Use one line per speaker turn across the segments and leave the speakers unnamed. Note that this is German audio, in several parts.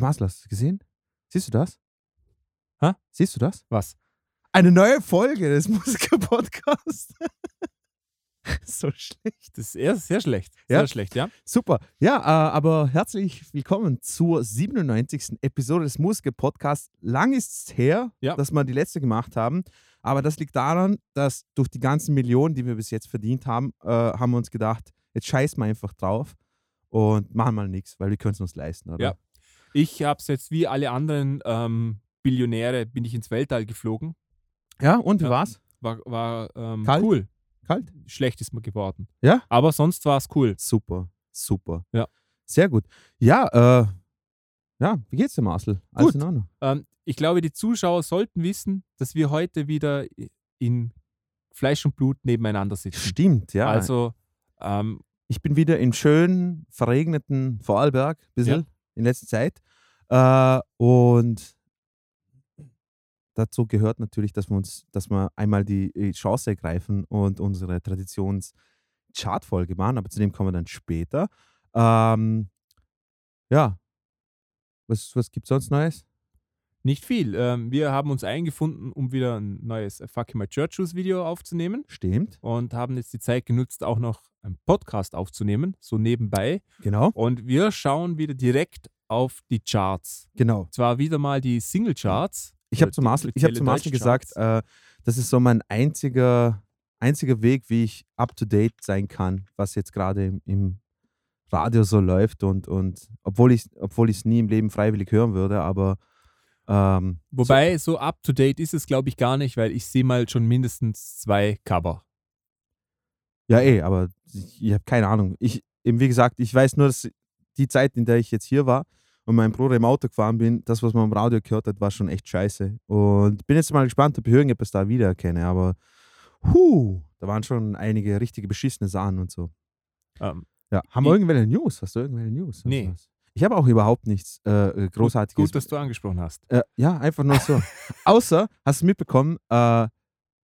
Masler, hast du gesehen? Siehst du das?
Hä?
Siehst du das?
Was?
Eine neue Folge des Musiker-Podcasts. so schlecht.
Das ist eher sehr schlecht. Sehr
Ja.
schlecht, ja?
Super. Ja, äh, aber herzlich willkommen zur 97. Episode des Musiker-Podcasts. Lang ist es her,
Ja.
dass wir die letzte gemacht haben. Aber das liegt daran, dass durch die ganzen Millionen, die wir bis jetzt verdient haben, äh, haben wir uns gedacht, jetzt scheißen wir einfach drauf und machen mal nichts, weil wir können es uns leisten, oder?
Ja. ne? Ich habe es jetzt wie alle anderen ähm, Billionäre, bin ich ins Weltall geflogen.
Ja, und wie
Ja.
war's?
War, war ähm,
Kalt?
cool.
Kalt?
Schlecht ist mir geworden.
Ja?
Aber sonst war es cool.
Super, super.
Ja.
Sehr gut. Ja, äh, ja, wie geht's dir, Marcel? Alles in
Gut.
Ordnung.
Ähm, ich glaube, die Zuschauer sollten wissen, dass wir heute wieder in Fleisch und Blut nebeneinander sitzen.
Stimmt, ja.
Also, ähm,
ich bin wieder im schönen, verregneten Vorarlberg, ein bisschen
Ja.
in letzter Zeit. Äh, und dazu gehört natürlich, dass wir uns, dass wir einmal die äh, Chance ergreifen und unsere Traditions-Chart-Folge machen, aber zu dem kommen wir dann später. Ähm, ja. Was, was gibt's sonst Neues?
nicht viel. Ähm, wir haben uns eingefunden, um wieder ein neues Fuck My Church Shoes Video aufzunehmen
Stimmt.
und haben jetzt die Zeit genutzt, auch noch einen Podcast aufzunehmen, so nebenbei.
Genau.
Und wir schauen wieder direkt auf die Charts.
Genau.
Zwar wieder mal die Single Charts.
Ich habe zu
Die
Marcel, ich hab
offizielle
zu Marcel
Äh, deutsche
gesagt,
Charts.
äh, das ist so mein einziger, einziger Weg, wie ich up to date sein kann, was jetzt gerade im, im Radio so läuft. Und, und obwohl ich es obwohl ich's nie im Leben freiwillig hören würde, aber ähm,
Wobei, so up to date ist es, glaube ich, gar nicht, weil ich sehe mal schon mindestens zwei Cover.
ja, eh, aber ich, ich habe keine Ahnung. Ich, eben wie gesagt, ich weiß nur, dass die Zeit, in der ich jetzt hier war und mein Bruder im Auto gefahren bin, das, was man im Radio gehört hat, war schon echt scheiße. Und bin jetzt mal gespannt, ob ich irgendetwas da wiedererkenne, aber huh, da waren schon einige richtige beschissene Sachen und so.
Ähm,
Ja, haben
Ich-
wir irgendwelche News? Hast du irgendwelche News? Hast du
Nee.
was? Ich habe auch überhaupt nichts äh, Großartiges.
Gut, dass du angesprochen hast.
äh, ja, einfach nur so. Außer, hast du mitbekommen, äh,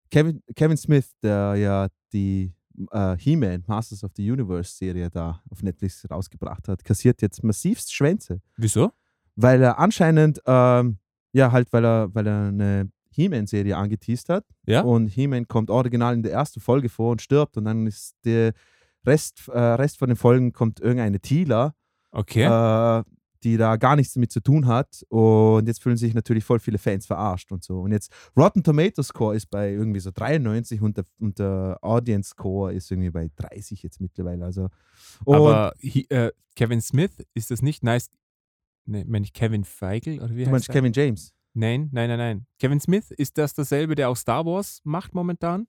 Kevin, Kevin Smith, der ja die äh, He-Man, Masters of the Universe Serie da auf Netflix rausgebracht hat, kassiert jetzt massivst Schwänze
Wieso?
weil er anscheinend, ähm, ja, halt, weil er, weil er eine He-Man-Serie angeteased hat.
Ja.
Und He-Man kommt original in der ersten Folge vor und stirbt. Und dann ist der Rest, äh, Rest von den Folgen kommt irgendeine Tila,
Okay.
äh, die da gar nichts damit zu tun hat. Und jetzt fühlen sich natürlich voll viele Fans verarscht und so. Und jetzt Rotten Tomato Score ist bei irgendwie so 93 und der, und der Audience Score ist irgendwie bei 30 jetzt mittlerweile. Also, und
Aber hi- äh, Kevin Smith, ist das nicht nice? Ne, meine ich Kevin Feigl oder wie
du
heißt
meinst
er?
Kevin James?
Nein, nein, nein, nein. Kevin Smith, ist das dasselbe, der auch Star Wars macht momentan?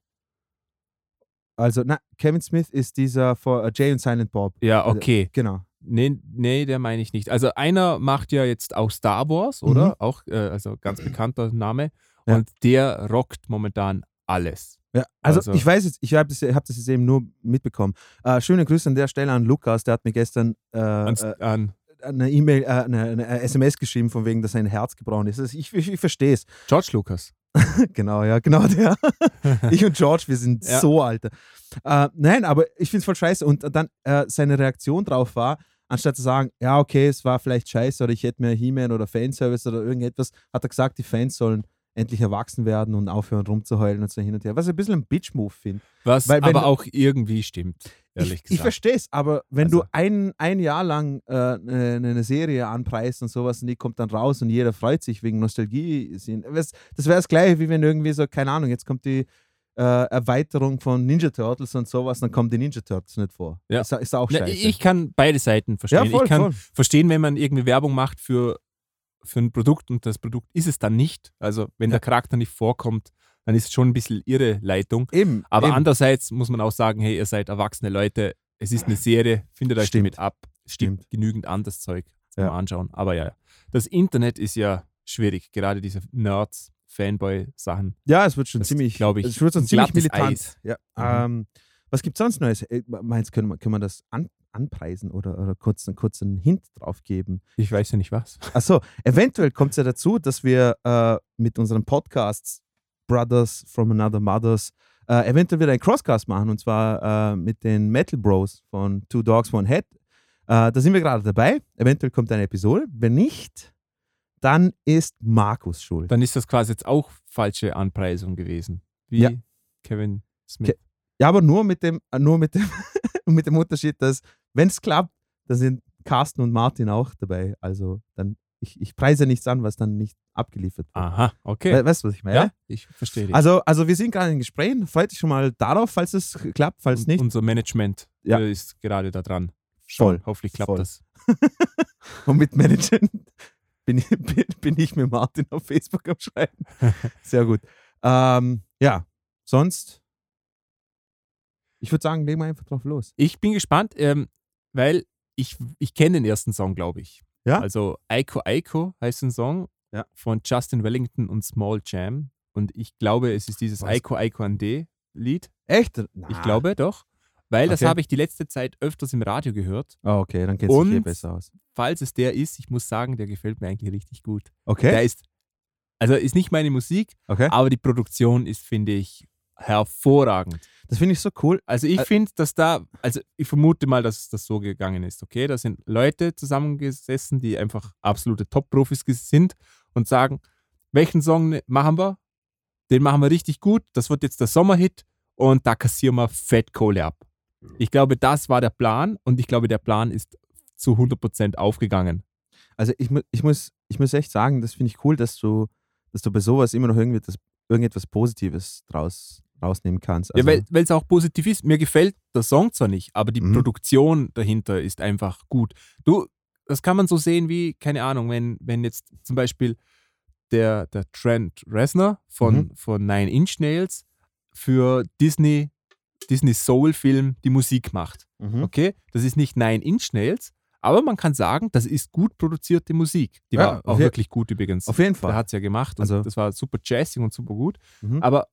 Also, na, Kevin Smith ist dieser vor äh, Jay und Silent Bob.
Ja,
Also-
okay.
Genau.
Nee, nee, der meine ich nicht. Also einer macht ja jetzt auch Star Wars, oder? Auch, äh, also ganz bekannter Name.
Mhm. Ja.
Und der rockt momentan alles.
Ja, also,
Also-
ich weiß jetzt, ich habe das, ich hab das jetzt eben nur mitbekommen. Äh, schöne Grüße an der Stelle an Lukas, der hat mir gestern äh,
An,
äh,
an
eine E-Mail, äh, eine, eine SMS geschrieben, von wegen, dass sein Herz gebrochen ist. Also ich ich, ich verstehe es.
George Lucas.
genau, ja, genau der. ich und George, wir sind
Ja.
so alte. Äh, nein, aber ich finde es voll scheiße. Und dann äh, seine Reaktion drauf war, anstatt zu sagen, ja, okay, es war vielleicht scheiße oder ich hätte mehr He-Man oder Fanservice oder irgendetwas, hat er gesagt, die Fans sollen endlich erwachsen werden und aufhören rumzuheulen und so hin und her. Was ich ein bisschen ein Bitch-Move finde.
Was
Weil wenn-
aber auch irgendwie stimmt, ehrlich
ich,
gesagt.
ich verstehe es, aber wenn du
Also-
ein, ein Jahr lang äh, eine, eine Serie anpreist und sowas und die kommt dann raus und jeder freut sich wegen Nostalgie, sehen, was- das wäre das gleiche, wie wenn irgendwie so, keine Ahnung, jetzt kommt die äh, Erweiterung von Ninja Turtles und sowas, dann kommen die Ninja Turtles nicht vor.
Ja.
Ist, ist auch
Na,
scheiße.
ich kann beide Seiten verstehen. ich kann verstehen, wenn man irgendwie Werbung macht für, für ein Produkt und das Produkt ist es dann nicht. Also wenn der Charakter nicht vorkommt, dann ist es schon ein bisschen irre Leitung.
Eben,
Aber
eben.
andererseits muss man auch sagen, hey, ihr seid erwachsene Leute, es ist eine Serie, findet euch
Stimmt.
damit ab, stimmt
Stimmt.
genügend anderes Zeug zum
Ja.
Anschauen. Aber ja, ja. das Internet ist ja schwierig, gerade diese Nerds, Fanboy-Sachen.
Ja, es wird schon
Das
ziemlich,
glaub ich,
es wird schon
ein
ziemlich
glattes
militant.
Eis.
Ja. Ähm,
Mhm.
was gibt es sonst Neues? Äh, Meinst du, können wir, können wir das an, anpreisen oder, oder kurz, kurz einen Hint drauf geben?
Ich weiß ja nicht was.
Achso, eventuell kommt es ja dazu, dass wir äh, mit unseren Podcasts Brothers from Another Mothers äh, eventuell wieder einen Crosscast machen und zwar äh, mit den Metal Bros von Two Dogs One Head. Äh, da sind wir gerade dabei. Eventuell kommt eine Episode. Wenn nicht, dann ist Markus schuld.
Dann ist das quasi jetzt auch falsche Anpreisung gewesen. Wie
Ja.
Kevin Smith.
Ja, aber nur mit dem, äh, nur mit dem, mit dem Unterschied, dass, wenn es klappt, dann sind Carsten und Martin auch dabei. Also dann, ich, ich preise nichts an, was dann nicht abgeliefert wird.
Aha, okay.
We weißt du, was ich meine?
ja, ich verstehe dich.
Also, also wir sind gerade in Gesprächen. Freut dich schon mal darauf, falls es klappt, falls
Und
nicht.
Unser Management
Ja.
äh, ist gerade da dran.
Voll.
Hoffentlich klappt
Voll.
das.
Und mit Managern bin ich, bin, bin ich mit Martin auf Facebook am Schreiben. Sehr gut. Ähm, ja, sonst, ich würde sagen, legen wir einfach drauf los.
Ich bin gespannt, ähm, weil ich, ich kenne den ersten Song, glaube ich.
Ja?
Also Aiko Aiko heißt ein Song
Ja.
von Justin Wellington und Small Jam. Und ich glaube, es ist dieses
Was?
Aiko Aiko an D-Lied.
Echt?
Ich glaube doch. Weil das
Okay.
habe ich die letzte Zeit öfters im Radio gehört.
Ah, okay, dann kennt sich hier
Und-
besser aus.
Falls es der ist, ich muss sagen, der gefällt mir eigentlich richtig gut. Der
Okay,
ist, also ist nicht meine Musik,
okay.
aber die Produktion ist, finde ich, hervorragend.
Das finde ich so cool. Äh,
Also ich
Ä-
finde, dass da, also ich vermute mal, dass das so gegangen ist, okay? Da sind Leute zusammengesessen, die einfach absolute Top-Profis ges- sind und sagen, welchen Song ne- machen wir? Den machen wir richtig gut, das wird jetzt der Sommerhit und da kassieren wir fett Kohle ab. Ich glaube, das war der Plan und ich glaube, der Plan ist zu 100% aufgegangen.
Also ich, mu- ich, muss, ich muss echt sagen, das finde ich cool, dass du, dass du bei sowas immer noch irgendwie das, irgendetwas Positives draus, rausnehmen kannst. Also,
ja, weil es auch positiv ist. Mir gefällt der Song zwar nicht, aber die
Mhm.
Produktion dahinter ist einfach gut. Du, das kann man so sehen wie, keine Ahnung, wenn, wenn jetzt zum Beispiel der, der Trent Reznor von,
Mhm.
von Nine Inch Nails für Disney, Disney Soul Film die Musik macht.
mhm.
Okay, das ist nicht Nine Inch Nails, aber man kann sagen, das ist gut produzierte Musik. Die
Ja,
war
auf
auch
je-
wirklich gut übrigens.
Auf jeden
Der
Fall.
hat es ja gemacht und
Also-
das war super jazzig und super gut.
Mhm.
Aber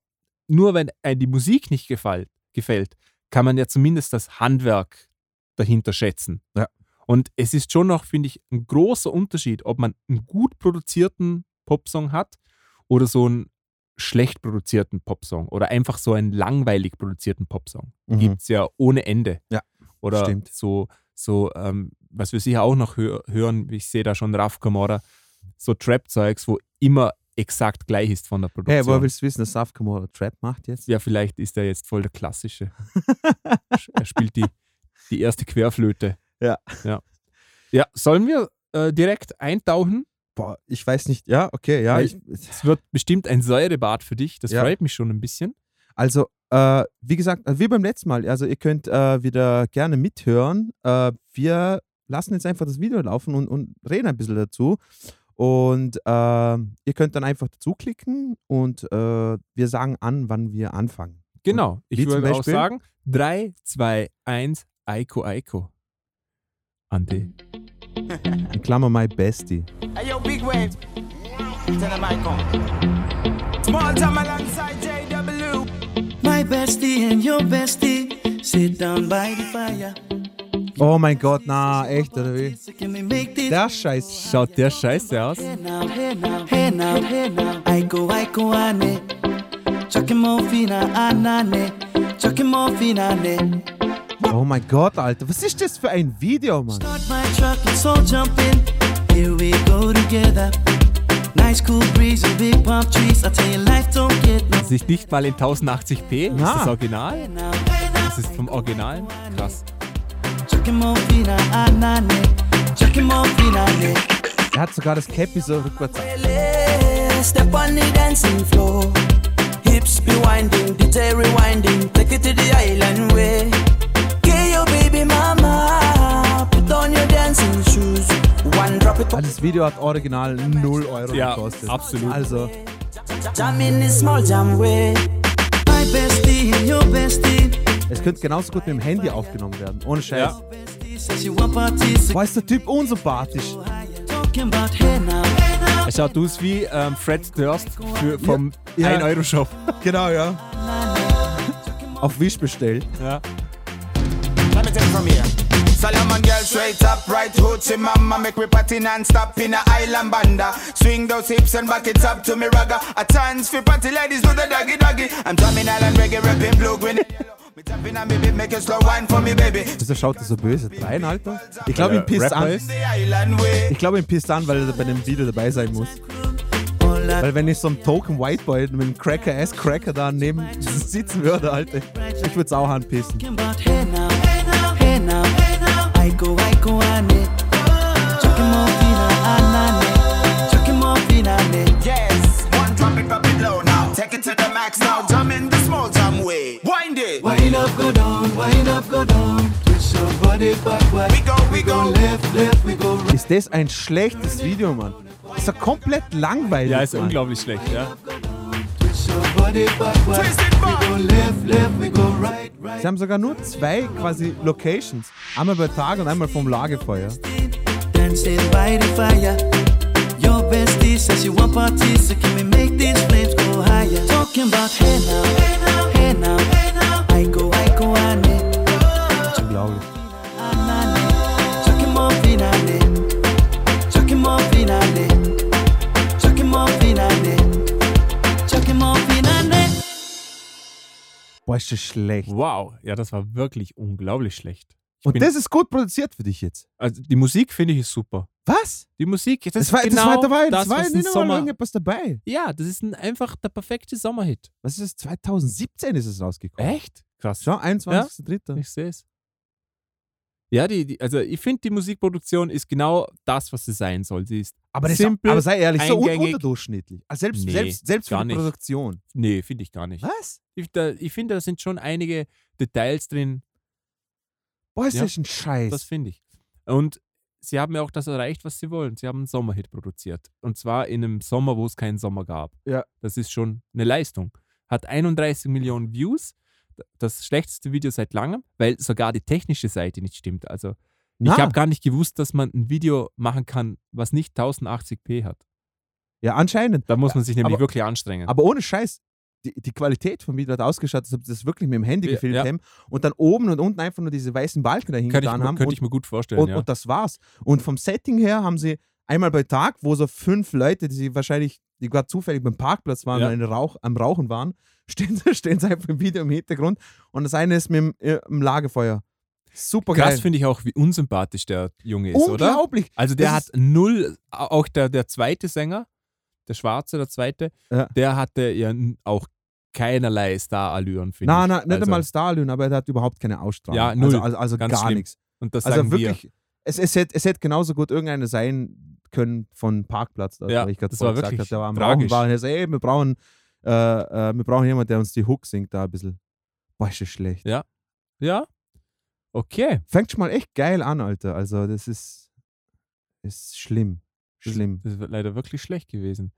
nur wenn einem die Musik nicht gefällt, gefällt, kann man ja zumindest das Handwerk dahinter schätzen.
Ja.
Und es ist schon noch, finde ich, ein großer Unterschied, ob man einen gut produzierten Popsong hat oder so einen schlecht produzierten Popsong oder einfach so einen langweilig produzierten Popsong.
Mhm.
Gibt es ja ohne Ende.
Ja,
Oder
stimmt.
so, so ähm, was wir sicher auch noch hö hören, ich sehe da schon Raf Camora, so Trap-Zeugs, wo immer exakt gleich ist von der Produktion.
Hey, woher willst du wissen, dass Saf Kamora Trap macht jetzt?
Ja, vielleicht ist er jetzt voll der Klassische. er spielt die, die erste Querflöte.
Ja.
Ja, ja sollen wir äh, direkt eintauchen?
Boah, ich weiß nicht. Ja, okay, ja.
Weil-
Ich,
Es wird bestimmt ein Säurebad für dich. Das
Ja.
freut mich schon ein bisschen.
also, äh, wie gesagt, wie beim letzten Mal. Also, ihr könnt äh, wieder gerne mithören. Äh, wir lassen jetzt einfach das Video laufen und, und reden ein bisschen dazu. Und äh, ihr könnt dann einfach dazuklicken und äh, wir sagen an, wann wir anfangen.
Genau. Ich
wie zum
würde auch
Beispiel?
sagen: 3, 2, 1, Aiko, Aiko. Andi.
In Klammer my bestie.
Hey yo, big wave. Turn the mic on. Small time alongside JW.
My bestie and your bestie sit down by the fire.
Oh mein Gott, na, echt, oder wie?
Can we make this
Der Scheiß.
Schaut der scheiße aus?
Hey now, hey now, hey now, hey now. I go, I go, ane. Chucking morphina, anane. Chucking morphina, ane.
Oh mein Gott, Alter. Was ist das für ein Video, Mann?
Start my truck, let's all jump in. Here we go together. Nice cool breeze and big palm trees. I tell you, life don't get no.
Sich nicht mal in 1080p? Ist
Na.
das Original?
Now, hey now.
Das ist vom Original? Krass.
Chucking morphina, anane. Chucking morphina, ane.
Er hat sogar das Cappy so rückwärts.
Lay, Step on the dancing floor. Hips be winding, detail rewinding. Take it to the island way. Get your baby mama. Put on your dancing shoes. One drop it.
Also das Video hat original 0 Euro
Ja,
gekostet.
absolut.
Also,
Jam in the small jam way.
My bestie and your bestie.
es könnte genauso gut mit dem Handy aufgenommen werden. Ohne Scheiß.
Ja.
Says you want parties,
Boah, ist der Typ unsympathisch.
talking about hey now, hey now,
Er schaut aus wie ähm, Fred Durst für, vom
Ja.
1-Euro-Shop.
Genau, ja. Auf Wish bestellt.
Ja.
Let me take it from here. Solomon girl straight up, right hoochie mama Make we party non-stop in a island banda Swing those hips and back it up to me ragga A chance for party ladies do the doggy doggy I'm drumming island reggae, rapping blue, green and yellow Me tapping on me beat, make a slow wine for me, baby.
Wieso schaut er so böse rein, Alter? Ich glaube,
Weil
ihn
er
pisst
Rapper
an.
ist.
The island way.
Ich glaube, ihn pisst an, weil er bei dem Video dabei sein muss. Weil wenn ich so einem Token White Boy mit einem Cracker Ass Cracker da neben sitzen würde, Alter, ich würde es auch anpissen.
Talking about hey now, hey now, hey now, hey now. I go, I go on it. Chucking more fina, anane. Chucking more fina, ne.
Yes, one drop it, drop it low now. Take it to the max now. Jump in the small jam way. Wind it.
Wind up, go down, wind up, go down. Twist your body backward.
We go, we go.
left, left, we go right.
Ist das ein schlechtes Video, Mann? Ist ja komplett langweilig.
Ja, ist
Mann.
unglaublich schlecht, ja.
Twist your body backward.
Twist it back.
We go left, left, we go right, right.
Sie haben sogar nur zwei quasi Locations. Einmal bei Tag und einmal vom Lagerfeuer.
Dancing by the fire. Your bestie says you want parties, so can we make these flames go higher? Talking about hey now, hey now, hey now, hey now. I go, I go on it.
Unglaublich. Boah, ist das schlecht.
Wow, ja, das war wirklich unglaublich schlecht. Ich
Und
bin-
das ist gut produziert für dich jetzt.
also die Musik finde ich ist super.
Was?
Die Musik, das,
Das
ist
war,
genau
das war dabei. Das, war
was
in den
ein
Sommer
Sommer.
irgendetwas dabei.
Ja, das ist ein, einfach der perfekte Sommerhit.
Was ist das? 2017 ist es rausgekommen.
Echt? Krass.
Schon 21.03.
Ich sehe es. Ja, die, die, also ich finde, die Musikproduktion ist genau das, was sie sein soll. Sie ist
Aber, das
simpel,
aber sei ehrlich, so un-
eingängig.
unterdurchschnittlich. Also selbst,
Nee,
selbst, selbst für
gar
die
nicht.
Produktion.
Nee, finde ich gar nicht.
Was?
Ich, da, ich finde, da sind schon einige Details drin,
Boah, ist
Ja.
das ein Scheiß.
das finde ich. Und sie haben ja auch das erreicht, was sie wollen. Sie haben einen Sommerhit produziert. Und zwar in einem Sommer, wo es keinen Sommer gab.
Ja.
Das ist schon eine Leistung. Hat 31 Millionen Views. Das schlechteste Video seit langem, weil sogar die technische Seite nicht stimmt. Also
Na,
ich habe gar nicht gewusst, dass man ein Video machen kann, was nicht 1080p hat.
ja, anscheinend.
Da muss man sich nämlich
aber-
wirklich anstrengen.
Aber ohne Scheiß. Die, die Qualität von wie dort ausgestattet ist, ob sie das wirklich mit dem Handy
Ja,
gefilmt
ja.
haben und dann oben und unten einfach nur diese weißen Balken dahin
kann ich,
getan
mir-
haben.
könnte
und-
ich mir gut vorstellen.
Und,
ja.
und das war's. Und vom Setting her haben sie einmal bei Tag, wo so fünf Leute, die sie wahrscheinlich, die gerade zufällig beim Parkplatz waren,
Ja.
weil sie Rauch, am Rauchen waren, stehen, sie- stehen sie einfach im Video im Hintergrund und das eine ist mit dem, äh, im Lagerfeuer. Super
Krass
geil.
finde ich auch, wie unsympathisch der Junge ist, oder?
Unglaublich.
Also der
Das
hat null, auch der, der zweite Sänger, der Schwarze, der zweite,
Ja.
der hatte ja n- auch keinerlei Star-Allüren, finde
Na,
ich.
na, nicht
also,
einmal Stalin, aber er hat überhaupt keine Ausstrahlung.
Ja, null.
Also, also, also
Ganz
gar
schlimm.
nichts.
Und das
Also
sagen
wirklich, es, es, hätte, es hätte genauso gut irgendeiner sein können von Parkplatz, da,
Ja,
weil ich gerade
das war
vorher gesagt
wirklich
habe, der war am
tragisch.
Rauchen war und er so, ey, wir brauchen, äh, äh, wir brauchen jemanden, der uns die Hook singt da ein bisschen. Boah, ist das schlecht.
wir. Ja, okay.
Fängt schon mal echt geil an, Alter. Also das ist, ist schlimm. Schlimm.
Das ist leider wirklich schlecht gewesen.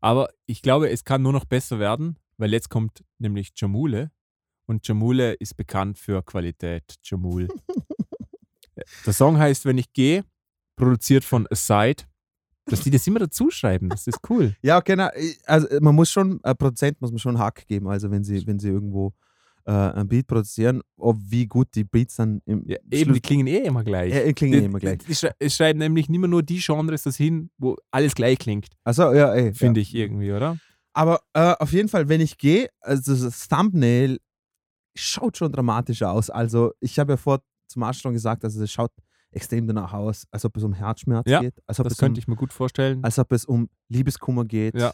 Aber ich glaube, es kann nur noch besser werden, weil jetzt kommt nämlich Jamule. Und Jamule ist bekannt für Qualität. Jamul. Der Song heißt Wenn ich gehe, produziert von Aside. Dass die das immer dazu schreiben, das ist cool.
Ja, okay, na, ich- also äh, man muss schon, ein Prozent muss man schon Hack geben, also wenn sie, wenn sie irgendwo äh, ein Beat produzieren, ob wie gut die Beats dann im
Ja, eben, die
Schluss-
klingen eh immer gleich.
Ja, klingen immer gleich.
Die, die schrei- es schreiben nämlich nicht mehr nur die Genres das hin, wo alles gleich klingt,
Also ja, ey. ja.
finde ich irgendwie, oder?
Aber äh, auf jeden Fall, wenn ich gehe, also das Thumbnail schaut schon dramatischer aus. Also ich habe ja vor zum Arsch schon gesagt, also es schaut extrem danach aus, als ob es um Herzschmerz
Ja,
geht, als ob,
Das
es um,
könnte ich mir gut vorstellen.
als ob es um Liebeskummer geht.
Ja.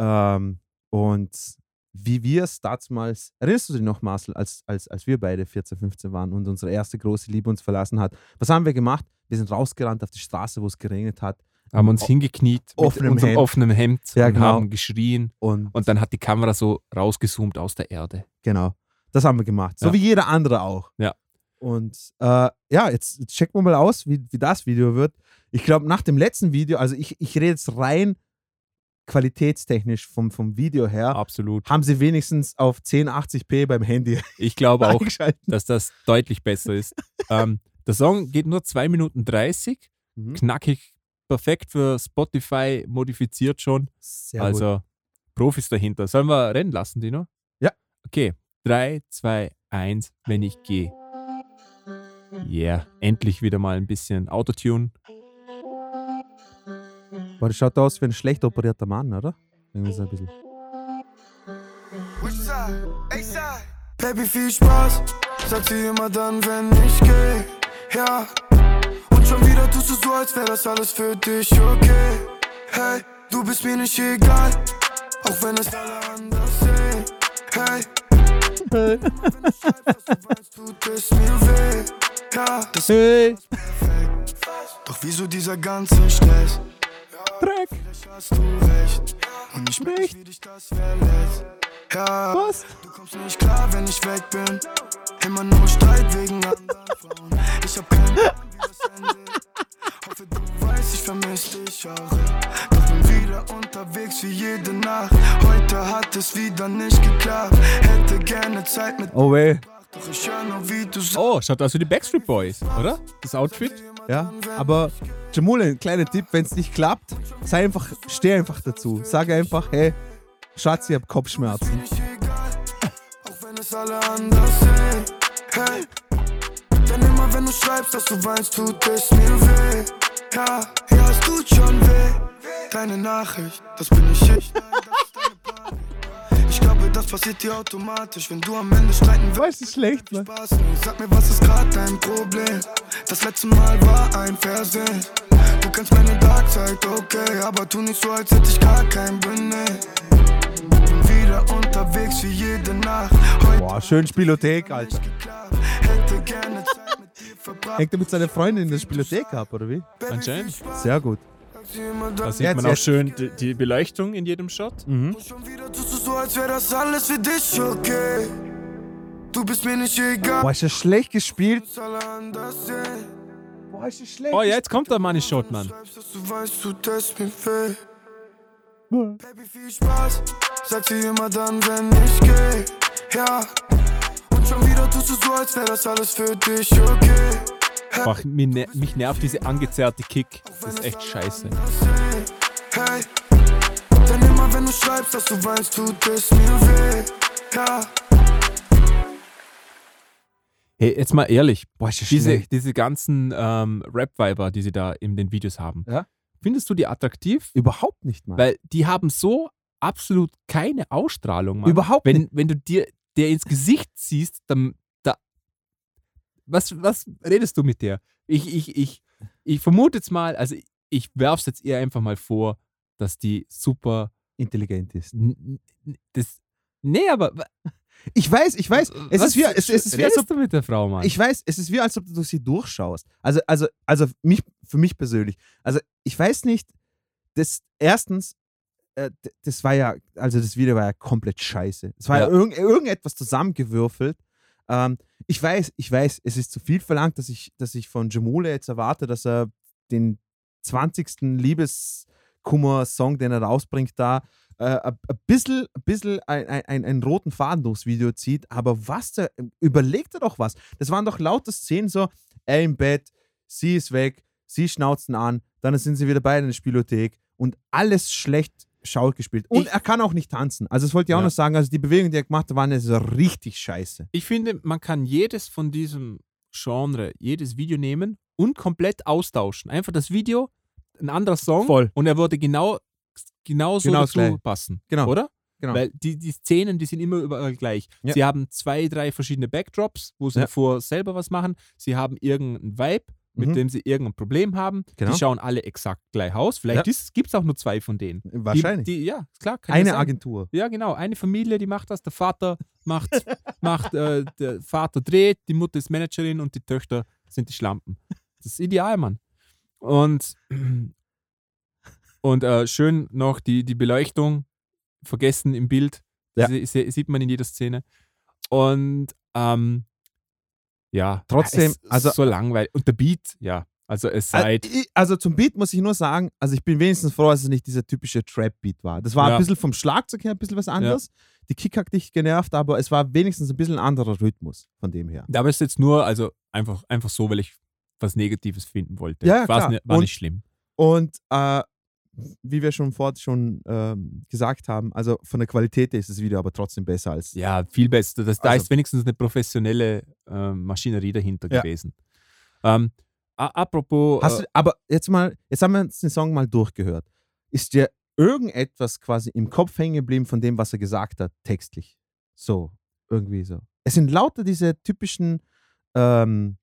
Ähm, und wie wir es damals, erinnerst du dich noch, Marcel, als, als, als wir beide 14, 15 waren und unsere erste große Liebe uns verlassen hat? Was haben wir gemacht? Wir sind rausgerannt auf die Straße, wo es geregnet hat
haben uns hingekniet
offenem
mit unserem
Hemd.
offenen Hemd
Ja,
und
genau.
haben geschrien.
und
Und dann hat die Kamera so rausgezoomt aus der Erde.
Genau. Das haben wir gemacht. So
Ja.
wie jeder andere auch.
Ja.
Und äh, ja, jetzt, jetzt checken wir mal aus, wie, wie das Video wird. Ich glaube, nach dem letzten Video, also ich, ich rede jetzt rein qualitätstechnisch vom, vom Video her,
Absolut.
haben sie wenigstens auf 1080p beim Handy
Ich glaube auch,
eingeschaltet.
dass das deutlich besser ist. ähm, der Song geht nur 2 Minuten 30,
Mhm.
knackig, perfekt für Spotify, modifiziert schon.
Sehr gut.
also Profis dahinter. Sollen wir rennen lassen, Dino?
Ja.
Okay, 3, 2, 1, wenn ich gehe. Yeah, endlich wieder mal ein bisschen Autotune.
Boah, das schaut aus wie ein schlecht operierter Mann, oder? Irgendwie so ein bisschen.
Which side? A side.
Baby, viel Spaß, sagt sie immer dann, wenn ich geh, ja. Und schon wieder tust du so, als wär das alles für dich okay. Hey, du bist mir nicht egal, auch wenn es alle anders sehen. Hey, tut es mir weh, ja. Das
Hey,
Doch wieso dieser ganze Stress?
Dreck,
Vielleicht hast du recht. Und ich merk,
Recht.
wie dich das verletzt. Ja,
was?
du kommst nicht klar, wenn ich weg bin. Immer nur Streit wegen anderen Frauen. Ich hab keinen Plan, wie das endet. Hoffe, du weißt, ich vermiss dich auch. Doch bin wieder unterwegs wie jede Nacht. Heute hat es wieder nicht geklappt. Hätte gerne Zeit mit.
Oh weh.
Doch ich hör nur, wie du sagst.
Oh, schaut aus wie die Backstreet Boys, oder? Das Outfit?
Ja, aber Jamule, kleiner Tipp, wenn es nicht klappt, sei einfach, steh einfach dazu. Sag einfach, hey, Schatz, ich hab Kopfschmerzen.
nicht egal, auch wenn es alle anders sehen. Hey, denn immer wenn du schreibst, dass du weinst, tut es mir weh. Ja, ja, es tut schon weh. Deine Nachricht, das bin ich ich. Nein, das ist deine Party. Ich glaube, das passiert dir automatisch, wenn du am Ende streiten willst.
ist schlecht, Mann.
Spaß nur. Sag mir, was ist gerade dein Problem? Das letzte Mal war ein Versehen. Du kennst meine Dark Side, okay, aber tu nicht so, als hätte ich gar kein Benehmen. Bin wieder unterwegs wie jede Nacht. Heute
Boah, schön Spielothek, Alter.
nicht geklappt. Hätte gerne Zeit mit dir verbracht.
Hängt er mit seiner Freundin in der Spielothek ab, oder wie?
Anscheinend.
Sehr gut.
Sag sie immer dann.
Da sieht
Jetzt,
man auch
jetzt. Mhm.
schön die, die Beleuchtung in jedem Shot.
Schon wieder tust du so, als wäre das alles für dich okay. Du bist mir nicht egal.
Boah, ist das schlecht gespielt.
was alle anders sehen.
Boah, ist das schlecht.
Oh ja, jetzt kommt der Money Shot, Mann.
Schreibst, dass du weißt, du tust mir weh. Baby, viel Spaß, sagt sie immer dann, wenn ich geh, ja. Und schon wieder tust du so, als wär das alles für dich okay.
Ach, mich, ner mich nervt diese angezerrte Kick. Das ist echt scheiße.
Hey, denn immer wenn du schreibst, dass du weinst, tut es mir weh, ja.
Hey, jetzt mal ehrlich. Boah, ist
das
diese,
schlecht.
diese ganzen ähm, Rap-Viber, die sie da in den Videos haben.
Ja.
Findest du die attraktiv?
Überhaupt nicht, Mann.
Weil die haben so absolut keine Ausstrahlung, Mann.
Überhaupt
wenn,
nicht.
Wenn du dir der ins Gesicht siehst, dann da, was, was redest du mit der? Ich, ich, ich, ich vermute jetzt mal, also ich, ich werf's jetzt eher einfach mal vor, dass die super
Intelligent ist.
n- n- das. Nee, aber wa-
Ich weiß, ich weiß. Es
was
ist wie, es, es ist wie als
redest
ob,
du mit der Frau, Mann?
ich weiß, es ist wie, als ob du sie durchschaust. Also, also, also mich, für mich persönlich. Also, ich weiß nicht, das, erstens, äh, d- das war ja, also das Video war ja komplett scheiße. Es war ja,
Ja.
irgend, irgendetwas zusammengewürfelt. Ähm, ich weiß, ich weiß, es ist zu viel verlangt, dass ich, dass ich von Jamule jetzt erwarte, dass er den 20. Liebeskummer-Song, den er rausbringt, da äh, ein ein bisschen, ein bisschen ein, ein, ein, einen roten Faden durchs Video zieht. Aber was, der, überlegt er doch was. Das waren doch lauter Szenen so, er im Bett, sie ist weg, sie schnauzen an, dann sind sie wieder beide in der Spielothek und alles schlecht schaut gespielt. Und
Ich-
er kann auch nicht tanzen. Also das wollte ich auch
Ja.
noch sagen, also die Bewegungen, die er gemacht hat, waren jetzt richtig scheiße.
Ich finde, man kann jedes von diesem Genre, jedes Video nehmen und komplett austauschen. Einfach das Video, ein anderer Song
Voll.
und er würde genau genauso
Genau das
dazu
Gleiche.
passen,
Genau.
oder?
Genau.
Weil die, die Szenen, die sind immer überall gleich.
Ja.
Sie haben zwei, drei verschiedene Backdrops, wo sie
Ja.
vor selber was machen. Sie haben irgendeinen Vibe, mit
Mhm.
dem sie irgendein Problem haben.
Genau.
Die schauen alle exakt gleich aus. Vielleicht
Ja.
gibt es auch nur zwei von denen.
Wahrscheinlich.
Die, die, ja, klar. Kann ja
Eine
sein.
Agentur.
Ja, genau. Eine Familie, die macht das. Der Vater macht, macht äh, der Vater dreht, die Mutter ist Managerin und die Töchter sind die Schlampen. Das ist ideal, Mann. Und, und äh, schön noch die, die Beleuchtung vergessen im Bild.
Ja.
Sie, sie, sieht man in jeder Szene. Und ähm, ja,
Trotzdem,
es ist
also-
so langweilig. Und der Beat, ja. Also es
Also,
sei
ich- also zum Beat muss ich nur sagen, also ich bin wenigstens froh, dass es nicht dieser typische Trap-Beat war. Das war
Ja.
ein bisschen vom Schlagzeug her ein bisschen was anderes. Die Kick hat dich genervt, aber es war wenigstens ein bisschen ein anderer Rhythmus von dem her.
Da ist jetzt nur, also einfach, einfach so, weil ich was Negatives finden wollte.
Ja, ja,
War's
klar.
ni- war
Und-
nicht schlimm.
Und äh, wie wir schon vor schon ähm, gesagt haben, also von der Qualität her ist das Video aber trotzdem besser als.
Ja, viel besser. Das, da
Also-
ist wenigstens eine professionelle ähm, Maschinerie dahinter
Ja.
gewesen. Ähm, a- apropos,
Hast
äh,
du, aber jetzt mal, jetzt haben wir uns den Song mal durchgehört. Ist dir irgendetwas quasi im Kopf hängen geblieben von dem, was er gesagt hat, textlich? So, irgendwie so. Es sind lauter diese typischen ähm,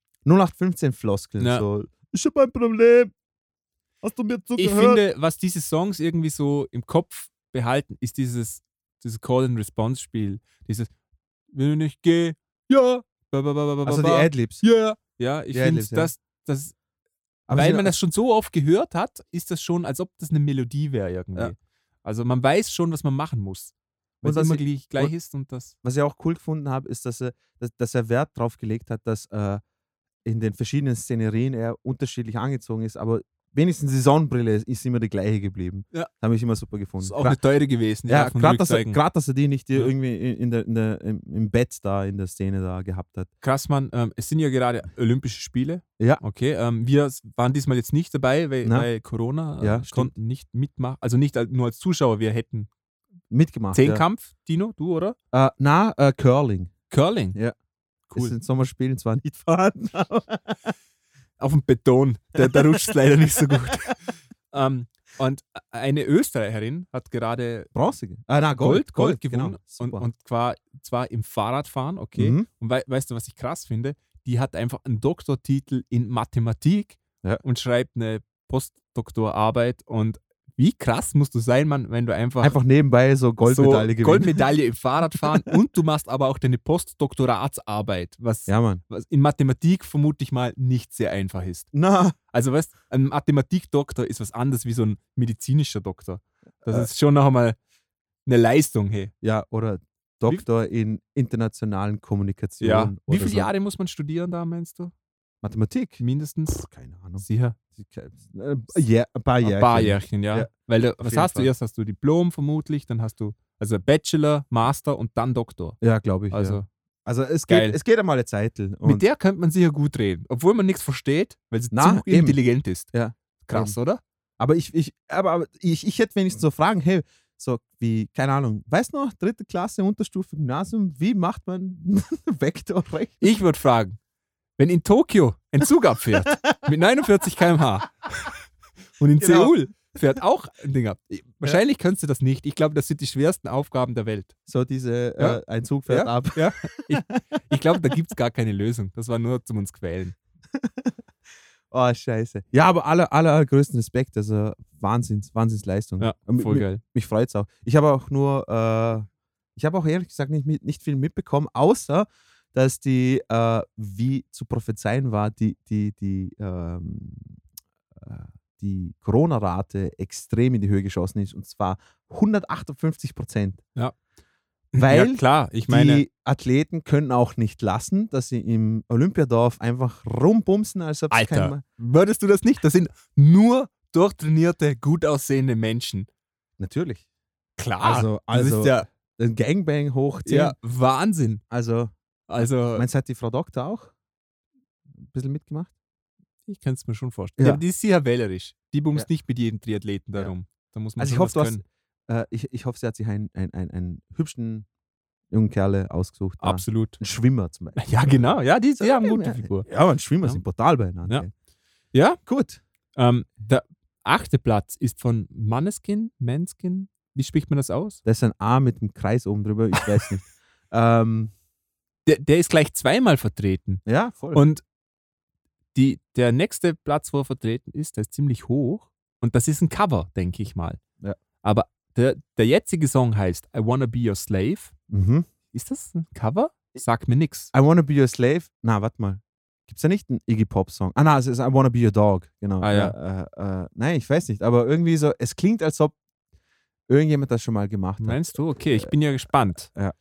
0815-Floskeln.
Ja.
So, ich habe ein Problem. Hast du mir
ich
zugehört?
finde, was diese Songs irgendwie so im Kopf behalten, ist dieses, dieses Call-and-Response-Spiel. Dieses, wenn ich gehe, ja, ba, ba, ba, ba, ba,
also die
ba,
Adlibs.
ja, ja, ich
Die
finde,
Adlibs, ja.
das, das,
Aber
weil
sie-
man das schon so oft gehört hat, ist das schon, als ob das eine Melodie wäre irgendwie.
Ja.
Also man weiß schon, was man machen muss. Weil
Und
es
was
immer
ich-
gleich, gleich
und-
ist und das.
was ich auch cool gefunden habe, ist, dass er, dass, dass er Wert darauf gelegt hat, dass äh, in den verschiedenen Szenerien er unterschiedlich angezogen ist, aber wenigstens die Sonnenbrille ist, ist immer die gleiche geblieben.
Ja.
Habe ich immer super gefunden.
Ist auch
Gra-
eine teure gewesen.
ja,
von
gerade
Rick
dass, er-
Zeigen.
grad, dass er die nicht
Ja.
irgendwie in in der, in der, im, im Bett da, in der Szene da gehabt hat.
Krass, Mann. Ähm, es sind ja gerade Olympische Spiele.
Ja.
Okay. Ähm, wir s- waren diesmal jetzt nicht dabei, weil,
Na.
weil Corona äh,
Ja,
konnten nicht mitmachen. Also nicht als- nur als Zuschauer, wir hätten
Mitgemacht. Ja.
Zehnkampf, Dino, du, oder?
Äh, na, äh, Curling.
Curling.
Ja. Ist
Cool.
in Sommerspielen zwar nicht vorhanden, aber
Auf dem Beton. Da, da rutscht leider nicht so gut. ähm, und eine Österreicherin hat gerade
Bronze. ge- Ah, na,
Gold,
Gold.
Gold,
genau.
gewonnen. Und,
Super.
und zwar, zwar im Fahrradfahren, okay.
Mhm.
Und wei weißt du, was ich krass finde? Die hat einfach einen Doktortitel in Mathematik
Ja.
und schreibt eine Postdoktorarbeit. Und wie krass musst du sein, Mann, wenn du einfach,
Einfach nebenbei so Goldmedaille
so
gewinnen.
Goldmedaille im Fahrradfahren und du machst aber auch deine Postdoktoratsarbeit, was,
Ja, Mann.
was in Mathematik vermute ich mal nicht sehr einfach ist.
Na,
Also weißt ein Mathematikdoktor ist was anderes wie so ein medizinischer Doktor. Das
Äh.
ist schon noch einmal eine Leistung, hey.
Ja, oder Doktor in internationalen Kommunikation.
Ja. Wie
oder
viele
so.
Jahre muss man studieren da, meinst du?
Mathematik?
Mindestens?
Puh, keine Ahnung.
Sicher.
Äh, ja, ein paar Jahre.
Ein paar Jährchen, ja.
Ja,
Weil du, was
jeden
hast
Fall.
du erst? Hast du Diplom vermutlich, dann hast du also Bachelor, Master und dann Doktor.
Ja, glaube ich.
Also
ja. also es, geht,
Geil.
es geht einmal eine Zeitl.
mit
Und
der könnte man sicher gut reden, obwohl man nichts versteht, weil sie
Na,
zu
eben.
intelligent ist.
Ja,
Krass, oder?
aber ich, ich, aber, aber ich, ich hätte wenigstens so Fragen, hey, so wie, keine Ahnung, weißt du noch, dritte Klasse, Unterstufe, Gymnasium, wie macht man Vektor recht?
Ich würde fragen, wenn in Tokio ein Zug abfährt mit 49 km/h und in
Genau.
Seoul fährt auch ein Ding ab. Wahrscheinlich kannst du das nicht. Ich glaube, das sind die schwersten Aufgaben der Welt.
So diese,
Ja.
äh, ein Zug fährt
Ja.
ab.
Ich glaube, da gibt es gar keine Lösung. Das war nur zum uns quälen.
Oh, scheiße. Ja, aber aller, allergrößten Respekt, also Wahnsinns, Wahnsinnsleistung.
Ja,
Und mi-
voll
mi-
geil.
mich freut's auch. Ich habe auch nur, äh, ich habe auch ehrlich gesagt nicht, mit- nicht viel mitbekommen, außer dass die, äh, wie zu prophezeien war, die, die, die, ähm, äh, die Corona-Rate extrem in die Höhe geschossen ist und zwar 158 Prozent.
Ja.
Weil
ja, klar, ich meine,
die Athleten können auch nicht lassen, dass sie im Olympiadorf einfach rumbumsen, als ob es
Alter, würdest du das nicht? Das sind nur durchtrainierte, gut aussehende Menschen.
Natürlich.
Klar,
Also, also
das ist ja,
ein Gangbang hoch 10.
ja Wahnsinn.
Also,
Also,
Meinst du, hat die Frau Doktor auch ein bisschen mitgemacht?
ich kann es mir schon vorstellen.
Ja.
Aber die ist sehr wählerisch. Die bumst
Ja.
nicht mit jedem Triathleten
Ja.
darum. Da muss man
Also ich
schon
hoffe, du
was
hast,
können.
äh, ich, ich hoffe, sie hat sich einen, einen, einen, einen hübschen jungen Kerle ausgesucht. da.
Absolut.
Einen Schwimmer zum Beispiel.
Ja, genau. Ja, die,
So,
die haben
ja,
eine gute
ja.
Figur.
Ja, aber ein Schwimmer
Ja.
sind brutal beieinander.
Ja. Ja.
Gut.
Ähm, der achte Platz ist von Manneskin, Manskin. Wie spricht man das aus?
Da ist ein A mit einem Kreis oben drüber. Ich weiß nicht. Ähm,
Der, der ist gleich zweimal vertreten.
ja, voll.
Und die, der nächste Platz, wo er vertreten ist, der ist ziemlich hoch. Und das ist ein Cover, denke ich mal.
Ja.
Aber der, der jetzige Song heißt I Wanna Be Your Slave.
mhm.
Ist das ein Cover? Sag mir nix.
I Wanna Be Your Slave. Na, warte mal. Gibt es da nicht einen Iggy Pop-Song? Ah, na, es ist I Wanna Be Your Dog. Genau.
Ah,
äh, äh, nein, ich weiß nicht. Aber irgendwie so, es klingt, als ob irgendjemand das schon mal gemacht hat. Äh,
Meinst du? Okay, ich bin ja gespannt.
Ja.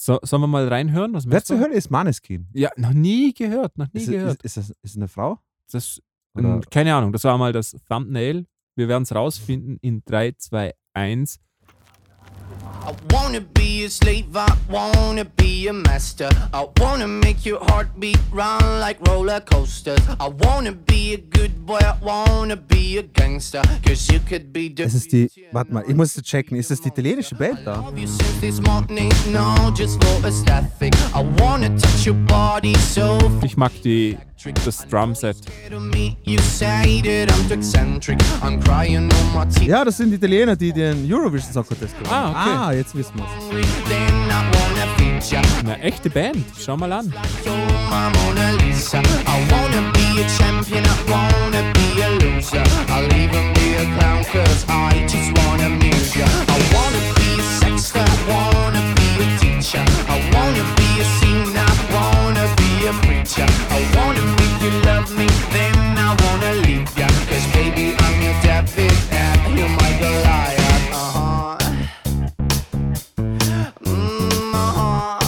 So, sollen wir mal reinhören? Was
Wer
meinst
zur
du?
Hölle ist Maneskin?
Ja, noch nie gehört, noch nie
Ist,
gehört.
ist, ist, das, ist eine Frau?
Das,
Oder-
ähm, keine Ahnung, das war mal das Thumbnail. Wir werden es rausfinden in 3, 2, 1.
I wanna be a slave, I wanna be a master. I wanna make your heartbeat run like roller coasters. I wanna be a good boy, I wanna be a gangster. Cause you could be the
Es ist die. Warte mal, ich muss es checken. Ist das die italienische Band da?
Love you since this morning, no, just for aesthetic. I wanna touch your body so
Ich mag die
electric.
Das Drumset.
To me, you say that I'm too eccentric. I'm crying on my teeth.
Ja, das sind Italiener, die den Eurovision Song Contest gewonnen haben.
Ah, okay.
ah, jetzt wissen wir es.
Then I wanna feature
Eine echte Band. Schau mal an.
like you're my Mona Lisa. I wanna be a champion. I wanna be a loser. I'll even be a clown 'cause I just wanna amuse ya. I wanna be a sexter. I wanna be a teacher. I wanna be a singer. I wanna be a preacher. I wanna make you love me. Then I wanna leave ya. 'Cause baby, I'm your David and you're my Goliath. Uh-huh. Mm, uh-huh.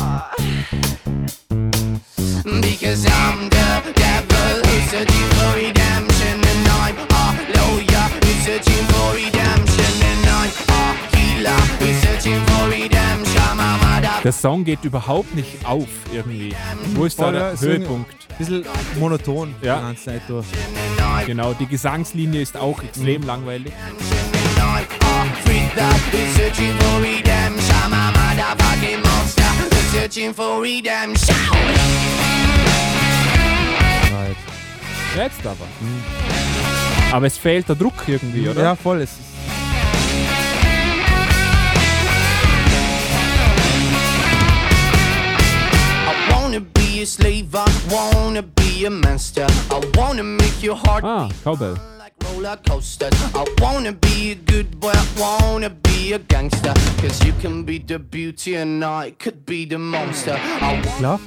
Because I'm the devil who's searching for redemption And I'm a lawyer who's searching for redemption And I'm a healer who's searching for redemption My mother
Der Song geht überhaupt nicht auf irgendwie. Wo ist da
Voll,
der
ja, singen-
Höhepunkt?
Bisschen monoton
Ja.
die ganze Zeit durch. Mhm.
and I'm
Genau, die Gesangslinie ist auch extrem langweilig.
and I'm a freak who's searching for redemption My motherfucking monster who's searching for redemption
Right.
Jetzt aber. Aber es fehlt der Druck irgendwie, oder?
Mhm. Ja, voll. Es ist
I wanna be a slave, I wanna be a master. I wanna make your heart
Ah, Cowbell.
like roller coasters. I wanna be a good boy, I wanna be a gangster. Cause you can be the beauty and I could be the monster. I wanna
klar.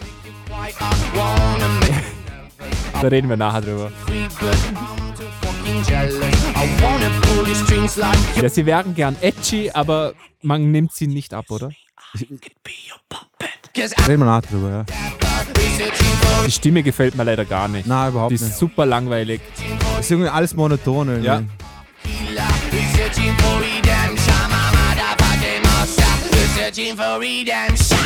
fight, I wanna make
Da reden wir nachher drüber.
free, but I'm too fucking jealous. I wanna pull your strings like you
Ja, sie wären gern edgy, aber man nimmt sie nicht ab, oder?
could be your puppet. Cause I'm
Reden wir nach drüber, ja.
researching for
Die Stimme gefällt mir leider gar nicht.
Nein, überhaupt
Die
nicht.
ist super langweilig.
Es ist irgendwie alles monoton irgendwie.
Ja.
healer, researching for redemption. My motherfucking monster, researching for redemption.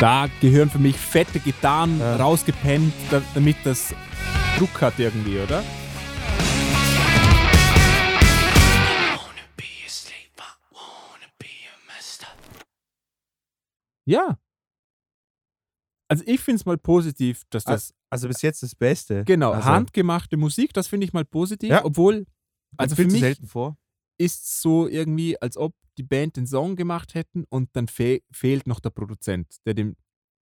Da gehören für mich fette Gitarren rausgepennt, da, damit das Druck hat irgendwie, oder?
be a slave, I wanna be a master.
Ja. Also ich finde es mal positiv, dass das.
Also bis jetzt das Beste.
genau,
also,
handgemachte Musik, das finde ich mal positiv,
Ja.
obwohl. Also für
viel zu
mich
selten vor.
ist so irgendwie, als ob die Band den Song gemacht hätten und dann fe fehlt noch der Produzent, der dem,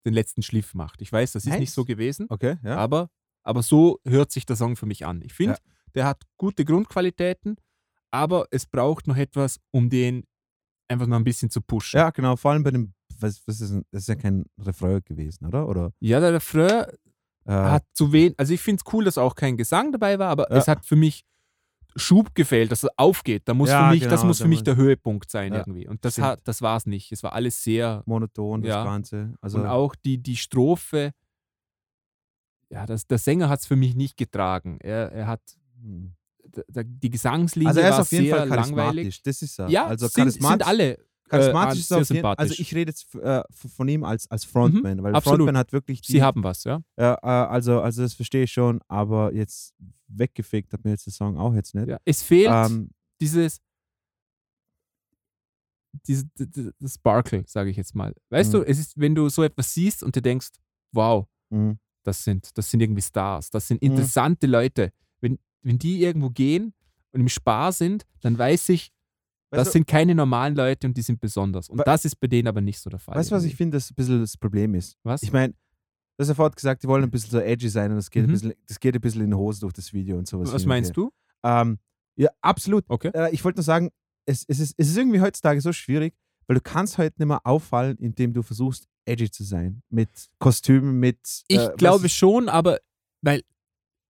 den letzten Schliff macht. Ich weiß, das ist
Nice.
nicht so gewesen,
Okay, ja.
aber, aber so hört sich der Song für mich an. Ich finde,
Ja.
der hat gute Grundqualitäten, aber es braucht noch etwas, um den einfach noch ein bisschen zu pushen.
Ja, genau. Vor allem bei dem, was, was ist denn, das ist ja kein Refrain gewesen, oder? Oder
Ja, der Refrain
äh,
hat zu wenig, also ich finde es cool, dass auch kein Gesang dabei war, aber
Ja.
es hat für mich Schub gefehlt, dass es aufgeht. Da muss
Ja,
für mich, das
genau,
muss
da
für mich
muss-
der Höhepunkt sein
Ja,
irgendwie. Und das,
stimmt.
hat, das war es nicht. Es war alles sehr
monoton, das
Ja.
Ganze. Also,
Und auch die, die Strophe, ja, das, der Sänger hat es für mich nicht getragen. Er, er hat
hm.
d- d- die Gesangslinie
also er ist
war
auf jeden
sehr
Fall
langweilig.
charismatisch. Das ist er.
Ja,
also
sind,
charismatisch,
sind alle.
charismatisch
äh,
ist er auf
sehr
jeden Fall. Also
sympathisch. Mhm,
ich rede jetzt äh, von ihm als, als Frontman, weil
absolut.
Frontman hat wirklich die,
Sie haben was, ja.
Ja, äh, also, also das verstehe ich schon, aber jetzt weggefegt hat mir jetzt der Song auch jetzt nicht.
ja. Es fehlt
Ähm,
dieses, diese, d- d- das Sparkle, sage ich jetzt mal. Weißt
Mhm.
du, es ist, wenn du so etwas siehst und dir denkst, wow,
mh.
das sind, das sind irgendwie Stars, das sind
Mhm.
interessante Leute. Wenn, wenn die irgendwo gehen und im Spar sind, dann weiß ich,
Weißt
das
du-
sind keine normalen Leute und die sind besonders. Und
We-
das ist bei denen aber nicht so der Fall.
weißt du, was ich finde, das ein bisschen das Problem ist?
Was?
Ich meine, du hast ja vorhin gesagt, die wollen ein bisschen so edgy sein und das geht,
Mhm.
ein, bisschen, das geht ein bisschen in die Hose durch das Video und sowas.
was meinst du?
du? Ähm, ja, absolut.
Okay.
Äh, ich wollte nur sagen, es, es, ist, es ist irgendwie heutzutage so schwierig, weil du kannst heute nicht mehr auffallen, indem du versuchst, edgy zu sein. Mit Kostümen, mit...
Ich
äh, was
glaube
ist-
schon, aber weil,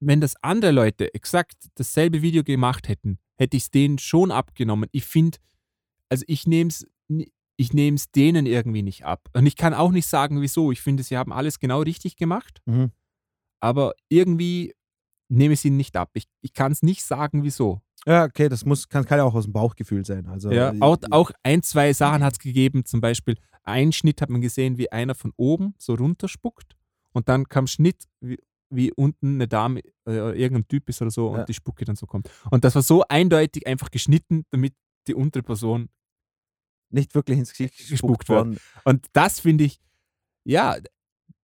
wenn das andere Leute exakt dasselbe Video gemacht hätten, hätte ich es denen schon abgenommen. Ich finde, also ich nehme es ich nehm's denen irgendwie nicht ab. Und ich kann auch nicht sagen, wieso. Ich finde, sie haben alles genau richtig gemacht,
Mhm.
aber irgendwie nehme ich es ihnen nicht ab. Ich, ich kann es nicht sagen, wieso.
Ja, okay, das muss, kann, kann ja auch aus dem Bauchgefühl sein. Also,
Ja,
ich-
auch, auch ein, zwei Sachen hat es gegeben. Zum Beispiel einen Schnitt hat man gesehen, wie einer von oben so runterspuckt. Und dann kam Schnitt, wie, wie unten eine Dame äh, oder irgendein Typ ist oder so und
Ja.
die Spucke dann so kommt. Und das war so eindeutig einfach geschnitten, damit die untere Person
nicht wirklich ins Gesicht
Gespuckt
gespuckt worden.
Und das finde ich, ja,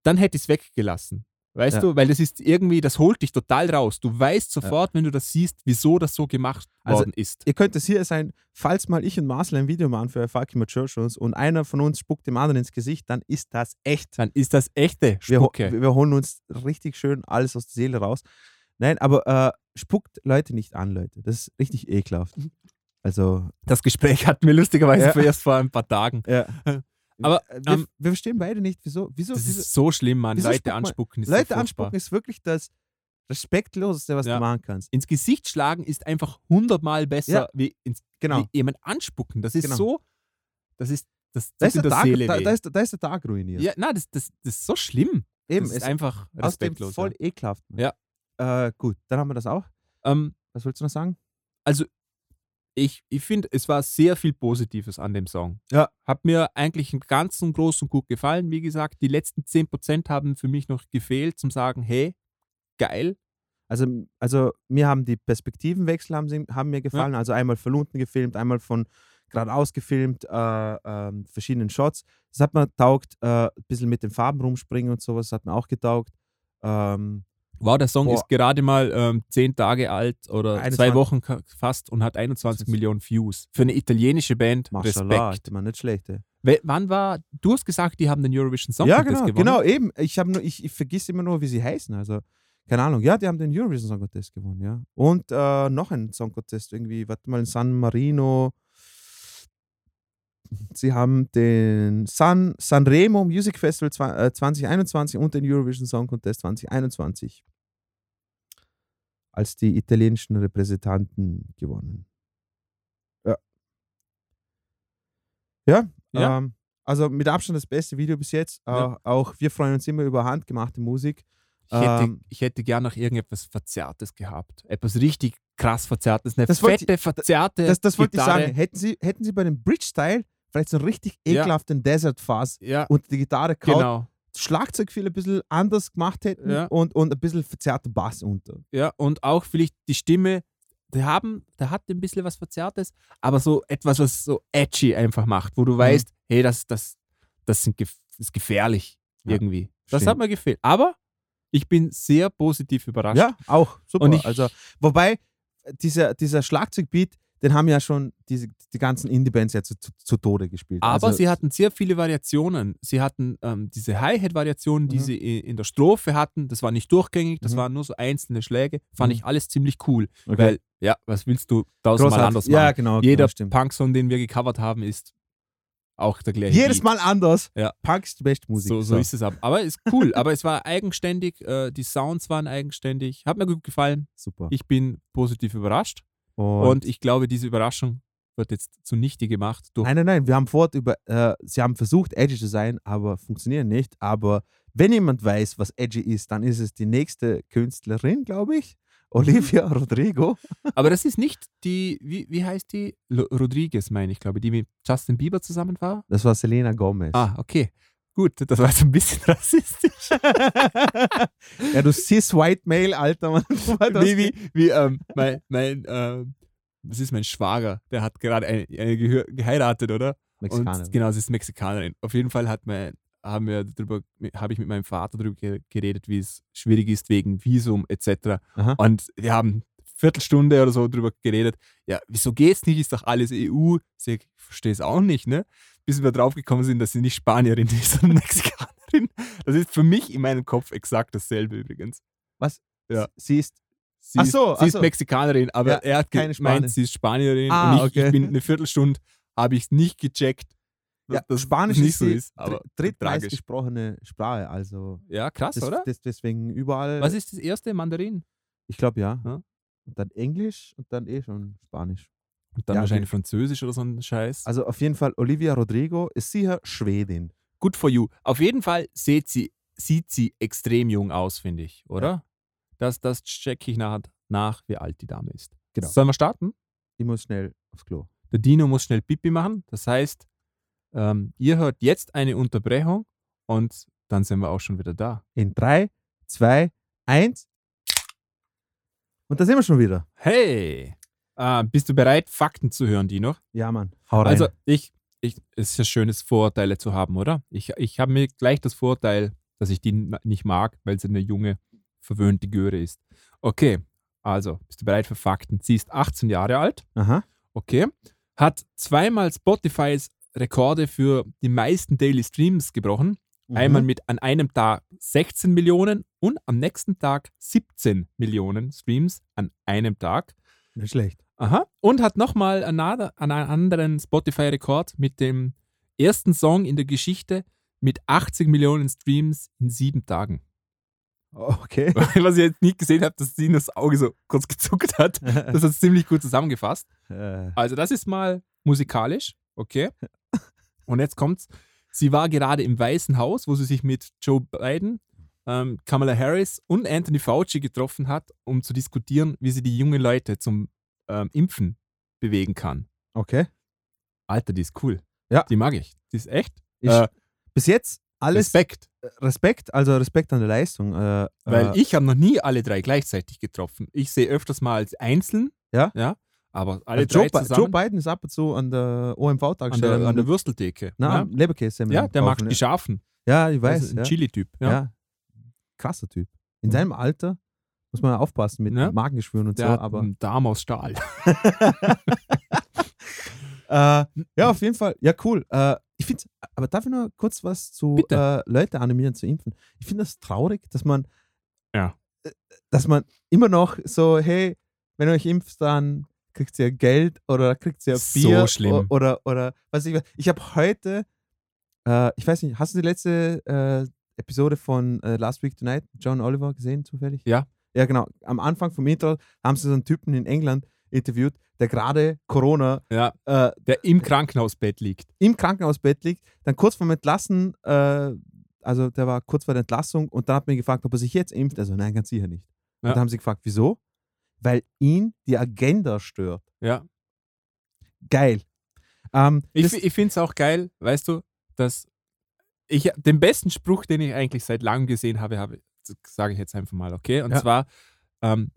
dann hätte ich es weggelassen. Weißt
Ja.
du, weil das ist irgendwie, das holt dich total raus. Du weißt sofort, wenn du das siehst, wieso das so gemacht
Also,
worden ist.
Ihr könnt es hier sein, falls mal ich und Marcel ein Video machen für Fuck Mature Shows und einer von uns spuckt dem anderen ins Gesicht, dann ist das echt.
Dann ist das echte
Wir, ho-
Spucke.
wir wir holen uns richtig schön alles aus der Seele raus. Nein, aber äh, spuckt Leute nicht an, Leute. Das ist richtig ekelhaft. Also,
Das Gespräch hatten wir lustigerweise
Ja.
erst vor ein paar Tagen.
ja.
Aber,
wir,
ähm,
wir verstehen beide nicht, wieso. wieso,
Das
wieso
ist so schlimm, Mann.
wieso spuckt
Leute
man-
anspucken ist
Leute
so furchtbar.
anspucken ist wirklich das Respektloseste, was
Ja.
du machen kannst.
Ins Gesicht schlagen ist einfach hundertmal besser,
Ja.
wie, ins,
Genau.
wie jemand anspucken. Das ist
Genau.
so, das ist, das
Da
tut
ist,
in
der
der
Tag,
Seele
da,
weh.
da, ist, da ist der Tag ruiniert.
ja, nein, das, das, das ist so schlimm.
Eben,
das
es
ist einfach
aus dem
respektlos.
voll ekelhaft.
Ja.
Äh, gut, dann haben wir das auch.
ja. ähm,
Was
also,
wolltest du noch sagen?
ich, ich finde, es war sehr viel Positives an dem Song.
Ja.
Hat mir eigentlich im Ganzen großen gut gefallen. Wie gesagt, die letzten 10% haben für mich noch gefehlt, zum sagen, hey, geil.
Also, also mir haben die Perspektivenwechsel haben, sie, haben mir gefallen. Also einmal von unten gefilmt, einmal von geradeaus gefilmt, äh, ähm, verschiedenen Shots. Das hat mir taugt. Äh, ein bisschen mit den Farben rumspringen und sowas hat mir auch getaugt. Ähm,
Wow, der Song
Boah.
ist gerade mal ähm, zehn Tage alt oder zwei
21
Wochen ka- fast und hat 21
Das ist-
Millionen Views. Für eine italienische Band,
Mashallah,
Respekt.
ich meine, nicht schlecht. Ey.
We- wann war, du hast gesagt, die haben den Eurovision Song
ja,
Contest
genau,
gewonnen.
genau, eben. Ich, hab nur, ich, ich vergiss immer nur, wie sie heißen. Also, keine Ahnung. Ja, die haben den Eurovision Song Contest gewonnen, ja. Und äh, noch einen Song Contest irgendwie, warte mal, in San Marino. Sie haben den San, Sanremo Music Festival zwa- äh, 2021 und den Eurovision Song Contest 2021 als die italienischen Repräsentanten gewonnen. Ja. Ja.
Ja.
Ähm, also mit Abstand das beste Video bis jetzt. Äh,
Ja.
Auch wir freuen uns immer über handgemachte Musik.
Ich hätte,
Ähm,
ich hätte gern noch irgendetwas Verzerrtes gehabt. Etwas richtig krass Verzerrtes. Eine
Das wollte
fette, verzerrte
Das, das wollte ich
Gitarre.
sagen. Hätten Sie, hätten Sie bei dem Bridge-Style vielleicht so einen richtig
Ja.
ekelhaften Desert Fuzz
Ja,
und die Gitarre kaut,
genau.
Schlagzeug viel ein bisschen anders gemacht hätten
Ja.
und, und ein bisschen verzerrte Bass unter.
Ja, und auch vielleicht die Stimme, die haben, der hat ein bisschen was Verzerrtes, aber so etwas, was so edgy einfach macht, wo
Mhm.
du weißt, hey, das, das, das, sind gef das ist gefährlich
Ja,
irgendwie. Das
stimmt.
hat mir gefehlt. Aber ich bin sehr positiv überrascht.
Ja, auch. Super.
Und ich-
also, wobei, dieser, dieser Schlagzeugbeat, den haben ja schon diese, die ganzen Indie-Bands ja zu, zu, zu Tode gespielt.
Aber
also,
sie hatten sehr viele Variationen. Sie hatten ähm, diese Hi-Hat-Variationen, die
Mhm.
sie i- in der Strophe hatten. Das war nicht durchgängig, das
Mhm.
waren nur so einzelne Schläge. Fand
Mhm.
ich alles ziemlich cool.
okay.
Weil, ja, was willst du tausendmal
Großartig.
anders machen?
Ja, genau.
Jeder
genau, stimmt.
Punk-Song, den wir gecovert haben, ist auch der gleiche.
Jedes
Beat.
Mal anders.
Ja.
Punk ist die beste Musik.
So, so ist es ab. Aber ist cool. aber es war eigenständig. Äh, die Sounds waren eigenständig. Hat mir gut gefallen.
Super.
Ich bin positiv überrascht. Und ich glaube, diese Überraschung wird jetzt zunichte gemacht durch.
Nein, nein, nein. Wir haben fort über, äh, sie haben versucht, edgy zu sein, aber funktionieren nicht. Aber wenn jemand weiß, was edgy ist, dann ist es die nächste Künstlerin, glaube ich. Olivia Rodrigo.
Mhm. Aber das ist nicht die, wie, wie heißt die? Lo Rodriguez, meine ich, glaube die mit Justin Bieber zusammen war.
Das war Selena Gomez.
Ah, okay. Gut, das war jetzt ein bisschen rassistisch.
Ja, du siehst White Male, Alter. Mann.
wie, wie, wie ähm, mein, mein, ähm, das ist mein Schwager, der hat gerade eine, eine gehö- geheiratet, oder?
Mexikaner.
Und, genau, sie ist Mexikanerin. Auf jeden Fall hat mein, haben wir drüber, habe ich mit meinem Vater darüber ge- geredet, wie es schwierig ist wegen Visum etc.
Aha.
Und wir haben Viertelstunde oder so drüber geredet. Ja, wieso geht's nicht? Ist doch alles E EU. Ich sag, Ich verstehe es auch nicht, ne? Bis wir draufgekommen sind, dass sie nicht Spanierin ist, sondern Mexikanerin. Das ist für mich in meinem Kopf exakt dasselbe übrigens. ja.
Sie ist
Sie,
Ach so,
ist, sie
ach
ist
so.
Mexikanerin, aber
Ja,
er hat
keine Spanin.
gemeint, sie ist Spanierin.
Ah,
und ich,
okay.
ich bin eine Viertelstunde, habe ich es nicht gecheckt.
ja,
dass
Spanisch
es
ist die
aber
drittmeist
tragisch.
gesprochene Sprache. Also
Ja, krass,
des-
oder?
des- deswegen überall.
Was ist das erste? Mandarin.
Ich glaube ja.
Ja.
Und dann Englisch und dann eh schon Spanisch.
Und dann
Ja,
wahrscheinlich Französisch oder so ein Scheiß.
Also auf jeden Fall Olivia Rodrigo ist halt, sicher Schwedin.
good for you. Auf jeden Fall sieht sie, sieht sie extrem jung aus, finde ich, oder? Das, das checke ich nach, nach, wie alt die Dame ist.
Genau.
Sollen wir starten?
Ich muss schnell aufs Klo.
Der Dino muss schnell Pipi machen. Das heißt, ähm, ihr hört jetzt eine Unterbrechung und dann sind wir auch schon wieder da.
In 3, 2, 1. Und da sind wir schon wieder.
Hey! Ah, bist du Äh, bereit, Fakten zu hören, Dino?
Ja, Mann. Hau rein.
Also, ich ich, es ist ja schön, es Vorurteile zu haben, oder? Ich, ich habe mir gleich das Vorurteil, dass ich die n- nicht mag, weil sie eine junge, verwöhnte Göre ist. Okay, also, bist du bereit für Fakten? Sie ist 18 Jahre alt,
Aha.
okay, hat zweimal Spotifys Rekorde für die meisten Daily Streams gebrochen.
Mhm.
Einmal mit an einem Tag 16 Millionen und am nächsten Tag 17 Millionen Streams an einem Tag.
Nicht schlecht.
Aha. Und hat nochmal einen anderen Spotify-Rekord mit dem ersten Song in der Geschichte mit 80 Millionen Streams in sieben Tagen.
Okay.
Was ich jetzt nicht gesehen habe, dass sie das Auge so kurz gezuckt hat. Das hat ziemlich gut zusammengefasst.
Äh,
Also, das ist mal musikalisch, okay. Und jetzt kommt's. Sie war gerade im Weißen Haus, wo sie sich mit Joe Biden, ähm, Kamala Harris und Anthony Fauci getroffen hat, um zu diskutieren, wie sie die jungen Leute zum ähm, Impfen bewegen kann.
okay.
Alter, die ist cool.
Ja.
Die mag ich. Die ist echt.
Ich,
Äh,
bis jetzt alles
Respekt.
Respekt, also Respekt an der Leistung. Äh,
Weil
äh,
ich habe noch nie alle drei gleichzeitig getroffen. Ich sehe öfters mal als einzeln.
Ja.
Ja. Aber alle
also Joe,
drei
Bi- Joe
zusammen
Biden ist ab und zu an der
an
OMV-Tankstelle.
der, an der Würsteltheke.
Na,
ja.
Leberkäse.
ja, der mag die
Schafe.
Schafen.
Ja, ich weiß.
Also ein
ja.
Chili-Typ.
Ja.
Ja. Mhm.
Krasser Typ. In seinem Alter muss man aufpassen mit
Ja.
Magengeschwüren und
Der
so,
hat
aber.
einen Darm aus Stahl.
Äh, ja, auf jeden Fall. Ja, cool. Äh, ich finde, aber darf ich nur kurz was zu äh,
Bitte.
Leute animieren zu impfen? Ich finde das traurig, dass man,
Ja.
äh, dass man immer noch so, hey, wenn ihr euch impft, dann kriegt ihr Geld oder kriegt ihr
So
Bier
schlimm.
o- oder oder was ich. Ich habe heute, äh, ich weiß nicht, hast du die letzte äh, Episode von äh, Last Week Tonight, John Oliver gesehen zufällig?
Ja.
Ja, genau. Am Anfang vom Intro haben sie so einen Typen in England interviewt, der gerade Corona
Ja,
äh,
der im Krankenhausbett liegt.
im Krankenhausbett liegt, dann kurz vorm Entlassen, äh, also der war kurz vor der Entlassung und dann hat mir gefragt, ob er sich jetzt impft. Also nein, ganz sicher nicht. Und
Ja.
dann haben sie gefragt, wieso? Weil ihn die Agenda stört.
Ja.
Geil. Ähm,
Ich,
das-
fi- ich finde es auch geil, weißt du, dass ich den besten Spruch, den ich eigentlich seit langem gesehen habe, habe sage ich jetzt einfach mal, okay? Und
Ja.
zwar, ähm,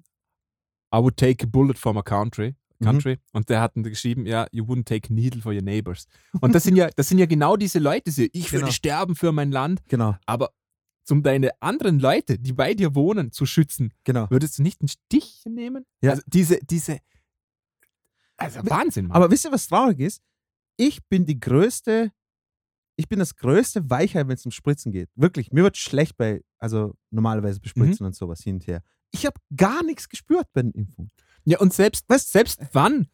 I would take a bullet from a country.
Mhm.
Country. Und der hat dann geschrieben, ja, you wouldn't take a needle for your neighbors. Und das sind ja, das sind ja genau diese Leute, die, ich
Genau.
würde sterben für mein Land,
genau,
aber um deine anderen Leute, die bei dir wohnen, zu schützen,
genau.
Würdest du nicht einen Stich nehmen?
Ja.
Also diese, diese. Also Wahnsinn, Mann.
Aber wisst ihr, was traurig ist? Ich bin die größte, ich bin das größte Weichheit, wenn es um Spritzen geht. Wirklich, mir wird schlecht bei, also normalerweise
Mhm.
bespritzen und sowas hin und her. Ich habe gar nichts gespürt bei den Impfungen. äh
ja, und selbst, selbst wann?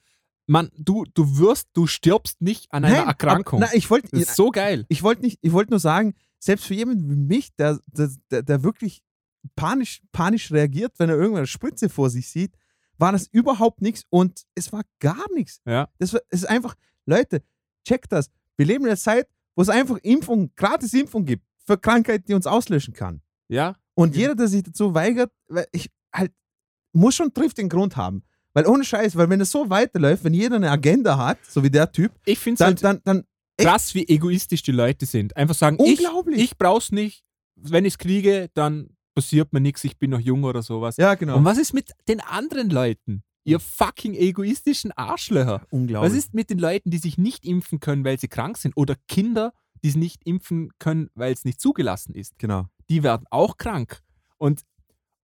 Man, du, du wirst, du stirbst nicht an einer
Nein,
Erkrankung.
Aber, nein, ich wollte
das ist so geil.
ich wollte nicht, ich wollte nur sagen, selbst für jemanden wie mich, der, der, der, der wirklich panisch, panisch reagiert, wenn er irgendwann eine Spritze vor sich sieht, war das überhaupt nichts und es war gar nichts.
Ja.
Das war, es ist einfach, Leute, checkt das. Wir leben in einer Zeit, wo es einfach Impfung, gratis Impfung gibt für Krankheiten, die uns auslöschen kann.
Ja,
Und
Ja.
jeder, der sich dazu weigert, weil ich halt, muss schon trifft den Grund haben. Weil ohne Scheiß, weil wenn es so weiterläuft, wenn jeder eine Agenda hat, so wie der Typ,
ich finde es
dann,
halt
dann, dann echt-
krass, wie egoistisch die Leute sind. Einfach sagen, ich,
Unglaublich.
ich brauch's nicht. Wenn ich es kriege, dann passiert mir nichts, ich bin noch jung oder sowas.
ja genau. Hm.
Und was ist mit den anderen Leuten? Ihr fucking egoistischen Arschlöcher.
Unglaublich.
Was ist mit den Leuten, die sich nicht impfen können, weil sie krank sind? Oder Kinder, die es nicht impfen können, weil es nicht zugelassen ist?
Genau.
Die werden auch krank. Und,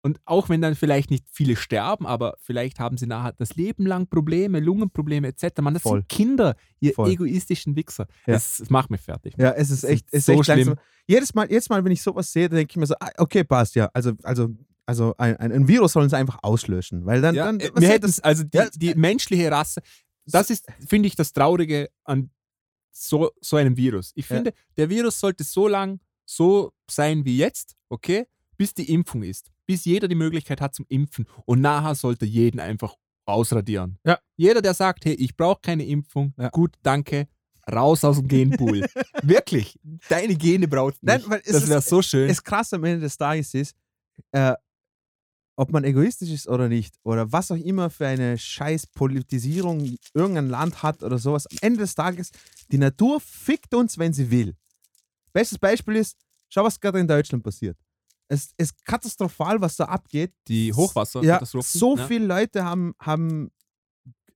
und auch wenn dann vielleicht nicht viele sterben, aber vielleicht haben sie nachher das Leben lang Probleme, Lungenprobleme etc. Man, das
Voll.
sind Kinder, ihr
Voll.
egoistischen Wichser.
Ja.
Das, das macht mich fertig.
Ja, es ist
Das ist
echt, es ist
so
echt langsam.
schlimm.
Jedes Mal, jedes Mal, wenn ich sowas sehe, denke ich mir so, ah, okay, passt, ja. Also, also, also ein, ein, ein Virus soll uns einfach auslöschen. Weil dann,
Ja,
dann
äh,
was
wir
soll
hätten
das?
es, also die,
Ja.
die menschliche Rasse, das ist, finde ich, das Traurige an so, so einem Virus. Ich
Ja.
finde, der Virus sollte so lang so sein wie jetzt, okay, bis die Impfung ist, bis jeder die Möglichkeit hat zum Impfen und nachher sollte jeden einfach ausradieren.
Ja.
Jeder, der sagt, hey, ich brauche keine Impfung,
Ja.
gut, danke, raus aus dem Genpool. Wirklich, deine Gene braucht nicht.
Nein, weil es
das
ist-
wäre so schön.
Das krass am Ende des Tages ist, äh, ob man egoistisch ist oder nicht, oder was auch immer für eine scheiß Politisierung irgendein Land hat oder sowas, am Ende des Tages, die Natur fickt uns, wenn sie will. Bestes Beispiel ist, schau, was gerade in Deutschland passiert. Es ist katastrophal, was da abgeht.
die Hochwasser,
Ja, so viele Leute haben, haben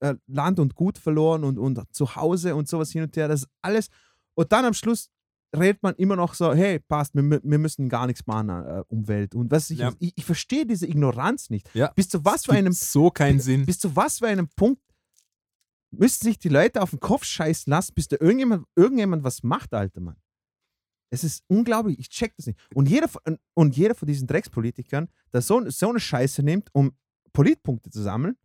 äh, Land und Gut verloren und, und zu Hause und sowas hin und her. Das ist alles. Und dann am Schluss redet man immer noch so, hey, passt, wir, mü- wir müssen gar nichts machen, äh, Umwelt. Und was ich,
Ja.
ich, ich verstehe diese Ignoranz nicht.
Ja.
Bis zu was
Es
für
gibt
einem
so keinen Sinn.
bis zu was für einem Punkt müssen sich die Leute auf den Kopf scheißen lassen, bis da irgendjemand, irgendjemand was macht, alter Mann. Es ist unglaublich, ich check das nicht. Und jeder von, und jeder von diesen Dreckspolitikern, der so, so eine Scheiße nimmt, um Politpunkte zu sammeln,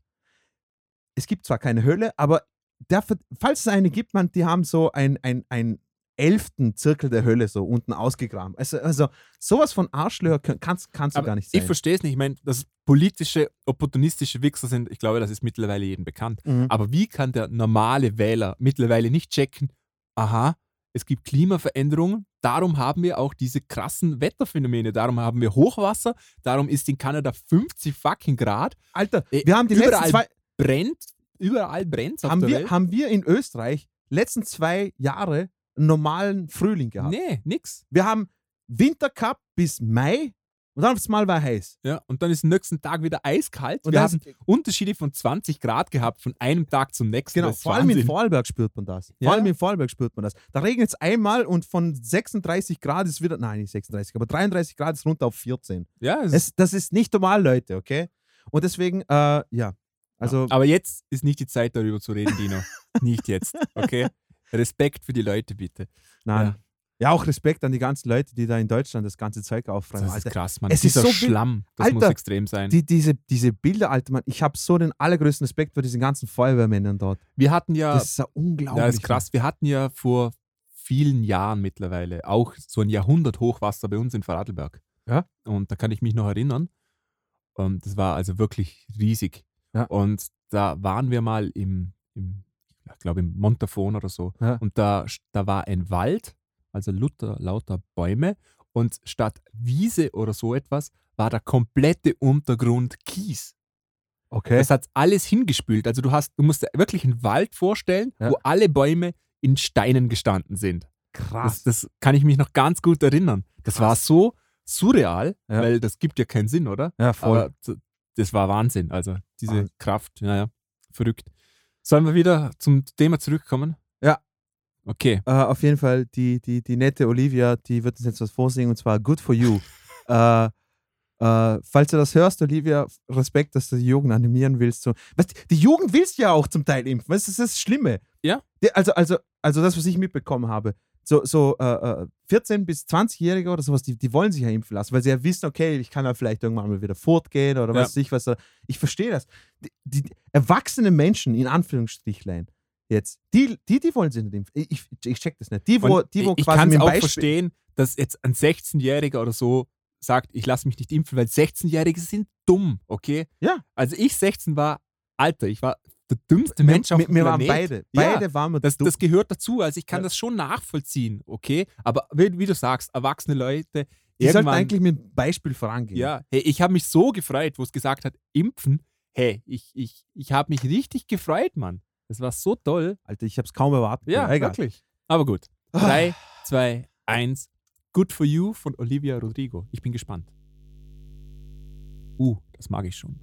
es gibt zwar keine Hölle, aber der, ver- falls es eine gibt, man, die haben so ein, ein, ein elften Zirkel der Hölle so unten ausgegraben. Also, also sowas von Arschlöcher kann- kannst, kannst du
Aber
gar nicht sein.
Ich verstehe es nicht. Ich meine, dass politische, opportunistische Wichser sind, ich glaube, das ist mittlerweile jedem bekannt.
Mhm.
Aber wie kann der normale Wähler mittlerweile nicht checken, aha, es gibt Klimaveränderungen, darum haben wir auch diese krassen Wetterphänomene, darum haben wir Hochwasser, darum ist in Kanada 50 fucking Grad,
Alter,
Äh,
wir haben die letzten
überall
zwei,
brennt, überall brennt auf
haben
der
wir,
Welt.
haben wir in Österreich letzten zwei Jahre einen normalen Frühling gehabt.
Nee, nix.
Wir haben Winter gehabt bis Mai und dann auf einmal war heiß.
Ja, und dann ist am nächsten Tag wieder eiskalt.
Und
wir
das-
haben Unterschiede von 20 Grad gehabt, von einem Tag zum nächsten.
Genau,
Das ist
vor allem in
Wahnsinn.
Vorarlberg spürt man das. Vor
Ja.
allem in Vorarlberg spürt man das. Da regnet es einmal und von 36 Grad ist wieder, nein, nicht 36, aber 33 Grad ist runter auf 14.
Ja, es ist
Es, das ist nicht normal, Leute, okay? Und deswegen, äh, ja, also
Aber jetzt ist nicht die Zeit, darüber zu reden, Dino. nicht jetzt, okay? Respekt für die Leute, bitte.
nein.
ja.
Ja. auch Respekt an die ganzen Leute, die da in Deutschland das ganze Zeug aufräumen.
Das ist
Alter,
krass, Mann.
Es ist
Dieser
so viel-
Schlamm, das muss
Alter,
extrem sein.
die, diese, diese Bilder, Alter Mann, ich habe so den allergrößten Respekt vor diesen ganzen Feuerwehrmännern dort.
Wir hatten ja,
Das ist ja unglaublich. ne?
ja, ist krass, wir hatten ja vor vielen Jahren mittlerweile auch so ein Jahrhundert Hochwasser bei uns in Vorarlberg.
Ja.
Und da kann ich mich noch erinnern. Und das war also wirklich riesig.
Ja.
Und da waren wir mal im, im ich glaube, im Montafon oder so.
Ja.
Und da, st- da war ein Wald, also Luther, lauter Bäume. Und statt Wiese oder so etwas war der komplette Untergrund Kies.
Mann. Okay.
Das hat alles hingespült. Also du hast, du musst dir wirklich einen Wald vorstellen,
Ja.
wo alle Bäume in Steinen gestanden sind.
krass.
Das, das kann ich mich noch ganz gut erinnern. Das war so surreal,
Ja.
weil das gibt ja keinen Sinn, oder?
ja, voll.
Aber z- das war Wahnsinn. Also diese
Wahnsinn.
Kraft, naja, verrückt. Sollen wir wieder zum Thema zurückkommen?
Ja.
Okay.
Äh, auf jeden Fall, die, die, die nette Olivia, die wird uns jetzt was vorsingen und zwar Good for You. äh, äh, falls du das hörst, Olivia, Respekt, dass du die Jugend animieren willst. So. Was, die Jugend willst ja auch zum Teil impfen. Was ist das Schlimme?
Ja.
Die, also, also, also das, was ich mitbekommen habe. So, so äh, äh, 14- bis 20-Jährige oder sowas, die, die wollen sich ja impfen lassen, weil sie ja wissen, okay, ich kann ja vielleicht irgendwann mal wieder fortgehen oder
Ja.
was weiß ich was. Ich verstehe das. Die, die erwachsene Menschen, in Anführungsstrichlein, jetzt, die, die, die wollen sich nicht impfen. Ich, ich, ich check das nicht. Die, wo,
Und
die, wo
ich
quasi
kann
mit
es
dem
auch
Beispiel-
verstehen, dass jetzt ein 16-Jähriger oder so sagt, ich lasse mich nicht impfen, weil 16-Jährige sind dumm, okay?
Ja.
Als ich 16 war, Alter, ich war der dümmste
Mir-
Mensch auf
mir,
dem
mir waren
Planet.
beide.
Ja.
Beide waren wir
Das,
dumm.
das gehört dazu, also ich kann
Ja.
das schon nachvollziehen, okay? Aber wie, wie du sagst, erwachsene Leute,
Die sollten
irgendwann,
eigentlich mit dem Beispiel vorangehen.
ja, hey, ich habe mich so gefreut, wo es gesagt hat, impfen, hey, ich, ich, ich habe mich richtig gefreut, Mann. Das war so toll.
Alter, ich hab's kaum erwartet.
Ja,
egal. Ah.
wirklich. Aber gut. 3, 2, 1. Good for You von Olivia Rodrigo. Ich bin gespannt. Uh, das mag ich schon.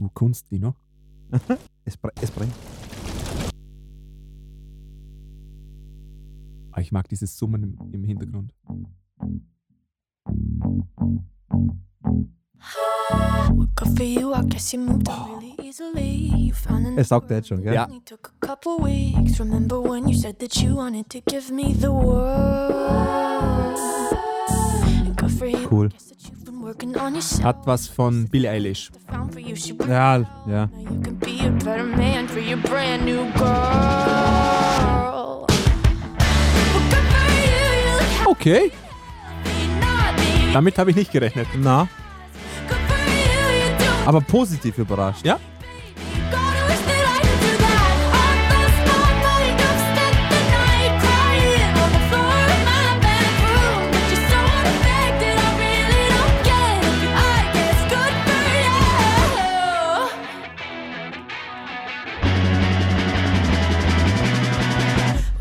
Uh, Kunst, Dino.
Es, bre es brennt.
Ah, ich mag dieses Summen im, im Hintergrund.
Good for you, I guess you moved on really easily. You found an
Es taugt jetzt schon, gell?
Ja.
Only took a couple weeks. Remember when you said that you wanted to give me the world? And Good for you.
Cool.
I guess that you've been working on yourself.
Hat was von Billie Eilish.
Found for you, she brought
Ja, ja.
Now you can be a better man for your brand new girl. Well, good for you, you look
Okay,
happy, not me.
damit habe ich nicht gerechnet.
Na,
Good for you, you do
aber positiv überrascht.
Ja,
God, I wish that I could do that. On the spotlight, I've spent the night crying on the floor of my bedroom. But you're so unaffected, I really don't get it. I guess good for you.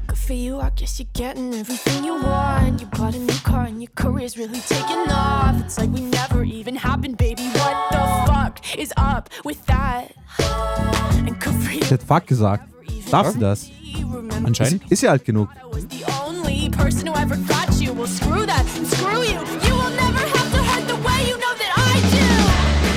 Good for you, I guess you're getting everything you want. You bought a new car and your career's really taking off. It's like we never even happened, baby. What the fuck?
is up with that. And good for
Sie
you.
hat fuck gesagt. Darf sie das?
Remember
Anscheinend.
Ist sie alt genug?
I was the only person who ever got you. Well, screw that. Screw you. You will never have to hurt the way you know that I do.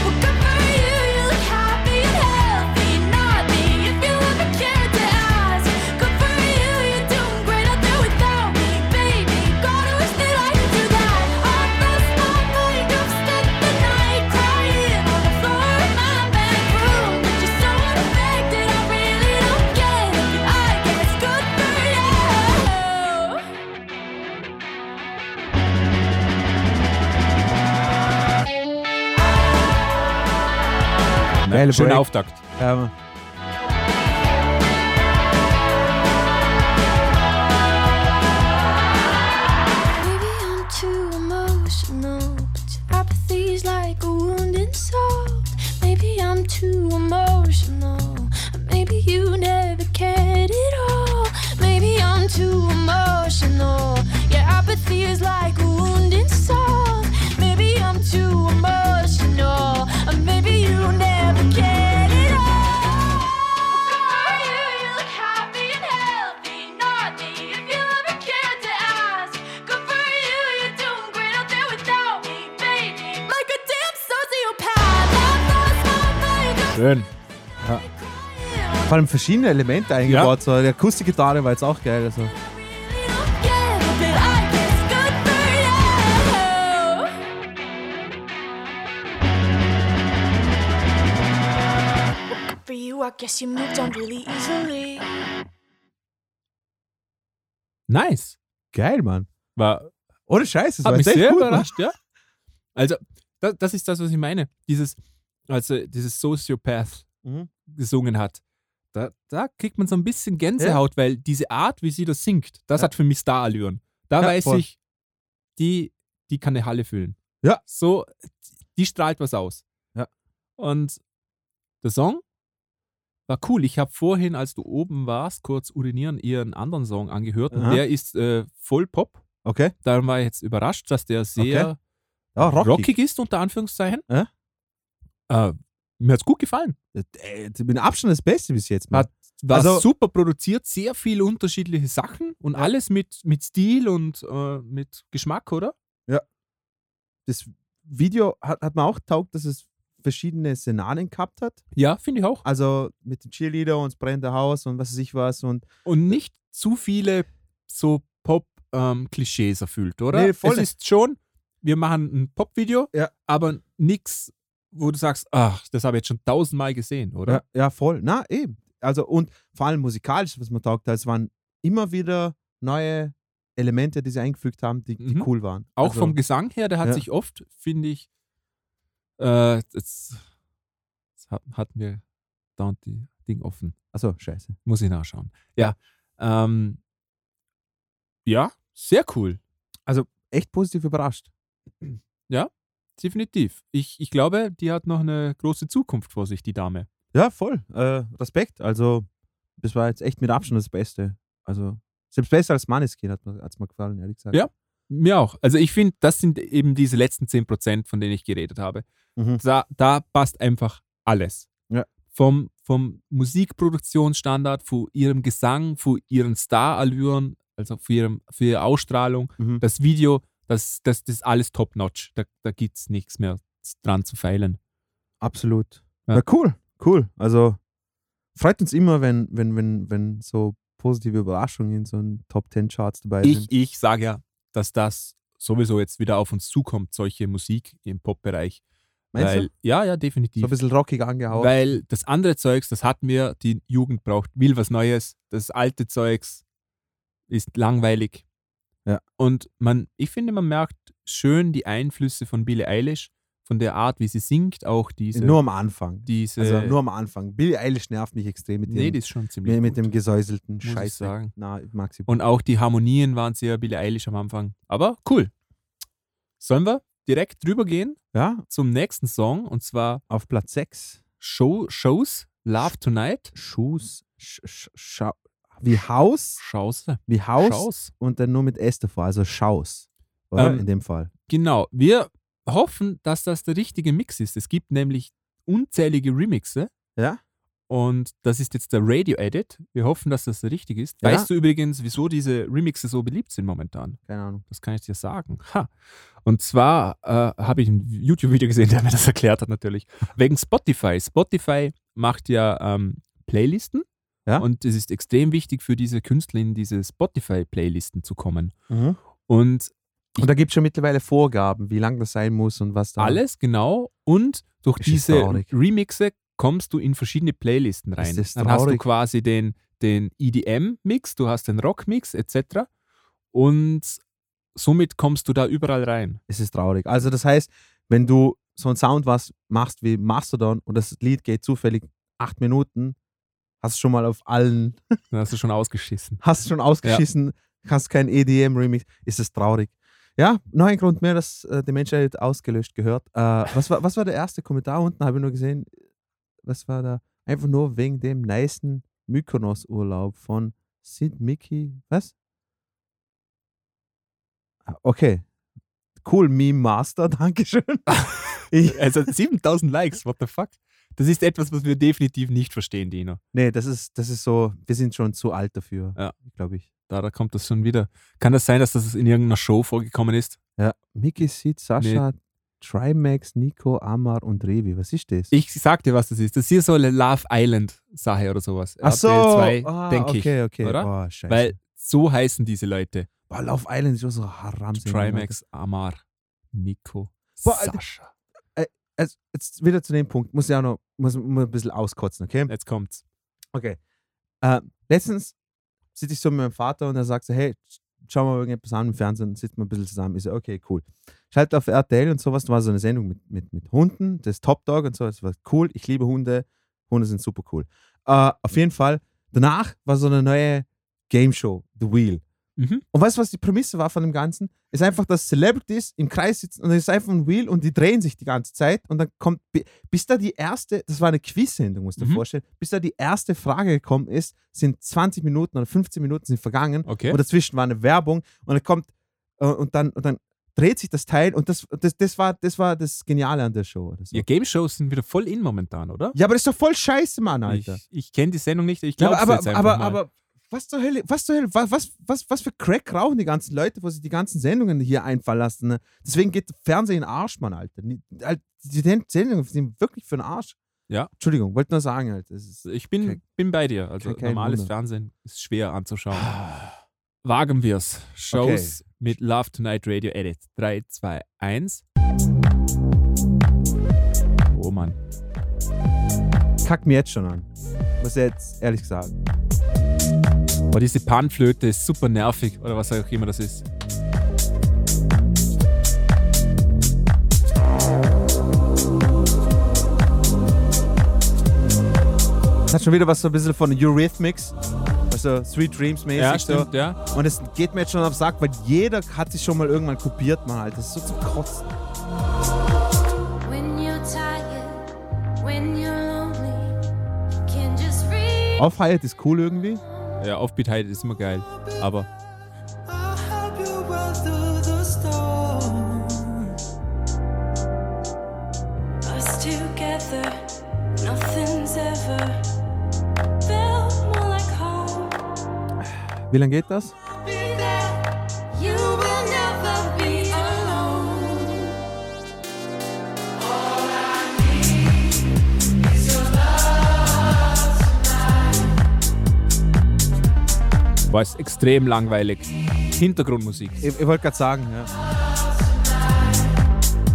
Well, good for you, you look happy and healthy, naughty, if you ever cared to ask. Good for you, you're doing great out there without me, baby. God, I wish that I could do that. On the spotlight, you've spent the night crying on the floor of my bedroom. But you're so unaffected, I really don't get it. I guess good for you.
Geile
Schöner
Break.
Auftakt.
Ähm,
Maybe I'm too emotional, but your apathy's like a wounded soul. Maybe I'm too emotional, and maybe you never cared at all. Maybe I'm too emotional, your apathy is like a wounded soul. Maybe I'm too emotional, and maybe you never cared at all.
Schön.
vor allem verschiedene Elemente eingebaut. So, die Akustikgitarre war jetzt auch geil. Also.
For you, I guess you moved on really easily.
Nice.
Geil, Mann.
War
Ohne Scheiß, das
Hat
war
mich
jetzt
sehr
echt gut. Mann.
überrascht, ja. Also, das, das ist das, was ich meine. Dieses, also dieses Sociopath
Mhm.
gesungen hat. Da, da kriegt man so ein bisschen Gänsehaut, weil diese Art, wie sie das singt, das
Ja.
hat für mich Starallüren. Da
Ja,
weiß
voll.
ich, die, die kann eine Halle füllen.
Ja.
So, die strahlt was aus.
Ja.
Und der Song war cool. Ich habe vorhin, als du oben warst, kurz urinieren, ihren anderen Song angehört. Und
Aha.
der ist äh, voll Pop.
Okay.
Darum war ich jetzt überrascht, dass der sehr
Ja,
rockig.
rockig.
ist, unter Anführungszeichen.
Ja.
Äh, mir hat's gut gefallen.
Äh, Mit Abstand das Beste bis jetzt. Mann.
Hat- War
Also-
super produziert, sehr viele unterschiedliche Sachen und alles mit, mit Stil und äh, mit Geschmack, oder?
Das Video hat, hat mir auch taugt, dass es verschiedene Szenarien gehabt hat.
Ja, finde ich auch.
Also mit dem Cheerleader und das brennende Haus und was weiß ich was. Und
Und nicht zu viele so Pop-Klischees erfüllt, oder?
Nee, voll
es
nicht.
ist schon, wir machen ein Pop-Video,
Ja.
aber nix, wo du sagst, ach, das habe ich jetzt schon tausendmal gesehen, oder?
Ja, ja, voll. Na, eben. Also, und vor allem musikalisch, was man taugt, es waren immer wieder neue Elemente, die sie eingefügt haben, die, die
Mhm.
cool waren.
Auch
also,
vom Gesang her, der hat
Ja.
sich oft, finde ich, äh, jetzt, jetzt hat- hatten wir da und die Ding offen.
Achso, scheiße.
Muss ich nachschauen. Ja. Ähm, ja, sehr cool.
Also Echt positiv überrascht.
Definitiv. Ich, ich glaube, die hat noch eine große Zukunft vor sich, die Dame.
Ja, voll. Äh, Respekt. Also, das war jetzt echt mit Abstand das Beste. Also, selbst besser als Maneskin hat mir, hat's mir gefallen, ehrlich gesagt.
Ja. Mir auch. Also ich finde, das sind eben diese letzten 10%, von denen ich geredet habe.
Mhm.
da, da passt einfach alles.
Ja.
Vom, vom Musikproduktionsstandard, von ihrem Gesang, von ihren Starallüren, also für, ihrem, für ihre Ausstrahlung,
Mhm.
das Video, das, das, das ist alles top-notch. Da, da gibt es nichts mehr dran zu feilen.
Absolut.
Ja.
Ja. cool, cool. Also freut uns immer, wenn, wenn, wenn, wenn so positive Überraschungen in so einen Top 10 Charts dabei
Ich,
sind.
ich sage ja, dass das sowieso jetzt wieder auf uns zukommt, solche Musik im Pop-Bereich.
Meinst
Weil,
du?
Ja, ja, definitiv.
So ein bisschen rockig angehaucht.
Weil das andere Zeugs, das hatten wir, die Jugend braucht, will was Neues. Das alte Zeugs ist langweilig.
Ja.
Und man, ich finde, man merkt schön die Einflüsse von Billie Eilish, von der Art, wie sie singt, auch diese.
nur am Anfang.
diese
also nur am Anfang. Billie Eilish nervt mich extrem mit,
nee,
dem,
die ist schon ziemlich.
mit, mit
gut.
dem gesäuselten
ich
Scheiß.
sagen.
Na, ich mag sie.
Und auch die Harmonien waren sehr Billie Eilish am Anfang. Aber cool. Sollen wir direkt drüber gehen
ja,
zum nächsten Song und zwar
auf Platz 6.
Show, Shows Love Tonight.
Schuss. Sch, sch, schau, wie Haus.
Schauße.
Wie Haus.
äh, Schaus.
Und dann nur mit S davor. Also Schaus. Oder?
Ähm,
in dem Fall.
Genau, wir hoffen, dass das der richtige Mix ist. Es gibt nämlich unzählige Remixe.
Ja?
Und das ist jetzt der Radio-Edit. Wir hoffen, dass das richtig ist.
Ja.
Weißt du übrigens, wieso diese Remixe so beliebt sind momentan?
Keine Ahnung.
Das kann ich dir sagen. Ha. Und zwar äh, habe ich ein YouTube-Video gesehen, der mir das erklärt hat natürlich. Wegen Spotify. Spotify macht ja ähm, Playlisten.
Ja.
Und es ist extrem wichtig für diese Künstler in diese Spotify-Playlisten zu kommen.
Mhm.
Und
Und da gibt es schon mittlerweile Vorgaben, wie lang das sein muss und was da.
alles genau. Und durch
Das ist
diese
traurig.
Remixe kommst du in verschiedene Playlisten rein.
Das ist
Dann hast du
traurig.
quasi den, den EDM-Mix, du hast den Rock-Mix etc. Und somit kommst du da überall rein.
Es ist traurig. Also, das heißt, wenn du so einen Sound was machst wie Mastodon und das Lied geht zufällig acht Minuten, hast schon mal auf allen,
Dann hast du schon ausgeschissen.
hast schon ausgeschissen, hast kein EDM-Remix, ist es traurig. Ja, noch ein Grund mehr, dass äh, die Menschheit ausgelöscht gehört. Äh, was, war, was war der erste Kommentar unten? Habe ich nur gesehen. Was war da? Einfach nur wegen dem nicen Mykonos-Urlaub von Sid Mickey. Was? Ah, Okay. Cool, Meme Master, Dankeschön. ich,
Also 7000 Likes, what the fuck? Das ist etwas, was wir definitiv nicht verstehen, Dino.
nee, das ist, das ist so, wir sind schon zu alt dafür,
Ja.
glaube ich.
Da, da kommt das schon wieder. Kann das sein, dass das in irgendeiner Show vorgekommen ist?
Ja, Mickey Sid, Sascha, Trimax, Nico, Amar und Revi. Was ist das?
Ich sag dir, was das ist. Das ist hier so eine Love Island-Sache oder sowas.
Ach so,
RTL 2,
ah,
denke
okay,
ich.
okay.
oder?
Oh, scheiße.
Weil so heißen diese Leute.
Boah, Love Island ist schon so haram.
Trimax, Amar, Nico,
Boah, Alter.
Sascha.
Also, jetzt wieder zu dem Punkt. Muss ich auch noch muss, muss ein bisschen auskotzen, okay?
Jetzt kommt's.
Okay. Äh, letztens sitze ich so mit meinem Vater und er sagt so, hey, sch- schauen wir mal irgendetwas an im Fernsehen, sitzen wir ein bisschen zusammen. Ich so, okay, cool. Schalt auf RTL und sowas, da war so eine Sendung mit, mit, mit Hunden, das Top Dog und so, das war cool. Ich liebe Hunde, Hunde sind super cool. Äh, auf jeden Fall, danach war so eine neue Game Show, The Wheel.
Mhm.
Und weißt du, was die Prämisse war von dem Ganzen? Ist einfach, dass Celebrities im Kreis sitzen und es ist einfach ein Wheel und die drehen sich die ganze Zeit und dann kommt, bi- bis da die erste, das war eine Quiz-Sendung, musst du dir
Mhm.
vorstellen, bis da die erste Frage gekommen ist, sind 20 Minuten oder 15 Minuten sind vergangen
Okay.
und dazwischen war eine Werbung und dann kommt äh, und dann, und dann dreht sich das Teil und das, das, das, war, das war das Geniale an der Show. Oder so.
Ja, Game Shows sind wieder voll in momentan, oder?
Ja, aber das ist doch voll scheiße, Mann, Alter.
Ich, ich kenne die Sendung nicht. Ich
Ja,
glaube
aber,
jetzt
aber,
einfach
aber,
mal.
aber was zur Hölle, was zur Hölle, was, was, was, was für Crack rauchen die ganzen Leute, wo sie die ganzen Sendungen hier einfallen lassen. Ne? Deswegen geht Fernsehen in den Arsch, Mann, Alter. Die, die die Sendungen sind wirklich für den Arsch.
Ja.
Entschuldigung, wollte nur sagen, halt. Das ist,
Ich bin,
Kein-
bin bei dir. Also
kein- kein
normales
Wunder. Ah.
Fernsehen ist schwer anzuschauen. Wagen wir's. Shows mit Love Tonight Radio Edit. 3, 2, 1. Oh Mann.
kack mir jetzt schon an. Muss ich jetzt ehrlich sagen.
Boah, diese Panflöte ist super nervig oder was auch immer das ist.
Das hat schon wieder was so ein bisschen von Eurythmics. Also Sweet Dreams mäßig.
Ja,
so.
stimmt, ja.
Und es geht mir jetzt schon auf den Sack, weil jeder hat sich schon mal irgendwann kopiert, Mann, Alter. Das ist so zum Kotzen.
When you're tired, when you're lonely, you can just read.
Aufheiert ist cool irgendwie.
Ja, Offbeat Hyde ist immer geil. Aber
I'll help you well through the storm.
Us together, nothing's ever felt more like home.
Wie lange geht das?
Be there. You will never be alone.
war es extrem langweilig. Hintergrundmusik.
Ich, ich wollte gerade sagen, ja.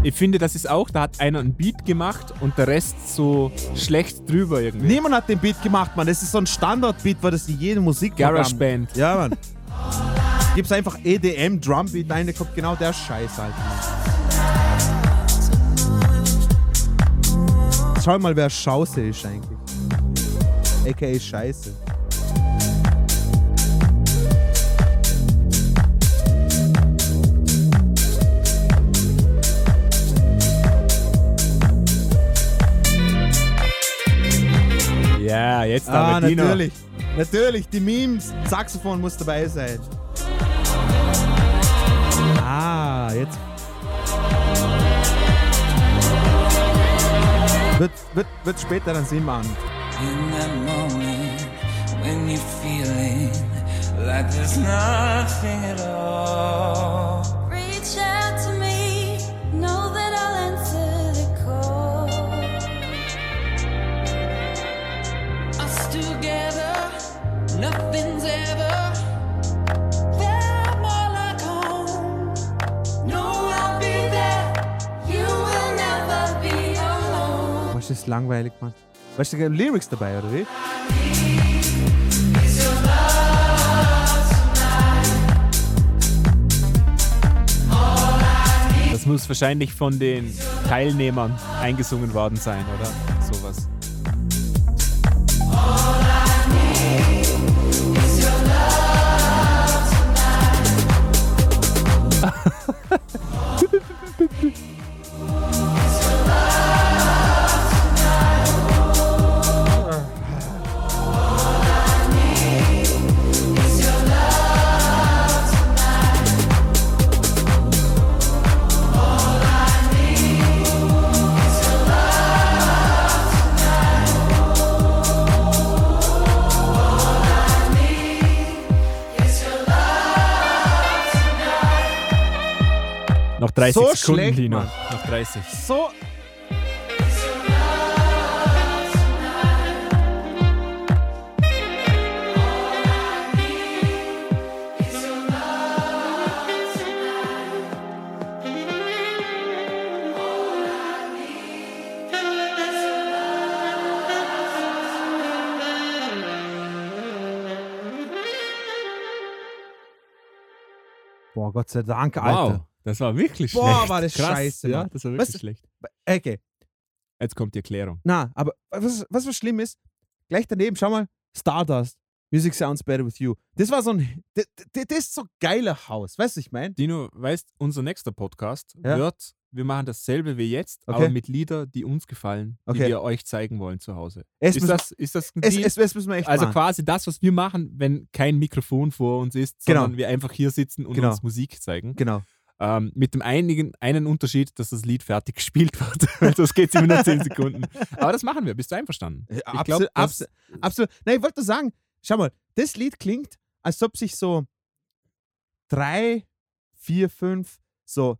Ich finde, das ist auch, da hat einer einen Beat gemacht und der Rest so schlecht drüber irgendwie.
Niemand hat den Beat gemacht, Mann. Das ist so ein Standardbeat, weil das in jedem Musik
GarageBand.
Ja, Mann. Gibt's einfach EDM Drumbeat rein, da kommt genau der Scheiß halt. Mann. Schau mal, wer Schauße ist eigentlich. AKA Scheiße.
Ja, jetzt
Ah,
aber Dino.
natürlich. Natürlich, die Memes. Saxophon muss dabei sein. Ah, jetzt. Wird, wird, wird später dann Sinn machen.
In that moment when you're feeling like there's nothing at all.
Reach out to me, know that I'll answer the call.
Us together, nothing's ever. Felt more like home. No, I'll be there.
You will never be alone.
Was ist langweilig, Mann? Weißt du, da sind Lyrics dabei, oder wie?
Das muss wahrscheinlich von den Teilnehmern eingesungen worden sein, oder? Sowas. Noch 30
So
Sekunden,
schlecht,
Lino.
Mann.
Noch 30.
So. Boah, Gott sei Dank, Alter.
Wow, das war wirklich
Boah,
schlecht.
war das
Krass,
scheiße,
Ja,
Mann.
das war wirklich
Was-
schlecht.
Ecke.
Jetzt kommt die Erklärung.
Na, aber was, was, was schlimm ist, gleich daneben, schau mal, Stardust. Music sounds better with you. Das war so ein. Das, das ist so geiler Haus, weißt du, ich meine?
Dino, weißt, unser nächster Podcast
Ja.
wird, wir machen dasselbe wie jetzt,
Okay.
aber mit Lieder, die uns gefallen,
Okay.
die wir euch zeigen wollen zu Hause.
Es
Ist
muss-
das, ist das ein
Es,
Deal?
es, es müssen wir echt
also
machen.
quasi das, was wir machen, wenn kein Mikrofon vor uns ist,
Genau.
sondern wir einfach hier sitzen und
Genau.
uns Musik zeigen.
Genau.
Ähm, mit dem einigen, einen Unterschied, dass das Lied fertig gespielt wird. das geht immer nur 10 Sekunden. Aber das machen wir. Bist du einverstanden?
Ich
glaub,
absolut,
das-
absolut, absolut. Nein, ich wollte nur sagen, schau mal, das Lied klingt, als ob sich so drei, vier, fünf, so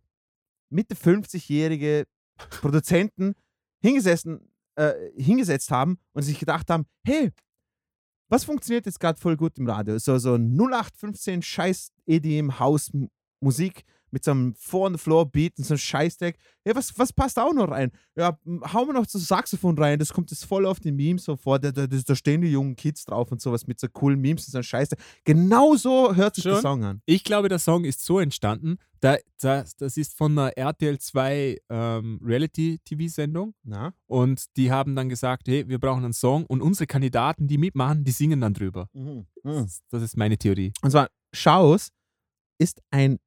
Mitte 50-jährige Produzenten hingesessen, äh, hingesetzt haben und sich gedacht haben, hey, was funktioniert jetzt gerade voll gut im Radio? So, so 0815 scheiß EDM House Musik mit so einem Four-on-the-Floor-Beat und so einem Scheißdeck. Ja, was, was passt da auch noch rein? Ja, m, hauen wir noch so Saxophon rein, das kommt jetzt voll auf die Memes so vor. Da, da, da da stehen die jungen Kids drauf und sowas mit so coolen Memes und so einem Scheißdeck. Genau so hört sich der
Schon?
Song an.
Ich glaube, der Song ist so entstanden. Da, das, das ist von einer RTL 2 ähm, Reality-TV-Sendung.
Na?
Und die haben dann gesagt, hey, wir brauchen einen Song. Und unsere Kandidaten, die mitmachen, die singen dann drüber.
Mhm.
Das, das ist meine Theorie.
Und zwar, Shaus ist ein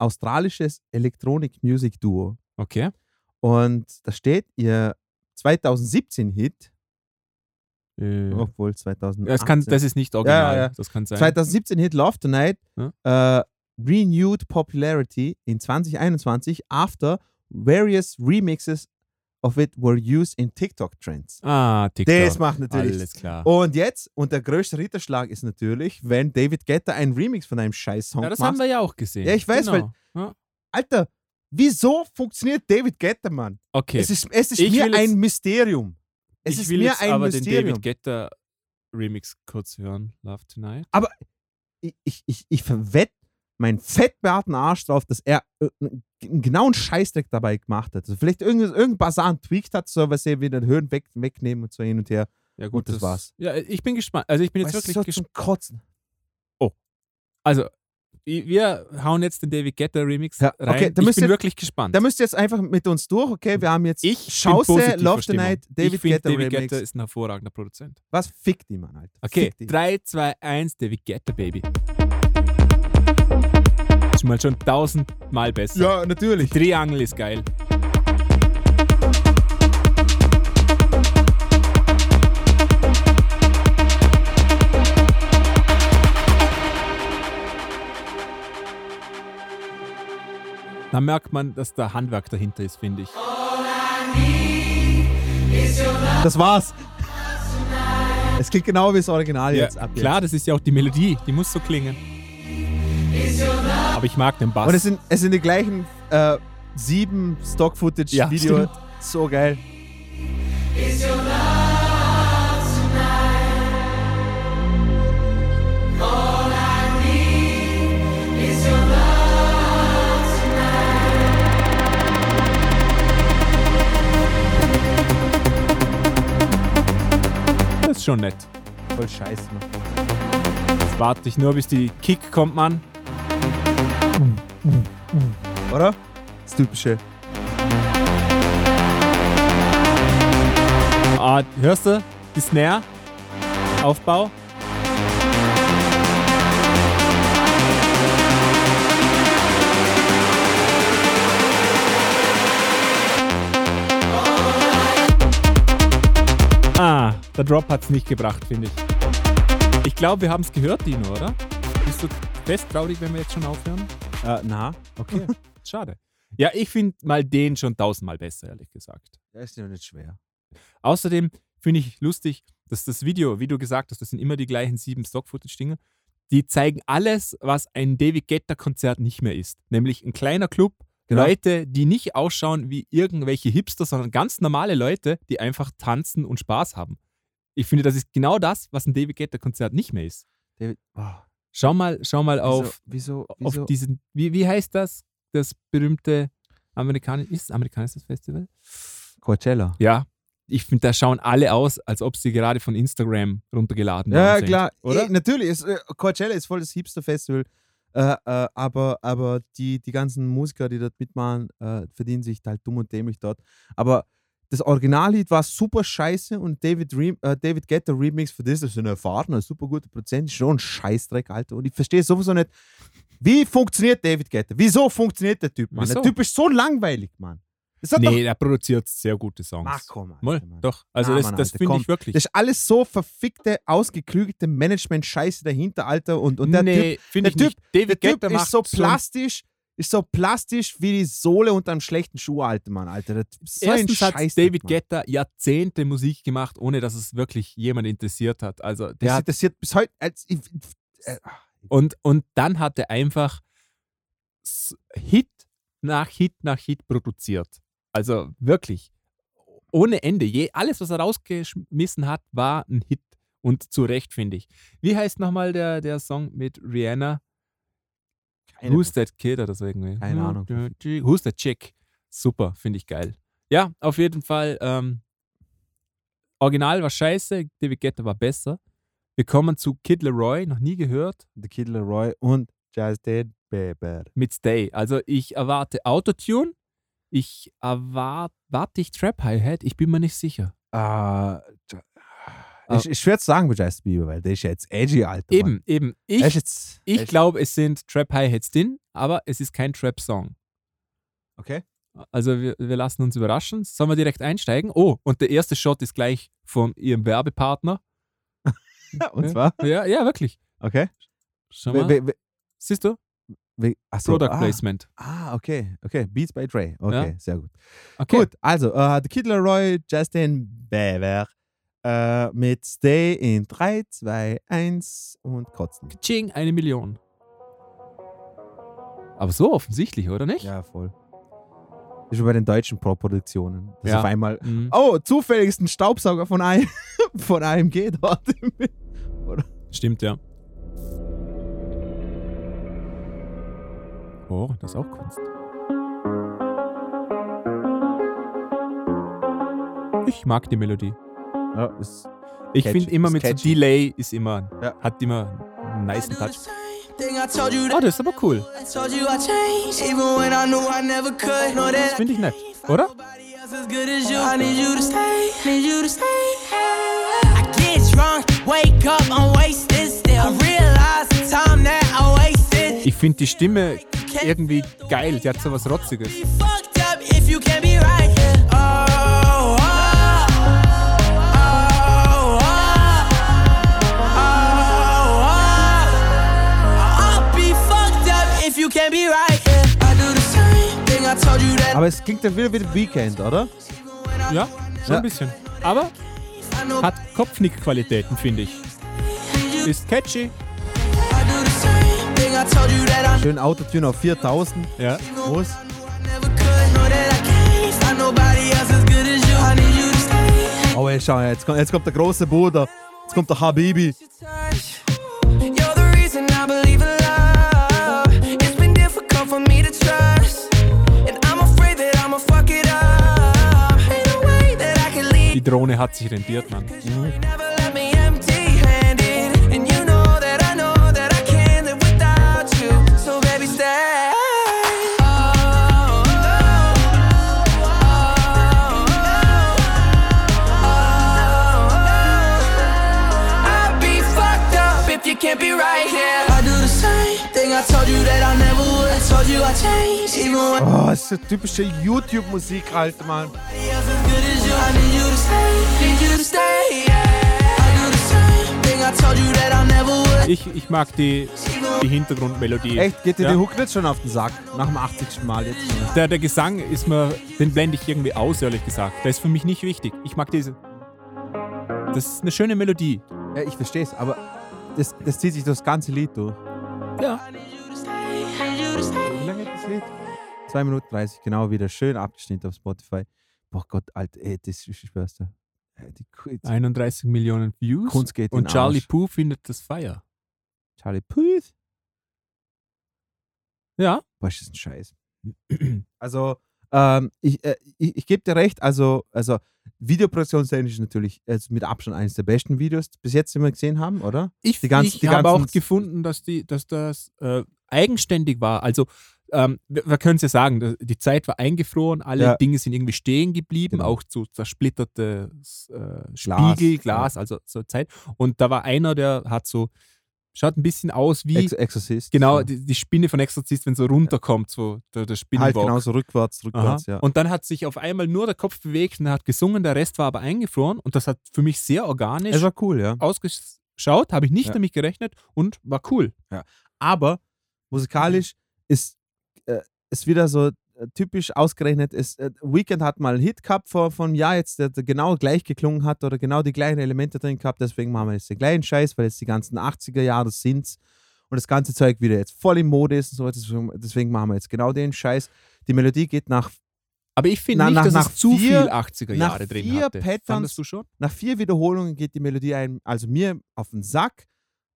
australisches Elektronik-Music-Duo.
Okay.
Und da steht ihr 2017-Hit,
Äh,
obwohl 2018.
das, kann, das ist nicht
Ja,
original.
ja, ja.
Das kann sein.
2017-Hit Love Tonight äh, renewed popularity in 2021 after various remixes of it were used in TikTok Trends.
ah, TikTok.
Das macht natürlich.
Alles klar.
Und jetzt, und der größte Ritterschlag ist natürlich, wenn David Guetta einen Remix von einem Scheiß-Song
ja, das
macht.
haben wir ja auch gesehen.
Ja, ich weiß,
genau. Ja.
Alter, wieso funktioniert David Guetta, Mann?
Okay.
Es ist, es ist
Ich
mir
will jetzt-
ein Mysterium. Es
ich
ist
will
mir
jetzt
ein
aber
Mysterium.
den David Guetta Remix kurz hören. Love Tonight.
ich, ich, ich, ich verwette meinen fettbehaarten Arsch drauf, dass er äh, einen genauen Scheißdreck dabei gemacht hat. Also vielleicht irgend, irgendein Basan tweaked hat, so was er wieder den Höhen weg, wegnehmen und so hin und her.
Ja,
Und das war's.
Ja, ich bin gespannt. Also ich bin jetzt
Weißt du,
wirklich
so
gespannt.
zum Kotzen.
Also, i- wir hauen jetzt den David Guetta Remix
Ja,
rein.
okay, da
ich
müsst
bin
ihr-
wirklich gespannt.
Da müsst ihr jetzt einfach mit uns durch, okay? Wir haben jetzt
ich bin
Schauze,
positiv
Love
Stimmung.
Tonight,
ich
David
find,
Guetta
David
Remix.
Guetta ist ein hervorragender Produzent.
was fickt die, Mann, Alter?
Okay,
Fick die.
3, 2, 1, David Guetta, Baby. Ist mal schon tausendmal besser.
Ja, natürlich.
Triangle ist geil. Da merkt man, dass da Handwerk dahinter ist, finde ich.
Is your
Das war's. Es klingt genau wie das Original
Ja,
jetzt ab. Jetzt.
klar, das ist ja auch die Melodie, die muss so klingen. Aber ich mag den Bass.
Und es sind, es sind die gleichen äh, sieben
Ja,
Stock-Footage-Video.
stimmt.
so geil.
das ist schon nett.
Voll scheiße. Mann.
Jetzt warte ich nur, bis die Kick kommt, Mann.
Oder? Das typische.
Ah, hörst du? Die Snare. Aufbau. Ah, der Drop hat's nicht gebracht, finde ich. Ich glaube, wir haben es gehört, Dino, oder? Bist du fest traurig, wenn wir jetzt schon aufhören?
Äh, na.
Okay, schade. Ja, ich finde mal den schon tausendmal besser, ehrlich gesagt.
Der ist ja nicht schwer.
Außerdem finde ich lustig, dass das Video, wie du gesagt hast, das sind immer die gleichen sieben Stock-Footage-Dinge, die zeigen alles, was ein David Guetta-Konzert nicht mehr ist. Nämlich ein kleiner Club,
Genau.
Leute, die nicht ausschauen wie irgendwelche Hipster, sondern ganz normale Leute, die einfach tanzen und Spaß haben. Ich finde, das ist genau das, was ein David Guetta-Konzert nicht mehr ist.
David, oh,
Schau mal, schau mal auf,
Wieso?
auf diesen, wie, wie heißt das? Das berühmte amerikanische, ist es amerikanisches Festival?
Coachella.
Ja, ich finde, da schauen alle aus, als ob sie gerade von Instagram runtergeladen worden
Ja,
sind.
klar.
Oder?
Eh, natürlich. Ist, äh, Coachella ist voll das Hipster-Festival. Äh, äh, aber aber die, die ganzen Musiker, die dort mitmachen, äh, verdienen sich halt dumm und dämlich dort. Aber das Originallied war super scheiße und David, Re äh, David Guetta Remix für das ist ein erfahrener, super guter Prozent, schon ein Scheißdreck, Alter. Und ich verstehe sowieso nicht, wie funktioniert David Guetta? Wieso funktioniert der Typ, Mann?
Wieso?
Der Typ ist so langweilig, Mann. Das hat
Nee, er produziert sehr gute
doch...
Songs.
Ach komm, Alter,
Moll,
Mann.
doch. Also
Na,
das,
Ah, Mann,
das
Alter,
finde
komm.
ich wirklich.
Das ist alles so verfickte, ausgeklügelte Management-Scheiße dahinter, Alter. Und, und der
nee,
Typ,
finde
der
ich nicht.
der
David
typ
Guetta macht
ist so
ein-
plastisch, ist so plastisch wie die Sohle unter einem schlechten Schuh, Alter, Mann, Alter. Der typ ist so ein
Erstens hat
Scheiß,
David
Mann.
Guetta Jahrzehnte Musik gemacht, ohne dass es wirklich jemand interessiert hat. Also der
Das
hat,
interessiert bis heute. Als, ich, äh, ah.
und, und dann hat er einfach s- Hit nach Hit nach Hit produziert. Also wirklich. Ohne Ende. Je, alles, was er rausgeschmissen hat, war ein Hit. Und zu Recht, finde ich. Wie heißt nochmal der, der Song mit Rihanna?
Keine
Who's that kid oder so irgendwie?
Keine Ahnung.
Who's that chick? Super, finde ich geil. Ja, auf jeden Fall. Ähm, Original war scheiße, David Guetta war besser. Wir kommen zu Kid Leroy, noch nie gehört,
The Kid Leroy und Just Dead Baby.
mit Stay. Also ich erwarte Autotune, ich erwarte warte ich Trap Hi-Hat, ich bin mir nicht sicher.
Ah, ja. ich, ich schwer zu sagen mit Just Bieber, weil der ist ja jetzt edgy, Alter. Mann.
Ah. Eben, eben.
Der ist
Ich,
jetzt, der
ich
ist-
glaube, es sind Trap Hi-Hats drin, aber es ist kein Trap-Song.
Okay.
Also wir, wir lassen uns überraschen. Sollen wir direkt einsteigen? Oh, und der erste Shot ist gleich von ihrem Werbepartner.
Und zwar,
Ja, ja, wirklich.
okay.
Schau mal.
We- we-
Siehst du?
we- achso,
Product
ah.
Placement.
Ah, okay, okay. Beats by Dre. Okay, sehr gut.
Okay.
Gut, also äh, The Kid Leroy, Justin Bieber äh, mit Stay in 3, 2, 1 und Kotzen.
Ching, eine Million. Aber so offensichtlich, oder nicht?
Ja, voll. Ist wie bei den deutschen Pro-Produktionen. Das
Ja.
auf einmal.
Mhm.
Oh, zufällig ist ein Staubsauger von, I von AMG dort.
Stimmt, ja. Oh, das ist auch Kunst. Ich mag die Melodie.
ja, ist
Ich
Catchy,
finde immer
ist
mit so
catchy.
Delay ist immer,
Ja.
hat immer einen nice Touch.
Thing I told you
Oh,
that
das ist aber cool.
I told you I changed, even when I knew I never could. Know that
Das finde ich nett, oder?
Nobody else as good as you. I need you to stay, need you to stay. I get drunk, wake up, I'm wasted still. I realize the time that I wasted.
Ich finde die Stimme irgendwie geil. Die hat so was Rotziges.
Be fucked up if you can be right. Yeah. Oh, oh, oh, oh, oh, oh, oh. I'll be fucked up if you can be right. Yeah. I do the same thing I told you that.
Aber es klingt dann wieder wie The Weekend, oder?
Ja, so
Ja.
ein bisschen. Aber Hat Kopfnick-Qualitäten, finde ich. Ist catchy.
Schön Autotune auf 4000.
Ja.
Muss. Oh, ey, schau, jetzt kommt, jetzt kommt der große Bruder. Jetzt kommt der Habibi.
You're the reason I believe in love. It's been difficult for me to trust, and I'm afraid that I'ma fuck it up. Ain't no way that I can leave.
Die Drohne hat sich rentiert, Mann.
Never let me empty-handed, and you know that I know that I can't live without you. So baby, stay. I'd be fucked up if you can't be right here. I do the same thing. I told you that I never would. I told you I changed, even when
Oh, ist so typische YouTube-Musik, Alter, Mann.
good as you. I need you to stay. Need you to stay. Yeah. I do the same thing. I told you that I never would.
Ich, ich mag die, die Hintergrundmelodie.
Echt, geht dir
ja.
die Hook nicht schon auf den Sack? Nach dem 80. Mal jetzt. schon.
Der, der Gesang ist mir, den blende ich irgendwie aus, ehrlich gesagt. Der ist für mich nicht wichtig. Ich mag diese. Das ist eine schöne Melodie.
Ja, ich verstehe es, aber das, das zieht sich das ganze Lied durch. Wie lange geht das Lied? 2 Minuten 30, genau wieder. Schön abgeschnitten auf Spotify. Boah Gott, Alter, ey, das ist, ich schwör's dir. Ey, Die Ku- die
31 Millionen Views.
Kunst geht in
Und
den
Charlie
Arsch.
Puth findet das Feier.
Charlie Puth.
Ja.
Boah, ist das ein Scheiß. Also, ähm, ich, äh, ich, ich gebe dir recht, also, also videoproduktionstechnisch ist natürlich also mit Abstand eines der besten Videos bis jetzt, die wir gesehen haben, oder?
Ich,
Die ganzen-
ich
die
habe auch
ganzen-
gefunden, dass, die, dass das äh, eigenständig war. Also, ähm, wir, wir können es ja sagen, dass- die Zeit war eingefroren, alle
Ja.
Dinge sind irgendwie stehen geblieben,
Genau.
auch zu zersplittertes äh,
Glas,
Spiegel, Glas, also zur Zeit. Und da war einer, der hat so, schaut ein bisschen aus wie.
Ex Exorcist.
Genau,
so.
die, die Spinne von Exorzist, wenn so runterkommt, so der, der
halt
Spinnenbock.
genauso rückwärts,
Aha.
rückwärts, ja.
Und dann hat sich auf einmal nur der Kopf bewegt und er hat gesungen, der Rest war aber eingefroren und das hat für mich sehr organisch
Es war cool, ja.
ausgeschaut, habe ich nicht
Ja.
damit gerechnet und war cool.
Aber musikalisch ist äh, ist wieder so äh, typisch ausgerechnet ist. Äh, Weekend hat mal einen Hit gehabt vor, vor einem Jahr jetzt, der, der genau gleich geklungen hat oder genau die gleichen Elemente drin gehabt. Deswegen machen wir jetzt den gleichen Scheiß, weil jetzt die ganzen 80er Jahre sind und das ganze Zeug wieder jetzt voll in Mode ist und so. Deswegen, deswegen machen wir jetzt genau den Scheiß. Die Melodie geht nach,
Aber ich
Na,
finde nicht,
nach-
dass
nach
es zu
vier-
viel 80er
nach
Jahre drin
vier
hatte.
Patterns-
Fandest du schon?
nach vier Wiederholungen geht die Melodie einem, also mir auf den Sack.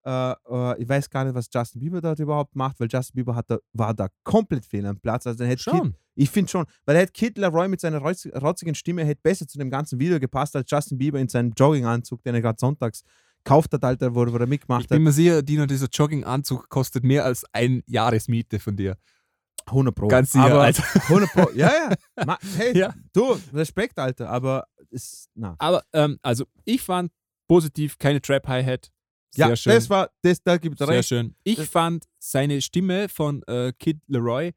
Äh, äh, ich weiß gar nicht, was Justin Bieber dort überhaupt macht, weil Justin Bieber hat da, war da komplett fehl am Platz. Also dann hätte Kid-
Schon.
Ich finde schon, weil er hätte Kid Laroi mit seiner rotz- rotzigen Stimme hätte besser zu dem ganzen Video gepasst als Justin Bieber in seinem Jogginganzug, den er gerade sonntags gekauft hat, Alter, wo, wo er
Ich
mitgemacht hat.
bin mir sicher, Dino, dieser Jogginganzug kostet mehr als ein Jahresmiete von dir.
100 Pro.
Ganz sicher,
Aber
Alter.
100 Pro. Ja, ja. Ma, hey,
Ja.
du, Respekt, Alter, aber ist, na.
Aber ähm, also ich fand positiv, keine Trap-Hi-Hat. Sehr
Ja,
schön.
das war, das, da gibt es
Sehr
recht.
schön. Ich
Das-
fand seine Stimme von äh, Kid Leroy,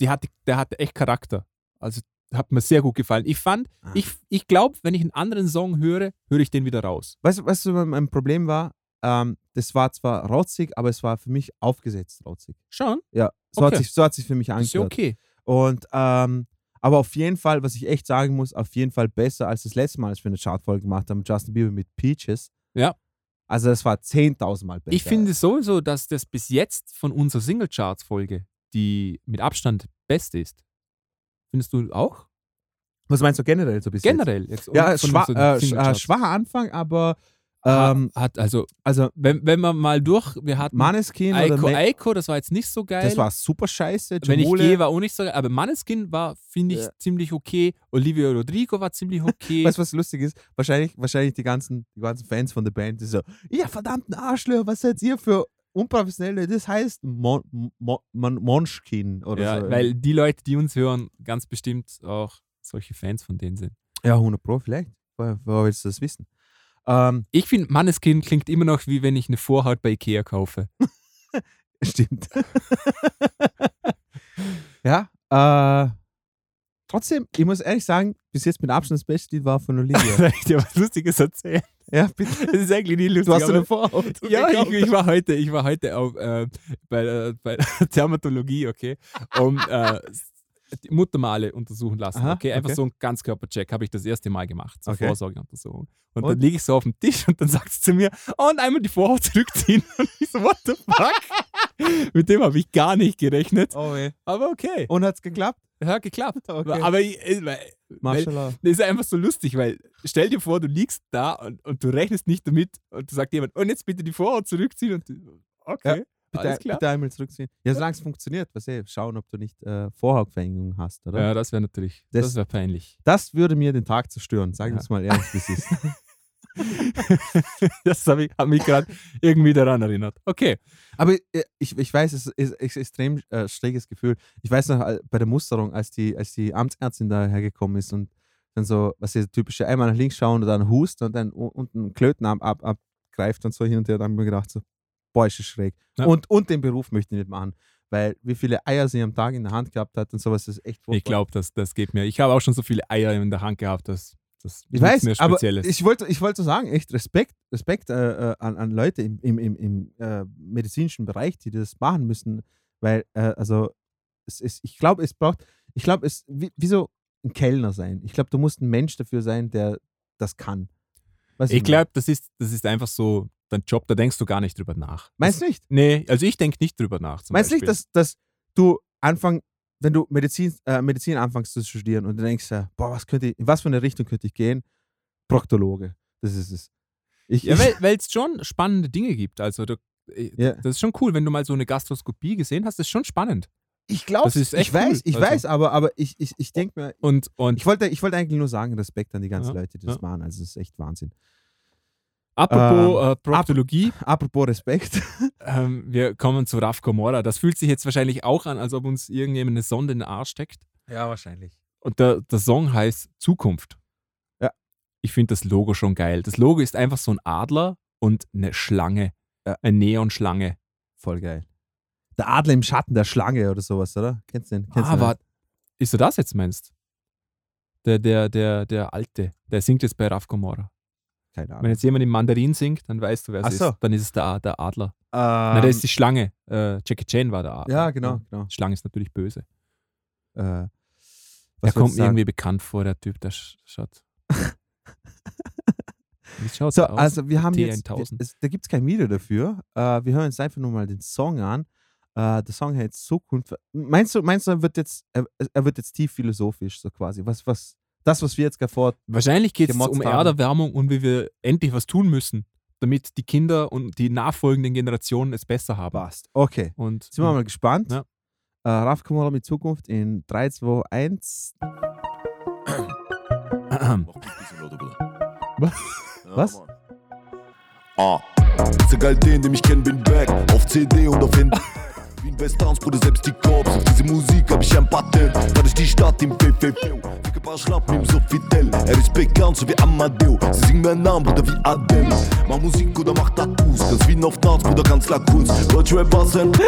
die hatte, der hatte echt Charakter. Also hat mir sehr gut gefallen. Ich fand,
Ah.
ich, ich glaube, wenn ich einen anderen Song höre, höre ich den wieder raus.
Weißt du, weißt du, was mein Problem war? Ähm, das war zwar rotzig, aber es war für mich aufgesetzt rotzig.
Schon,
Ja, so,
Okay.
hat, sich, so hat sich für mich
ist ja
angehört.
okay.
Und ähm, aber auf jeden Fall, was ich echt sagen muss, auf jeden Fall besser als das letzte Mal, als wir eine Chartfolge gemacht haben, Justin Bieber mit Peaches.
Ja.
Also das war 10.000 Mal besser.
Ich finde sowieso, dass das bis jetzt von unserer Single-Charts-Folge die mit Abstand beste ist. Findest du auch?
Was meinst du generell so ein bisschen?
Generell. Jetzt
Ja,
von
schwa
unseren
äh, sch- äh,
Singlecharts.
schwacher Anfang, aber
Ha-
ähm,
hat also,
also
wenn, wenn man mal durch, wir hatten
Maneskin oder
Aiko
Ma
Aiko, das war jetzt nicht so geil.
das war super scheiße.
Wenn ich
Jamule-
gehe, war auch nicht so geil. Aber Manneskin war, finde ich,
Ja.
ziemlich okay. Olivia Rodrigo war ziemlich okay.
Weißt du, was lustig ist? Wahrscheinlich, wahrscheinlich die, ganzen, die ganzen Fans von der Band, die so, ihr verdammten Arschlöcher, was seid ihr für Unprofessionelle? Das heißt Mon Mon Mon Monschkin oder
ja,
so.
Weil die Leute, die uns hören, ganz bestimmt auch solche Fans von denen sind.
Ja, 100 Pro vielleicht. Woher, woher willst du das wissen? Ähm,
Ich finde, Manneskin klingt immer noch wie wenn ich eine Vorhaut bei Ikea kaufe.
stimmt. ja, äh, trotzdem, ich muss ehrlich sagen, bis jetzt mit Abstand das beste Lied war von Olivia.
Soll ich dir was Lustiges erzählen?
ja, bitte.
Das ist eigentlich nie lustig.
Du hast so
aber-
eine Vorhaut.
ja, ich,
gekauft.
ich war heute, ich war heute auf, äh, bei, der- bei der Dermatologie, okay. Um äh, die Muttermale untersuchen lassen.
Aha,
okay, einfach
okay.
so einen Ganzkörpercheck habe ich das erste Mal gemacht, so
Okay.
Vorsorgeuntersuchung. Und,
Und?
dann liege ich so auf dem Tisch und dann sagt sie zu mir, oh, und einmal die Vorhaut zurückziehen. Und ich so, what the fuck? Mit dem habe ich gar nicht gerechnet.
Oh, ey.
Aber okay,
Und hat's geklappt?
hat geklappt.
Okay.
Aber ich, äh, weil- weil,
Marshall.
das ist einfach so lustig, weil stell dir vor, du liegst da und, und du rechnest nicht damit und sagt jemand, und jetzt bitte die Vorhaut zurückziehen und du- okay,
Bitte,
alles klar.
bitte einmal zurückziehen. Ja, solange es funktioniert, was eh, schauen, ob du nicht äh, Vorhautverengung hast, oder?
Ja, das wäre natürlich, das,
Das-
wäre peinlich.
Das würde mir den Tag zerstören, sagen wir
Ja.
es mal ehrlich, wie es ist.
Das habe ich, hat mich gerade irgendwie daran erinnert. Okay.
Aber äh, ich, ich weiß, es ist, ist extrem äh, schräges Gefühl. Ich weiß noch äh, bei der Musterung, als die, als die Amtsärztin da hergekommen ist und dann so, was ist typische, einmal nach links schauen und dann hust und dann u- unten Klöten ab, ab, abgreift und so hin und her, dann habe ich mir gedacht, so, boah, ist das schräg.
Ja.
Und, und den Beruf möchte ich nicht machen, weil wie viele Eier sie am Tag in der Hand gehabt hat und sowas ist echt
Ich glaube, das, das geht mir. Ich habe auch schon so viele Eier in der Hand gehabt, dass das
Ich weiß,
mir
aber
Spezielles.
ich wollte, ich wollte sagen, echt Respekt, Respekt äh, äh, an, an Leute im, im, im, im äh, medizinischen Bereich, die das machen müssen, weil, äh, also, es ist, ich glaube, es braucht, ich glaube, es, wie, wie so ein Kellner sein. Ich glaube, du musst ein Mensch dafür sein, der das kann. Weißt du,
ich glaube, das ist, das ist einfach so dein Job, da denkst du gar nicht drüber nach.
meinst du nicht?
das, Nee, also ich denke nicht drüber nach. Zum
Meinst du nicht,
Beispiel.
dass, dass du Anfang, wenn du Medizin, äh, Medizin anfängst zu studieren und du denkst, ja, boah, was könnte ich, in was für eine Richtung könnte ich gehen? Proktologe, das ist es. Ich,
Ja,
ich,
weil es schon spannende Dinge gibt. Also du, eh,
Ja.
das ist schon cool, wenn du mal so eine Gastroskopie gesehen hast, das ist schon spannend.
Ich glaube,
Das ist echt
ich weiß,
cool.
ich
Also-
weiß, aber, aber ich, ich, ich denke mir,
Und, und
ich wollte, ich wollte eigentlich nur sagen, Respekt an die ganzen
Ja,
Leute, die das
ja.
machen. Also, es ist echt Wahnsinn.
apropos äh, Proktologie,
ähm, Apropos Respekt.
ähm, wir kommen zu Raf Komora. Das fühlt sich jetzt wahrscheinlich auch an, als ob uns irgendjemand eine Sonde in den Arsch steckt.
Ja, wahrscheinlich.
Und der, der Song heißt Zukunft.
Ja.
Ich finde das Logo schon geil. Das Logo ist einfach so ein Adler und eine Schlange.
Ja.
Eine Neonschlange.
Voll geil. Der Adler im Schatten der Schlange oder sowas, oder? Kennst du den? Kennst
Ah,
du den?
warte. Ist er das jetzt meinst? Der, der, der, der Alte, der singt jetzt bei Raf Komora.
Keine Ahnung.
Wenn jetzt jemand im Mandarin singt, dann weißt du, wer
Ach
es
so.
ist. Dann ist es der, der Adler. Na,
Ähm,
der ist die Schlange. Äh, Jackie Chan war der Adler. ne?
ja, genau, genau.
Die Schlange ist natürlich böse.
Äh,
Der
was
kommt mir
wollte ich sagen?
irgendwie bekannt vor, der Typ, der sch schaut. Wie schaut
So,
der aus?
also wir haben jetzt,
T1000.
es, da gibt es kein Video dafür. Äh, wir hören jetzt einfach nur mal den Song an. Äh, der Song heißt Zukunft. Meinst du, meinst du, er wird jetzt, er, er wird jetzt tief philosophisch so quasi? Was, was, das, was wir jetzt gerade vor
Wahrscheinlich geht es
gemotzt
um
haben.
Erderwärmung und wie wir endlich was tun müssen, damit die Kinder und die nachfolgenden Generationen es besser haben.
Passt. Okay.
Und
Sind wir mal gespannt.
Ja.
Äh, Raf Kamora mit Zukunft in 3, 2, 1. Was?
Ah. Sag all denen, die mich kennen, bin back. Auf CD und auf Hin. Wie in Westdowns, Bruder, selbst die Cops. Auf diese Musik hab ich ein Patent. War durch die Stadt im PPP. Fick ein paar Schlappen im Sofitel. Er ist bekannt, so wie Amadeo. Sie singen meinen Namen, Bruder, wie Adem. Mach Musik oder mach Tattoos. Ganz wie auf Darts, Bruder, ganz klar Kunst. Deutschrap war sein.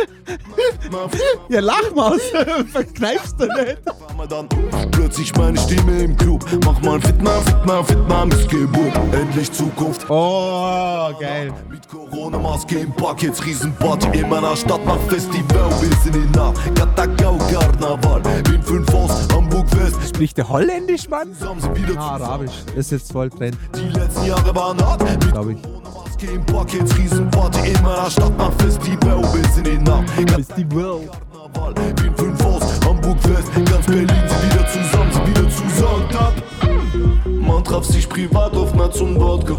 Ja, lach mal. Verkneifst du nicht?
Ramadan. Plötzlich meine Stimme im Club. Mach mal Fitna, Fitna, Fitna, Missgeburt. Endlich Zukunft.
Oh, geil.
Mit Corona-Maske im Park, jetzt Riesenparty in meiner Stadt, mach Festival bis in die Nacht. Katakau, Karneval, bin fünf aus Hamburg West.
Spricht der Holländisch, Mann?
Zusammen sind wieder
Ah, Arabisch. Ist jetzt voll Trend,
zu. Die letzten Jahre waren hart, mit
glaube ich.
Corona-Maske im Park, jetzt Riesenparty in meiner Stadt, mach Festival bis in die Nacht.
Wow.
Karneval, bin fünf aus Hamburg West, ganz Berlin sind wieder zusammen, sind wieder zusammen. Tap. Man traf sich privat auf Nats und Wodka.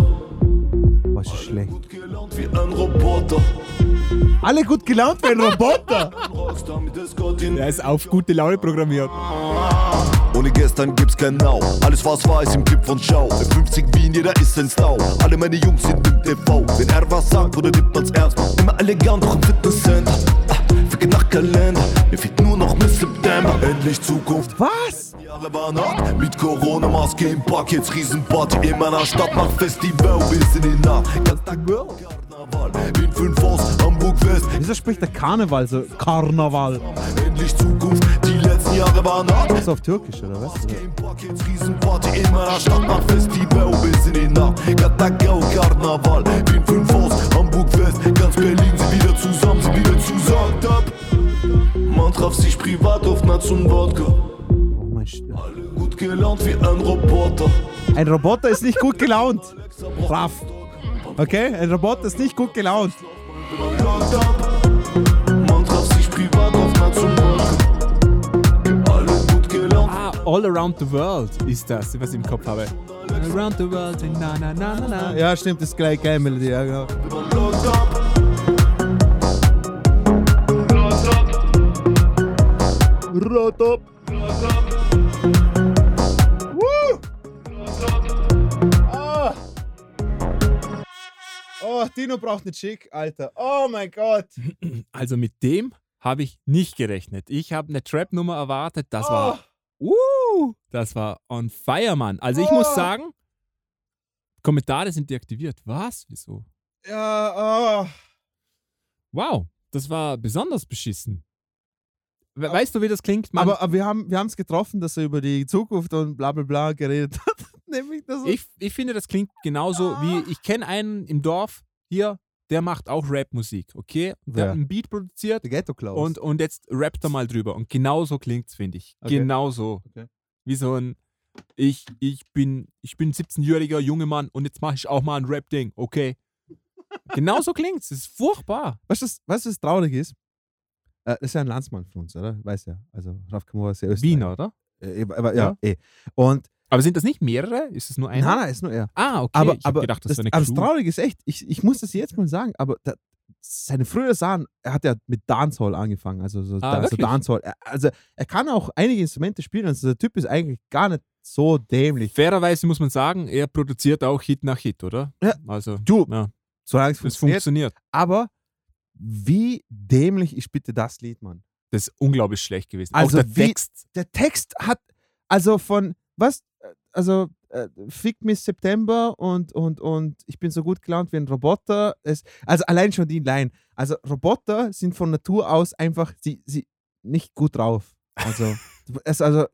Was ist schlecht?
Gut gelaunt wie ein Roboter.
Alle gut gelaunt wie ein Roboter.
Ein Rockstar mit Escortin.
Der ist auf gute Laune programmiert.
Ohne gestern gibt's kein Now. Alles was war, ist im Clip von Schau. 50 Wien, jeder ist ein Stau. Alle meine Jungs sind im TV. Wenn er was sagt, oder gibt man's ernst. Immer elegant, doch im Fitnesscenter. Ah, Ficke nach Kalender. Mir fehlt nur noch bis September. Endlich Zukunft.
Was?
Die Jahre waren hart. Mit Corona-Maske im Park. Jetzt Riesenparty in meiner Stadt. Mach Festival bis in den Nacht. Ganz Tag Karneval. Bin fünf aus Hamburg West.
Wieso spricht der Karneval so? Karneval.
Endlich Zukunft. Die letzten Jahre waren hart.
Ist auf Türkisch, oder was? Oder?
Im Park jetzt Riesenparty in meiner Stadt, mach Festival bis in die Nacht. Katakau, Karneval, Wien 5 aus, Hamburg West, ganz Berlin sind wieder zusammen, sind wieder zusammen. Tap. Man traf sich privat auf Nats und Wodka.
Oh
gelaunt wie ein Roboter.
Ein Roboter ist nicht gut gelaunt. Raff. Okay? Ein Roboter ist nicht gut gelaunt.
Man traf sich privat auf Nationalbank. Alle gut gelaunt.
Ah, All Around the World ist das, was ich im Kopf habe. Around the World, na na na na na.
Ah, Ja, stimmt, das ist gleich geil, Melodie. Ja, genau. Rotop. Woo! Ah. Oh, Dino braucht einen Schick, Alter. Oh mein Gott.
Also mit dem habe ich nicht gerechnet. Ich habe eine Trap-Nummer erwartet. Das war. Uh, das war on fire, Mann. Also ich muss
Oh.
sagen, Kommentare sind deaktiviert. Was? Wieso?
Ja, oh.
Wow, das war besonders beschissen. We weißt du, wie das klingt, Mann?
Aber, aber wir haben wir es getroffen, dass er über die Zukunft und bla bla bla geredet hat. Nämlich das
ich, ich finde, das klingt genauso wie, ich kenne einen im Dorf hier, der macht auch Rap-Musik, okay? Und Der
Wer?
hat einen Beat produziert
der Ghetto Klaus.
und, und jetzt rappt er mal drüber. Und genauso klingt's, finde ich.
Okay.
Genauso.
Okay.
Wie so ein, ich, ich bin, ich bin 17-jähriger junger Mann und jetzt mache ich auch mal ein Rap-Ding, okay? genauso klingt's. Das ist furchtbar.
weißt du, was- weißt du, was traurig ist? Äh, das ist ja ein Landsmann von uns, oder? Weiß ja. Also Ralf Kamora ist ja Österreich.
Wiener, oder?
Äh, aber, aber, ja, eh. Und
Aber sind das nicht mehrere? Ist es nur
nein,
einer?
nein, ist nur er.
Ah, okay.
Aber,
ich hab
aber,
gedacht, das,
das,
ist eine
aber das
Crew.
Traurige ist echt, ich, ich muss das jetzt mal sagen, aber da, seine frühere Sachen, er hat ja mit Dancehall angefangen, also so,
Ah,
da- so
wirklich?
Dancehall. Er, also er kann auch einige Instrumente spielen, also der Typ ist eigentlich gar nicht so dämlich.
Fairerweise muss man sagen, er produziert auch Hit nach Hit, oder?
Ja.
Also,
Du,
ja,
solange es
es
funktioniert.
funktioniert.
Aber wie dämlich ist bitte das Lied, Mann?
Das ist unglaublich schlecht gewesen.
Also
auch der
wie-
Text.
Der Text hat, also von, was, also äh, Fick mich September und, und, und ich bin so gut gelaunt wie ein Roboter. Es, also allein schon die Line. Also Roboter sind von Natur aus einfach, sie, sie nicht gut drauf. Also, es, also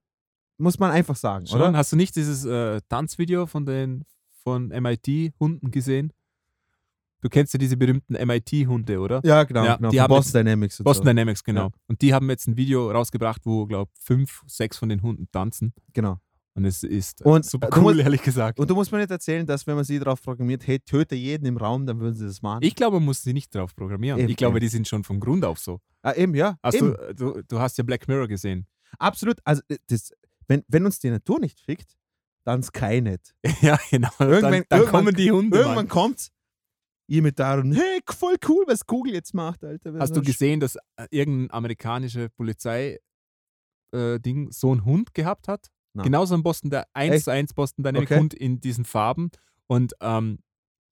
muss man einfach sagen,
Schon,
oder?
Hast du nicht dieses äh, Tanzvideo von den von MIT-Hunden gesehen? Du kennst ja diese berühmten MIT-Hunde, oder?
Ja, genau.
Ja,
genau
die
von
haben
Boston Dynamics. und
Boston
so.
Dynamics, genau.
Ja.
Und die haben jetzt ein Video rausgebracht, wo, glaube ich, fünf, sechs von den Hunden tanzen.
Genau.
Und es ist äh,
Und,
super
äh, du
cool,
musst-
ehrlich gesagt.
Und du musst mir nicht erzählen, dass wenn man sie darauf programmiert, hey, töte jeden im Raum, dann würden sie das machen.
ich glaube, man muss sie nicht drauf programmieren.
Eben,
ich glaube,
eben.
die sind schon von Grund auf so.
ah, eben, ja.
Hast
eben.
du, äh, du, du hast ja Black Mirror gesehen.
Absolut. Also, äh, das, wenn, wenn uns die Natur nicht fickt, dann Sky nicht.
ja, genau. dann
Irgendwann-
dann
irgendwann-
kommen die Hunde. Mann.
Irgendwann kommt's. Ihr mit darum, hey, voll cool, was Google jetzt macht, Alter.
Hast du gesehen, dass äh, irgendein amerikanische Polizei äh, Ding so einen Hund gehabt hat?
Nein.
Genauso ein Boston, der 1 zu 1 Boston Dynamic
Okay.
Hund in diesen Farben. Und ähm,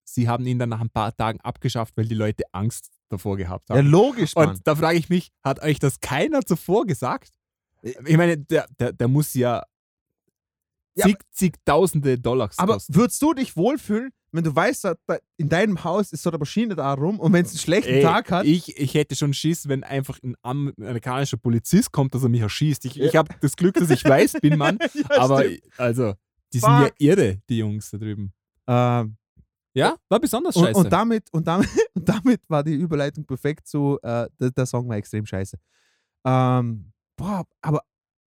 sie haben ihn dann nach ein paar Tagen abgeschafft, weil die Leute Angst davor gehabt
Ja,
haben.
logisch, Mann.
Und da frage ich mich, hat euch das keiner zuvor gesagt? Ich meine, der, der, der muss ja
Ja,
zig, zigtausende Dollars
aber
kosten.
würdest du dich wohlfühlen, wenn du weißt, da- da- in deinem Haus ist so eine Maschine da rum und wenn es einen schlechten
Ey,
Tag hat,
Ich, ich hätte schon Schiss, wenn einfach ein amerikanischer Polizist kommt, dass er mich erschießt. Ich, ich
Ja.
habe das Glück, dass ich weiß bin, Mann.
Ja,
aber
stimmt.
also, die sind ja
Fuck.
irre, die Jungs da drüben.
Ähm,
Ja, war besonders
und,
scheiße.
und, damit, und, damit, und damit war die Überleitung perfekt zu, äh, der, der Song war extrem scheiße. Ähm, boah, aber,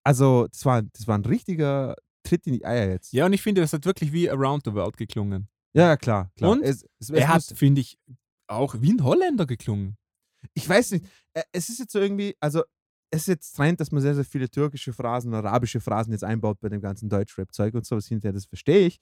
also, das war, das war ein richtiger Tritt in die Eier jetzt.
ja, und ich finde, das hat wirklich wie Around the World geklungen.
Ja, klar, klar.
Und
es, es, es
er hat,
muss-
finde ich, auch wie ein Holländer geklungen.
ich weiß nicht, äh, es ist jetzt so irgendwie, also es ist jetzt Trend, dass man sehr, sehr viele türkische Phrasen, arabische Phrasen jetzt einbaut bei dem ganzen Deutschrap-Zeug und sowas hinterher, das verstehe ich.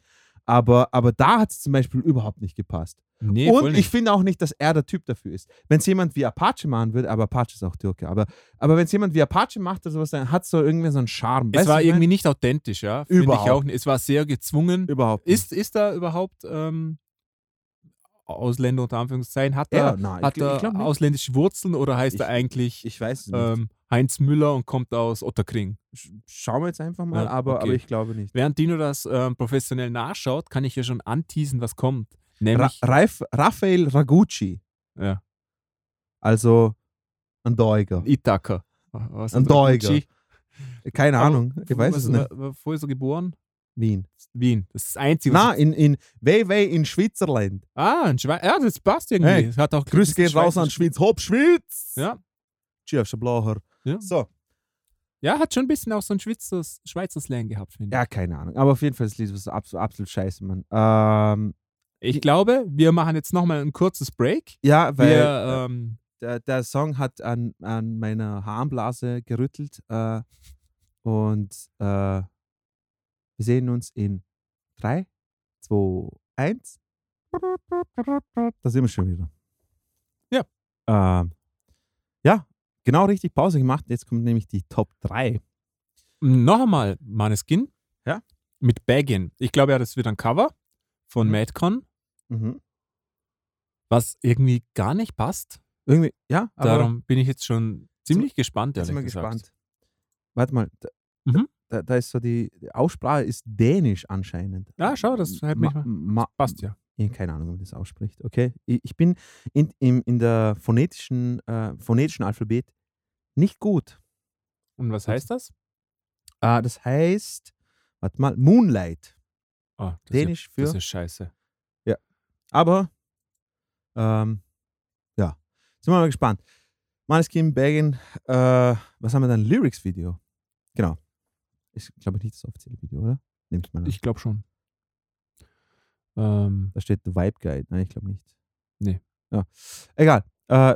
Aber, aber da hat es zum Beispiel überhaupt nicht gepasst.
Nee, voll
und
nicht.
ich finde auch nicht, dass er der Typ dafür ist. Wenn es jemand wie Apache machen würde, aber Apache ist auch Türke, aber, aber wenn es jemand wie Apache macht oder sowas, dann hat es so irgendwie so einen Charme.
es
Weißt
war
du, was ich
irgendwie nicht authentisch, ja. Finde
Überhaupt.
Ich auch, nicht. es war sehr gezwungen.
meine? überhaupt.
Ist, ist da überhaupt ähm, Ausländer unter Anführungszeichen? Hat da
er? Nein,
Hat
ich, gl- ich
er
glaube nicht.
ausländische Wurzeln oder heißt
Ich-
er eigentlich
Ich weiß es nicht.
ähm, Heinz Müller und kommt aus Otterkring?
Sch- Schauen wir jetzt einfach mal,
Ja,
aber,
okay.
aber ich glaube nicht.
Während Dino das ähm, professionell nachschaut, kann ich hier schon anteasen, was kommt.
Ra
Nämlich,
Raif Raphael Ragucci,
ja,
also ein Deuger.
Ithaka. Was
Ein
hat er?
Deuger.
Chi?
Keine
Aber
Ahnung, ich weiß
was-
es nicht.
wa- Wo ist er geboren?
Wien.
Wien. Das ist das Einzige. was
Na, in, in Weiwei in Schwitzerland.
ich- ah, ein Schweiz. Ja, das passt irgendwie.
Hey,
Es hat auch
Grüß
ist
geht raus
Schweizer-
an Schweiz. Hopp, Schweiz!
Ja.
Tschüss, Blacher.
Ja.
So.
Ja, hat schon ein bisschen auch so ein Schweizer, Schweizer Slang gehabt, finde ich.
Ja, keine Ahnung. Aber auf jeden Fall, das Lied ist absolut, absolut scheiße, Mann. Ähm,
Ich glaube, wir machen jetzt nochmal ein kurzes Break.
ja, weil äh,
wir, ähm,
der, der Song hat an, an meiner Harnblase gerüttelt. Äh, und äh, wir sehen uns in 3, 2, 1. Da sind wir schon wieder.
Ja.
Ähm, ja, genau richtig Pause gemacht. Jetzt kommt nämlich die Top 3.
noch einmal Maneskin.
Ja.
Mit Baggin. Ich glaube, ja, das wird ein Cover von Madcon,
Mhm.
was irgendwie gar nicht passt.
Irgendwie, ja, aber
Darum bin ich jetzt schon ziemlich gespannt,
jetzt
ehrlich
sind wir
gesagt.
gespannt. Warte mal, da,
Mhm.
da, da ist so die, die Aussprache ist dänisch anscheinend.
Ja, Ah, schau, das hält mich
Ma-
mal.
ma-
Passt ja.
Ja, keine Ahnung, wie man das ausspricht. Okay, ich, ich bin in, im, in der phonetischen, äh, phonetischen Alphabet nicht gut.
Und was heißt das?
Ah, das heißt, warte mal, Moonlight.
Oh, das
Dänisch
ist, ja-
für-
Das ist scheiße.
Aber ähm, ja, sind wir mal gespannt. Maneskin, Bergen, äh, was haben wir dann? Lyrics-Video. Genau. Ist, glaube ich, nicht das offizielle Video, oder? Nehme ich mal an.
Ich glaube schon. Ähm,
Da steht The Vibe Guide. Nein, ich glaube nicht.
Nee.
Ja. Egal. Äh,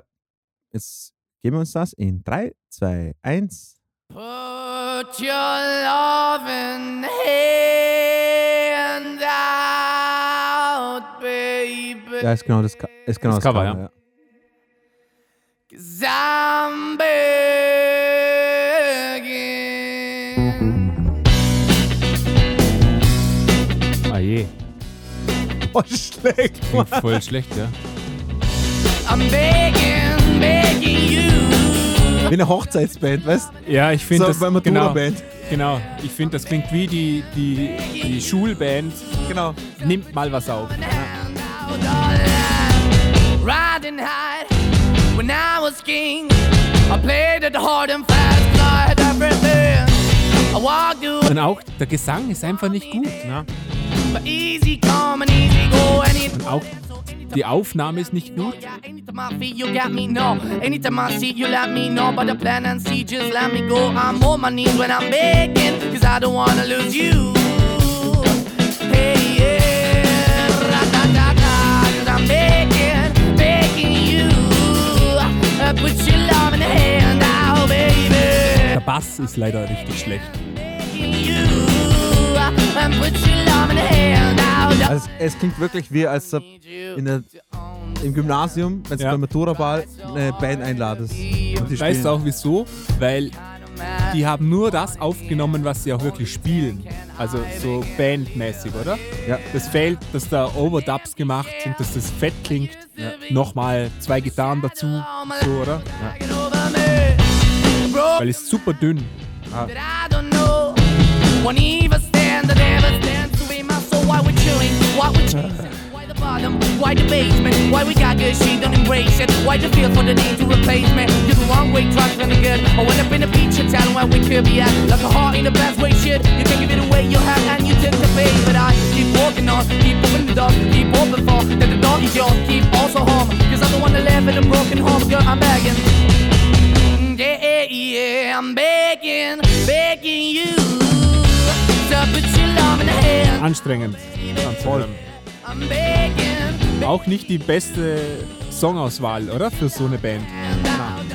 jetzt geben wir uns das in 3, 2, 1.
Put your loving hand out, baby.
Ja, ist genau das, Ka- ist genau
Das
das,
Cover, ja.
Cause I'm begging.
ah je.
Oh, schlecht.
Klingt voll schlecht, ja.
I'm begging, begging you.
Wie eine Hochzeitsband, weißt du?
Ja, ich finde das.
bei einer
genau,
Tourband.
genau. Ich finde, das klingt wie die, die, die Schulband.
Genau.
Nimmt mal was auf.
Hand out all night. Riding high when I was king. I played it hard and fast, I had everything. I walked away.
Und auch der Gesang ist einfach nicht gut. Ne?
Easy come and easy go and it
Und auch die Aufnahme ist nicht gut.
Yeah, anytime I feel you got me, no Anytime I see you let me know But the plan and see just let me go I'm on my knees when I'm begging Cause I don't wanna lose you Hey yeah Ra-da-da-da Cause I'm begging, begging you Uh, Put your love in the hand out baby
Der Bass ist leider richtig schlecht.
Begging you uh, And put your love in the hand out
Also, es klingt wirklich wie, als ob in der, im Gymnasium, wenn du
Ja.
beim Maturaball eine Band einladest. Und die
Weißt
spielen.
du auch wieso? Weil die haben nur das aufgenommen, was sie auch wirklich spielen. Also so bandmäßig, oder?
Ja.
Das fehlt, dass da Overdubs gemacht und dass das fett klingt. Nochmal zwei Gitarren dazu, so, oder? Weil es super dünn.
Ah.
I don't know. Won't even stand the never stand to be my soul. Why we're chilling, why we're chasing, why the bottom, why the basement, why we got good, she don't embrace it. Why the feel for the need to replace me? You're the wrong way, trying to the good. I went up in the feature town where we could be at. Like a heart in the best way, shit. You can give it away, you have, and you take the bait. But I keep walking on, keep moving the dog, keep open for that the dog is yours, keep also home. Cause I'm the one that live in a broken home, girl, I'm begging. Yeah, yeah, I'm begging, begging you to put your love in the hand.
Anstrengend. Anstrengend.
I'm begging,
Auch nicht die beste Songauswahl, oder? Für so eine Band.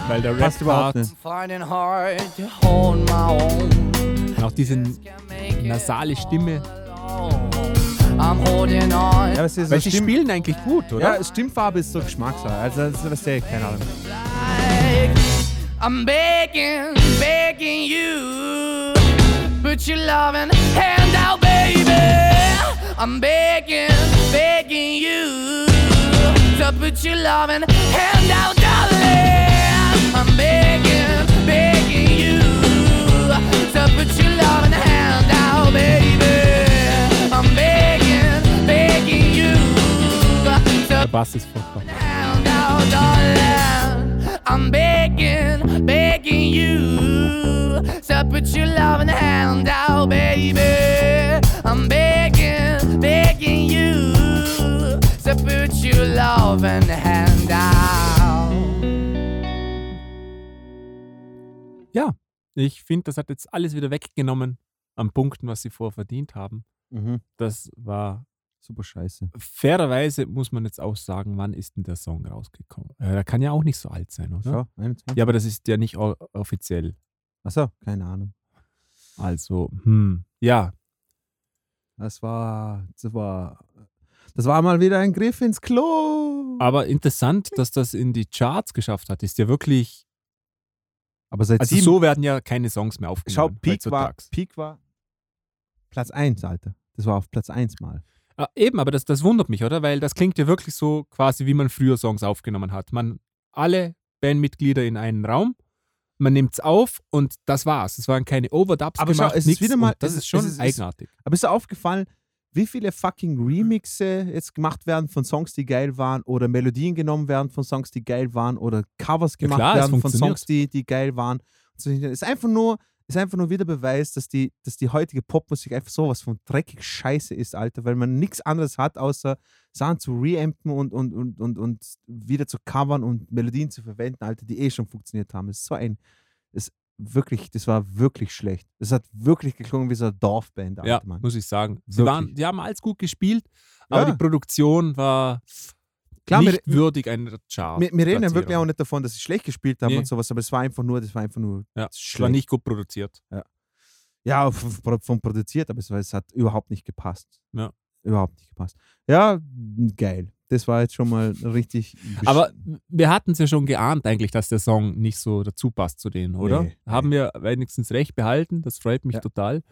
Weil der
Passt überhaupt
Rap-Part
nicht.
finding hard to hold my own.
und auch diese
Can't make it
nasale Stimme.
alone. I'm holding on.
Ja, aber es ist so
Weil sie
Stimm
spielen eigentlich gut, oder?
ja, Stimmfarbe ist so Geschmackssache. Also, das ist was sehr, keine Ahnung.
like I'm begging, begging you. Put your loving hand out, baby. I'm begging, begging you. To put your loving hand out, darling. I'm begging, begging you. To put your loving hand out, baby. I'm begging, begging you. To
Der Bass ist furchtbar.
hand out, darling. I'm begging, begging you. So put your love in the hand out, baby. I'm begging, begging you. So put your love in the hand out.
Ja, Ich finde, das hat jetzt alles wieder weggenommen an Punkten, was sie vorher verdient haben.
Mhm.
Das war
Super scheiße.
fairerweise, muss man jetzt auch sagen, wann ist denn der Song rausgekommen? Äh, der kann ja auch nicht so alt sein, oder?
Schau, 21.
Ja, aber das ist ja nicht o- offiziell.
Achso, keine Ahnung.
Also, hm, ja,
Das war, das war, das war mal wieder ein Griff ins Klo.
aber interessant, dass das in die Charts geschafft hat. Ist ja wirklich.
Aber seit
Also,
sieben,
so werden ja keine Songs mehr aufgenommen.
schau, Peak war,
heutzutage.
Peak war Platz 1, Alter. Das war auf Platz 1 mal.
Ah, eben, aber das, das wundert mich, oder? Weil das klingt ja wirklich so quasi, wie man früher Songs aufgenommen hat. Man alle Bandmitglieder in einen Raum, man nimmt es auf und das war's. Es waren keine Overdubs
Aber schau,
gemacht,
es ist
nix
wieder mal-
und das
es-
ist schon
es ist- es-
eigenartig.
Aber ist dir aufgefallen, wie viele fucking Remixe jetzt gemacht werden von Songs, die geil waren oder Melodien genommen werden von Songs, die geil waren oder Covers gemacht
klar, es
werden von
funktioniert.
Songs, die, die geil waren. Es ist einfach nur, ist einfach nur wieder Beweis, dass die, dass die heutige Popmusik einfach sowas von dreckig scheiße ist, Alter, weil man nichts anderes hat, außer Sachen zu reampen und, und, und, und, und wieder zu covern und Melodien zu verwenden, Alter, die eh schon funktioniert haben. Es ist so ein, es wirklich, das war wirklich schlecht. Es hat wirklich geklungen wie so eine Dorfband, Alter,
ja,
Mann.
muss ich sagen. Sie
Wirklich.
waren, die haben alles gut gespielt, aber
Ja.
die Produktion war
Klar, wir-
nicht würdig einer Chart.
Wir, wir reden ja wirklich auch nicht davon, dass sie schlecht gespielt haben
Nee.
und sowas, aber es war einfach nur, das war einfach nur,
Ja, es war
schlecht.
nicht gut produziert.
ja, f- f- pro- von produziert, aber es, war, es hat überhaupt nicht gepasst.
Ja.
Überhaupt nicht gepasst. Ja, m, geil. Das war jetzt schon mal richtig. besch-
Aber wir hatten es ja schon geahnt eigentlich, dass der Song nicht so dazu passt zu denen, oder?
Nee,
haben wir wenigstens recht behalten, das freut mich
Ja.
total.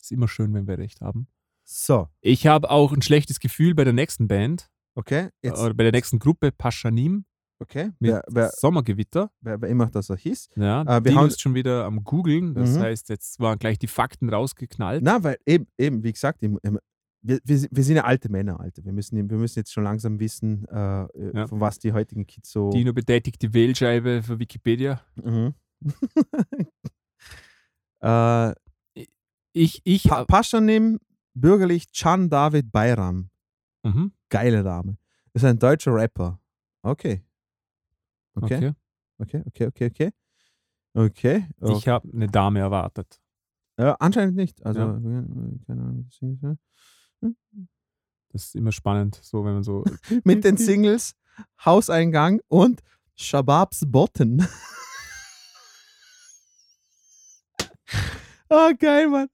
Ist immer schön, wenn wir recht haben.
so,
Ich habe auch ein schlechtes Gefühl bei der nächsten Band,
okay. Jetzt,
oder bei der nächsten Gruppe, Paschanim,
okay.
mit
Wer, wer,
Sommergewitter.
wer, wer immer das auch hieß.
Ja,
Äh, wir
die
haben-
ist schon wieder am googeln, das
Mhm.
heißt, jetzt waren gleich die Fakten rausgeknallt.
Na, weil eben, eben wie gesagt, im, im, wir, wir, sind- wir sind ja alte Männer, Alter. Wir müssen, wir müssen jetzt schon langsam wissen, äh, äh,
Ja.
von was die heutigen Kids so.
Dino betätigt die Wählscheibe für Wikipedia.
Oh. Mhm. äh,
Ich, ich,
Pa Paschanim, bürgerlich Can David Bayram.
mhm,
Geiler Name. Ist ein deutscher Rapper. Okay. Okay, okay, okay, okay, okay. Okay. oh. okay.
Ich habe eine Dame erwartet.
Äh, anscheinend nicht. Also,
Ja.
äh, keine Ahnung, wie das Ding ist, ne?
Das ist immer spannend, so wenn man so.
Mit den Singles Hauseingang und Shababs Botten. Ah, geil, Mann.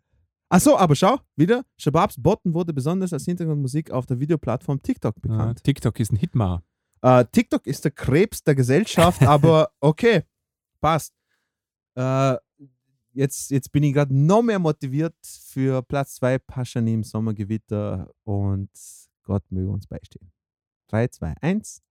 Achso, aber schau, wieder. Shababs Botten wurde besonders als Hintergrundmusik auf der Videoplattform TikTok
Ah,
bekannt.
TikTok ist ein Hitmacher.
Äh, TikTok ist der Krebs der Gesellschaft, aber okay, passt. Äh, jetzt, jetzt bin ich gerade noch mehr motiviert für Platz 2 Paschanim Sommergewitter und Gott möge uns beistehen. 3, 2, 1.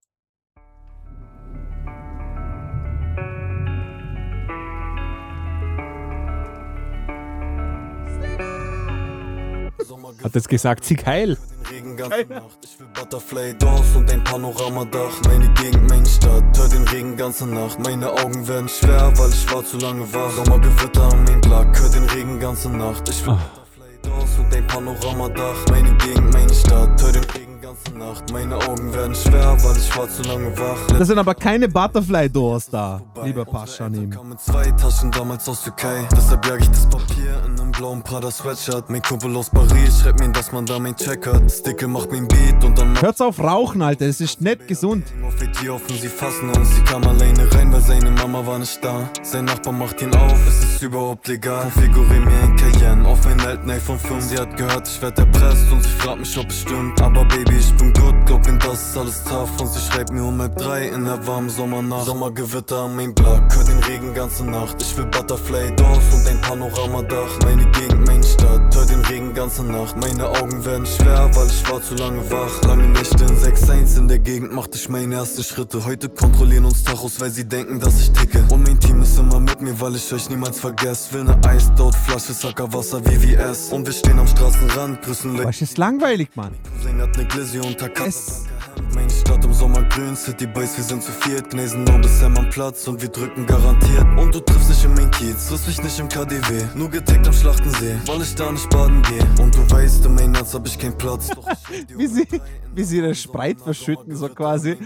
Hat jetzt gesagt, sie geil.
Regen ganze Nacht. Ich will Butterfly Dorf und ein Panoramadach. Meine Gegend, meine Stadt. Hör den Regen ganze Nacht. Meine Augen werden schwer, weil ich war zu lange wach. Sommergewitter am Entlak. Hör den Regen ganze Nacht. Ich will
Ah.
Butterfly Dorf und ein Panoramadach. Meine Gegend, meine Stadt. Hör den Regen ganze Nacht. Meine Augen werden schwer, weil ich war zu lange wach.
Das sind aber keine Butterfly-Doors da, lieber Paschanim.
Kamen zwei Taschen damals aus Türkei. Deshalb jag ich das Papier in einem blauen Prada Sweatshirt. Mein Kumpel aus Paris schreibt mir, dass man da mein Check hat. Sticker macht mir ein Beat und dann macht
Hört's auf rauchen, Alter, es ist nicht gesund.
auf die offen, sie fassen uns. Sie kam alleine rein, weil seine Mama war nicht da. Sein Nachbar macht ihn auf, es ist überhaupt legal. Konfigurier mir ein Cayenne auf mein alten iPhone 5. Sie hat gehört, ich werd erpresst und sie fragt mich, ob es stimmt. Aber Baby, ich bin gut, glaub mir, das ist alles tough. Und sie schreibt mir um halb drei in der warmen Sommernacht. Sommergewitter am Main Block, hör den Regen ganze Nacht. Ich will Butterfly Dorf und ein Panoramadach. Meine Gegend, meine Stadt, hör den Regen ganze Nacht. Meine Augen werden schwer, weil ich war zu lange wach. Lange Nächte in 6-1 in der Gegend machte ich meine ersten Schritte. Heute kontrollieren uns Tachos, weil sie denken, dass ich ticke. Und mein Team ist immer mit mir, weil ich euch niemals vergesse. Will ne Eisdot-Flasche, Sackerwasser, VVS. Und wir stehen am Straßenrand, grüßen Leute.
Was ist langweilig, Mann?
Cousin hat ne Glizzy unter
Es-
Kassenbankerhemd. Meine Stadt im Sommer grün, City Boys, wir sind zu viert. Gnesen nur bis Sam am Platz und wir drücken garantiert. Und du triffst nicht im Main Kiez, triffst mich nicht im KDW. Nur getaggt am Schlachtensee, weil ich da nicht baden gehe. Und du weißt, in mein Herz hab ich keinen Platz. Doch ich
Wie sie, wie sie ihre Spreit verschütten, so quasi.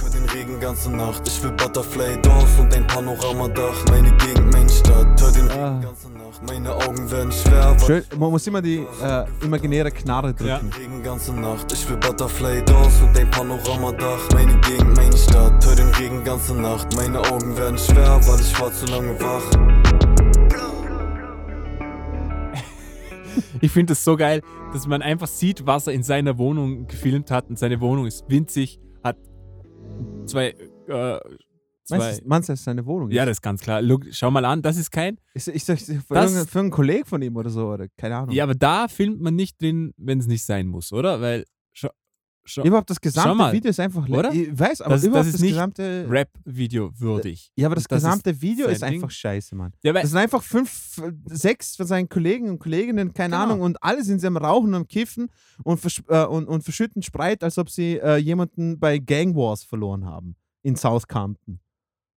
Hör den Regen ganze Nacht. Ich will Butterfly Dorf und ein Panoramadach. Meine Gegend, meine Innenstadt. Hör den Regen ganze Nacht, meine Augen werden schwer.
Ah. Schön, man muss immer die äh, imaginäre Knarre drücken.
Regen ganze Nacht, ich will Butterfly Dolls und ein Panoramadach. Meine Gegend, meine Stadt, hör den Regen ganze Nacht. Meine Augen werden schwer, weil ich war zu lange wach.
Ich finde das so geil, dass man einfach sieht, was er in seiner Wohnung gefilmt hat. Und seine Wohnung ist winzig, hat zwei. Äh, zwei
Meinst du, meinst du, das ist seine Wohnung?
ja, das ist ganz klar. Look, schau mal an, das ist kein.
Ist, ist, ist, ist für,
Das-
irgendeinen, für einen Kollegen von ihm oder so, oder keine Ahnung.
Ja, aber da filmt man nicht drin, wenn es nicht sein muss, oder? Weil. Schau, schau,
Überhaupt das
schau
gesamte
mal,
Video ist einfach le-
Oder?
Ich weiß, aber
das,
überhaupt
das ist
das
nicht
gesamte-
Rap-Video würdig.
Ja, aber das,
Und ist
gesamte Video ist
sein
einfach
Ding.
scheiße, Mann.
Ja, weil-
das sind einfach fünf, sechs von seinen Kollegen und Kolleginnen, keine
Genau.
Ahnung, und alle sind sie am Rauchen und am Kiffen und, versch äh, und, und verschütten Spreit, als ob sie äh, jemanden bei Gang Wars verloren haben in Southampton.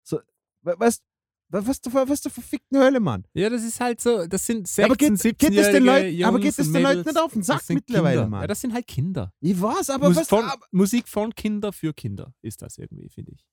So, we- weißt was, was, was, was der verfickten Hölle, Mann?
Ja, das ist halt so, das sind 16,
Aber geht- geht es den
17-jährige
Leuten- aber
Jungs
geht es
und
den Leuten
Mädels,
nicht auf den
das
Sack
sind
mittlerweile,
Kinder.
Mann?
Ja, das sind halt Kinder.
Ich weiß, aber
Mus
was-
von,
aber-
Musik von Kinder für Kinder ist das irgendwie, finde ich.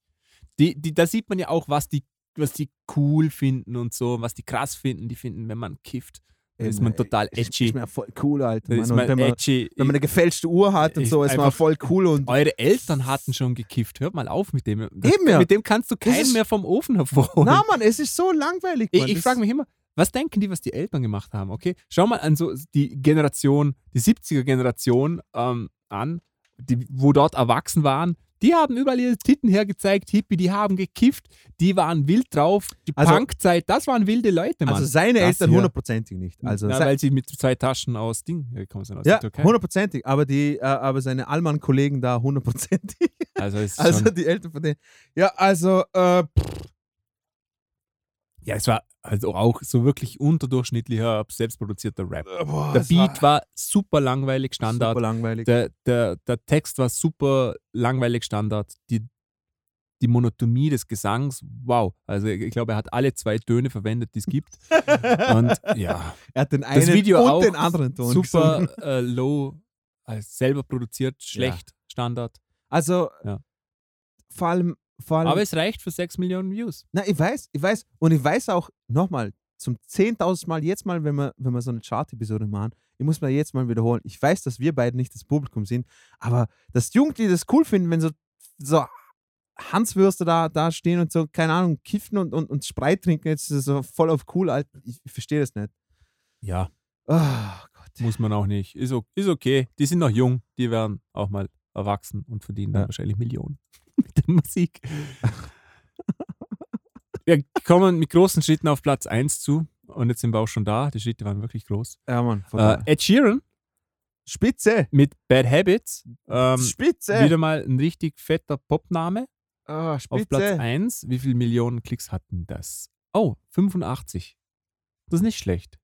Die, die, da sieht man ja auch, was die, was die cool finden und so, was die krass finden. Die finden, wenn man kifft, dann
Ey,
ist man
Mann,
total edgy.
Ist mir voll cool, Alter.
Dann
Mann.
ist
Und
man
wenn, man,
edgy.
wenn man eine gefälschte Uhr hat und
Ich-
so, ist man
einfach-
voll cool und
Eure Eltern hatten schon gekifft. Hört mal auf mit dem. Das,
Eben ja.
Mit dem kannst du
Das
keinen
ist-
mehr vom Ofen hervorholen.
Na, Mann, es ist so langweilig.
Ich,
Mann.
ich
Das-
frage mich immer, was denken die, was die Eltern gemacht haben, okay? Schau mal an so die Generation, die 70er-Generation ähm, an, die, wo dort erwachsen waren. Die haben überall ihre Titten hergezeigt, Hippie, die haben gekifft, die waren wild drauf. Die
Also-
Punkzeit, das waren wilde Leute, Mann.
Also seine
das
Eltern
hier-
hundertprozentig nicht. Also
Na,
sei-
weil sie mit zwei Taschen aus Ding gekommen sind, aus
ja,
der Türkei.
hundertprozentig. Aber die, äh, aber seine Allmann-Kollegen da hundertprozentig.
Also, ist
Also
schon,
die Eltern von denen. Ja, also äh, pff,
ja, es war also auch so wirklich unterdurchschnittlicher, selbstproduzierter Rap.
Äh, boah,
der
es war-
Beat war super langweilig, Standard.
super langweilig.
Der, der, der Text war super langweilig Standard. Die, die Monotonie des Gesangs, wow. Also ich glaube, er hat alle zwei Töne verwendet, die es gibt. Und ja,
er hat den einen
das Video
und
auch
den anderen Ton
super
gesungen.
äh, low, äh, selber produziert, schlecht, Standard.
Also
Ja.
vor allem, vor allem.
Aber es reicht für 6 Millionen Views.
Na, ich weiß, ich weiß. Und ich weiß auch, nochmal, zum 10.000 Mal, jetzt mal, wenn wir, wenn wir so eine Chart-Episode machen, ich muss mir jetzt mal wiederholen, ich weiß, dass wir beide nicht das Publikum sind, aber dass Jugendliche das cool finden, wenn so, so Hanswürste da, da stehen und so, keine Ahnung, kiffen und, und, und Spreit trinken, jetzt ist es so voll auf cool, alt. Ich, ich verstehe das nicht.
Ja,
Ah,
muss man auch nicht. Ist, o- ist okay. Die sind noch jung, die werden auch mal erwachsen und verdienen dann
Ja.
wahrscheinlich Millionen mit der Musik. Wir kommen mit großen Schritten auf Platz 1 zu und jetzt sind wir auch schon da. Die Schritte waren wirklich groß.
ja, Mann. voll
Äh,
geil.
Ed Sheeran
Spitze!
mit Bad Habits. Ähm,
Spitze!
Wieder mal ein richtig fetter Popname
Ah,
auf Platz
Spitze!
1. Wie viele Millionen Klicks hatten das? Oh, 85. Das ist nicht schlecht.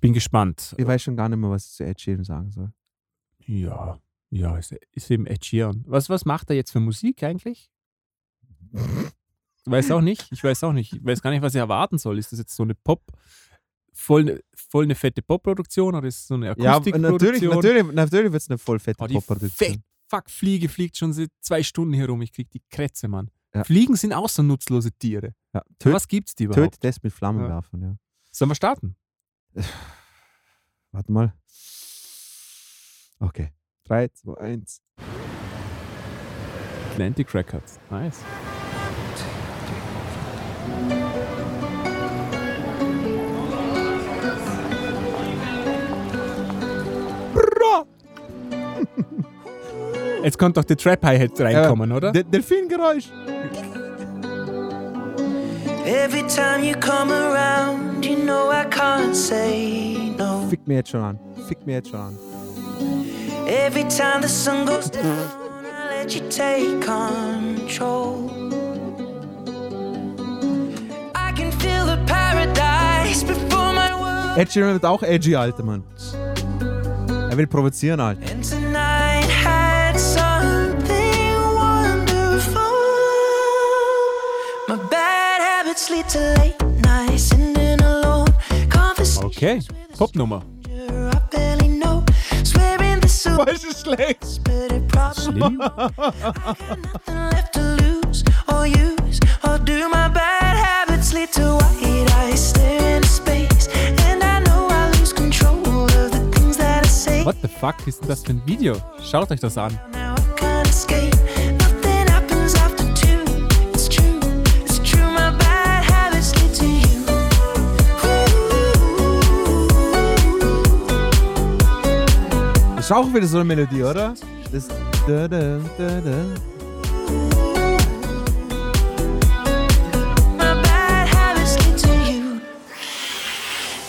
Bin gespannt.
Ich weiß schon gar nicht mehr, was ich zu Ed Sheeran sagen soll.
Ja, ja, ist, ist eben Ed Sheeran. Was, was macht er jetzt für Musik eigentlich? Weiß auch nicht. Ich weiß auch nicht. Ich weiß gar nicht, was ich erwarten soll. Ist das jetzt so eine Pop, voll, ne- voll eine fette Pop-Produktion oder ist es so eine
Ja, natürlich,
Akustikproduktion?
natürlich, natürlich wird es eine voll fette
Oh, die
Pop-Produktion.
fett, fuck, Fliege fliegt schon seit zwei Stunden hier rum. Ich krieg die Krätze, Mann.
Ja.
Fliegen sind auch so nutzlose Tiere.
Ja,
Für
töt,
was gibt's die überhaupt?
tötet das mit Flammenwerfern, ja.
Sollen wir starten?
Warte mal. Okay. 3, 2, 1.
Atlantic Records. Nice. Jetzt kommt doch der Trap Hi-Hat reinkommen, oder?
De Delfingeräusch.
Every time you come around, you know I can't say no.
Fick mir jetzt schon an. Fick mir jetzt schon an.
Every time the sun goes down, I let you take control. I can feel the paradise before my world.
Ed Sheeran wird auch edgy, alter Mann. Er will provozieren, Alter.
And tonight had something wonderful. My bad habits lead to late nights and then alone. Conversations
Okay, Popnummer.
I barely know. Swearing this is
Was ist schlecht?
but it probably
Schlimm.
won't. I got nothing left to lose or use or do my
fuck ist denn das für ein Video? Schaut euch das an.
can't escape. Nothing happens after two. It's true, it's true. My bad habits lead to you.
Ist auch wieder so eine Melodie, oder? Das. Da, da, da, da.
My bad habits lead to you.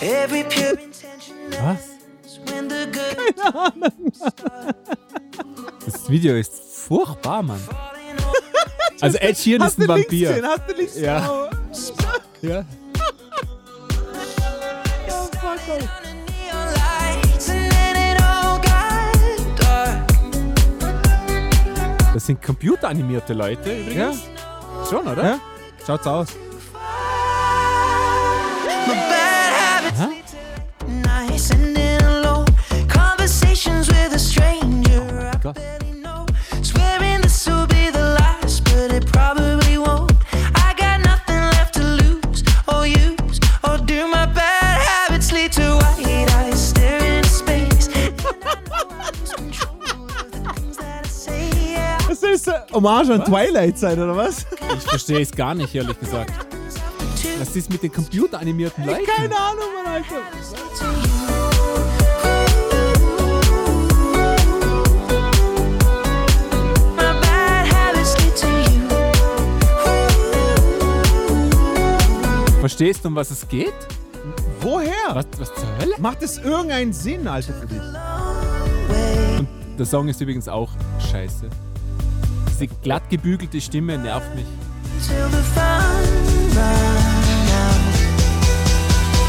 Every pure intention
Was?
is when the good.
Das Video ist furchtbar, Mann. Also Ed Sheeran ist ein Vampir.
du Oh, links
ja. ja. Das sind computeranimierte Leute übrigens. Schon, oder?
Ja. Schaut's aus.
Nice and in alone conversations with a stranger. I barely know. Swearing this will be the last, but it probably won't. I got nothing left to lose or use or do. My bad habits lead to white eyes staring into space. And I know I lose control of the things that I say. Yeah.
Das ist eine Äh, Hommage an Twilight Zeit, oder was?
Ich verstehe es gar nicht, ehrlich gesagt. Was ist mit den computeranimierten Leuten?
Keine Ahnung, Mann, Alter.
My bad habits lead to you.
Verstehst du, um was es geht?
Woher?
Was, was zur Hölle?
Macht das irgendeinen Sinn, Alter, für dich?
Der Song ist übrigens auch scheiße. Diese glatt gebügelte Stimme nervt mich.
Till the fun run out.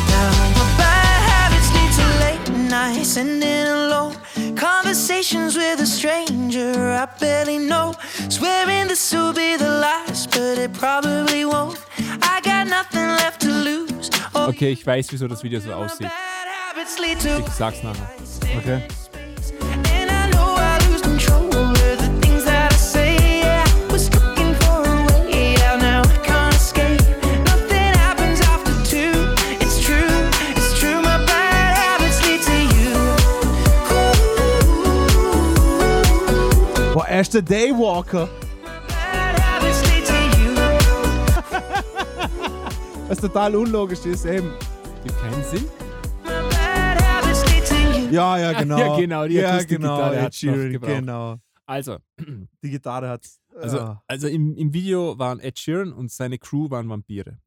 Now my bad habits lead to late nights and in alone conversations with a stranger I barely know. Swearing this will be the last, but it probably won't. I got nothing left to lose. Oh,
Okay, ich weiß, wieso das Video so aussieht.
habits lead to.
Ich sag's nachher.
Okay.
And I know I lose control over the things that I say. I was looking for a way out, now I can't escape. Nothing happens after two. It's true, it's true. My bad habits lead to you.
Boah, er ist der Daywalker.
Bad habits lead to you.
Was total unlogisch ist, eben.
Gibt keinen Sinn.
Bad habits lead to you.
Ja, ja, genau.
Ja, genau, die
ja, genau.
Akustikgitarre
Ed
hat's noch
Sheeran,
gebraucht.
genau.
Also,
Die Gitarre hat's.
Also,
Ah.
also im, im Video waren Ed Sheeran und seine Crew waren Vampire.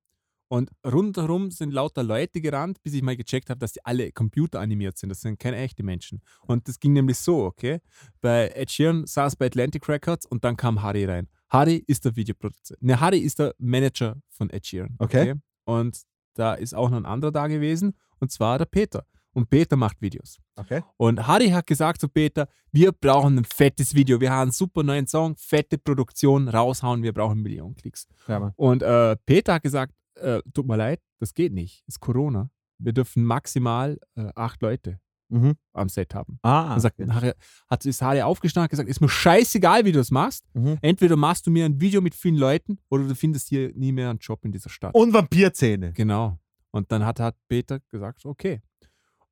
Und rundherum sind lauter Leute gerannt, bis ich mal gecheckt habe, dass die alle computeranimiert sind. Das sind keine echten Menschen. Und das ging nämlich so, okay? Bei Ed Sheeran saß bei Atlantic Records und dann kam Harry rein. Harry ist der Videoproduzent. Ne, Harry ist der Manager von Ed Sheeran.
Okay.
Und da ist auch noch ein anderer da gewesen, und zwar der Peter. Und Peter macht Videos.
Okay.
Und Harry hat gesagt zu Peter, wir brauchen ein fettes Video. Wir haben einen super neuen Song, fette Produktion, raushauen, wir brauchen Millionen Klicks.
Ja, Mann.
Und äh, Peter hat gesagt, äh, tut mir leid, das geht nicht. Ist Corona. Wir dürfen maximal äh, acht Leute
Mhm.
am Set haben.
Ah,
Und sagt,
okay.
Harry, hat, ist Harry aufgestanden und hat gesagt, ist mir scheißegal, wie du das machst.
Mhm.
Entweder machst du mir ein Video mit vielen Leuten oder du findest hier nie mehr einen Job in dieser Stadt.
Und Vampirzähne.
Genau. Und dann hat, hat Peter gesagt, okay.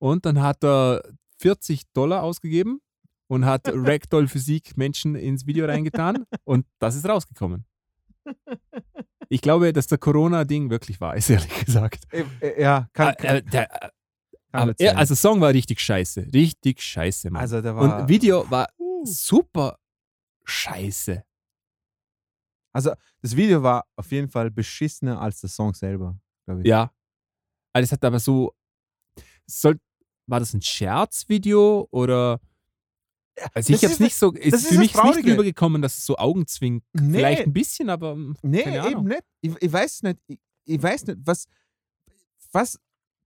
Und dann hat er 40 Dollar ausgegeben und hat Ragdoll Physik Menschen ins Video reingetan und das ist rausgekommen. Ich glaube, dass der Corona-Ding wirklich wahr ist, ehrlich gesagt.
Ja, kann,
Äh, äh, der, äh, aber
sein.
er, also Song war richtig scheiße. Richtig scheiße, Mann.
Also, der war-
und Video war super scheiße.
Also, das Video war auf jeden Fall beschissener als der Song selber, glaube ich.
Ja. Also es hat aber so. Soll, war das ein Scherzvideo oder. Also ich
das
habe es
ist-
nicht so.
das
Ist
ist
für
das
mich nicht
Traurige.
übergekommen, dass es so Augen zwingt.
Nee.
Hm, Vielleicht ein bisschen, aber. mm,
Nee,
keine Ahnung.
eben nicht. Ich, ich weiß nicht, ich, ich weiß nicht, was, was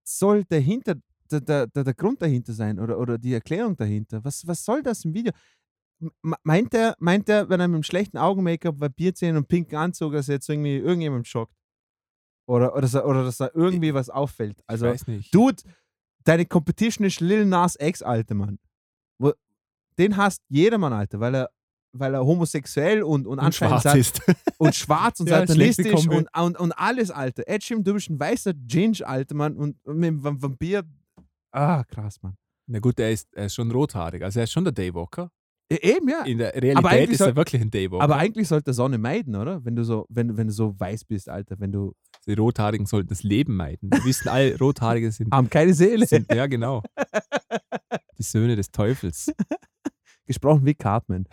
soll dahinter, der, der, der, der Grund dahinter sein oder, oder die Erklärung dahinter? Was, was soll das im Video? M- Meint er, meint er, wenn er mit einem schlechten Augen-Make-up, Vampirzähnen und pinken Anzug, dass er jetzt irgendwie irgendjemand schockt? Oder, oder, dass er- oder dass da irgendwie was auffällt? Also,
weiß nicht.
Dude, deine Competition ist Lil Nas X, Alter, Mann. Wo, den hasst jedermann, Alter, weil er, weil er homosexuell und, und, anscheinend
schwarz ist.
Und schwarz und
Ja,
satanistisch
schlechte Kombi.
und, und, und alles, Alter. Ed Sheeran, du bist ein weißer Ginge, Alter, Mann. Und mit dem Vam- Vampir. Ah, krass, Mann.
Na gut, er ist, er ist schon rothaarig. Also er ist schon der Daywalker.
E, Eben, ja.
In der
Aber
Realität
eigentlich
ist er
soll-
wirklich ein Daywalker.
Aber eigentlich sollte er Sonne meiden, oder? Wenn du so, wenn, wenn du so weiß bist, Alter, wenn du.
Die Rothaarigen sollten das Leben meiden. Wir wissen alle, Rothaarige sind.
Haben keine Seele.
Sind, ja, genau. Die Söhne des Teufels.
Gesprochen wie Cartman.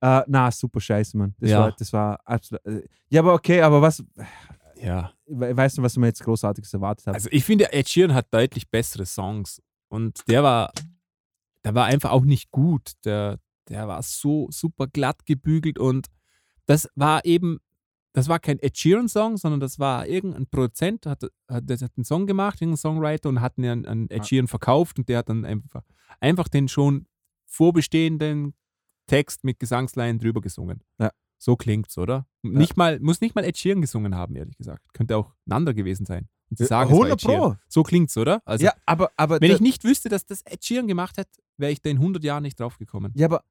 äh, na, super scheiße, Mann. Das
Ja.
war, das war absolut. äh, Ja, aber okay, aber was.
Ja.
We- Weißt du, was man jetzt Großartiges erwartet hat?
Also ich finde, Ed Sheeran hat deutlich bessere Songs. Und der war, der war einfach auch nicht gut. Der, der war so super glatt gebügelt und das war eben, das war kein Ed Sheeran-Song, sondern das war irgendein Produzent, hat, hat, der hat einen Song gemacht, irgendein Songwriter und hat ihn an, an Ed Sheeran verkauft und der hat dann einfach, einfach den schon vorbestehenden Text mit Gesangsleihen drüber gesungen.
Ja.
So klingt's, oder? Nicht mal, muss nicht mal Ed Sheeran gesungen haben, ehrlich gesagt. Könnte auch ein anderer gewesen sein. Und sie
Ja,
sagen, es war
100
Ed Sheeran.
Äh, Pro.
So klingt's, oder? Also,
Ja, aber- aber
wenn
da-
ich nicht wüsste, dass das Ed Sheeran gemacht hat, wäre ich da in 100 Jahren nicht draufgekommen.
Ja, aber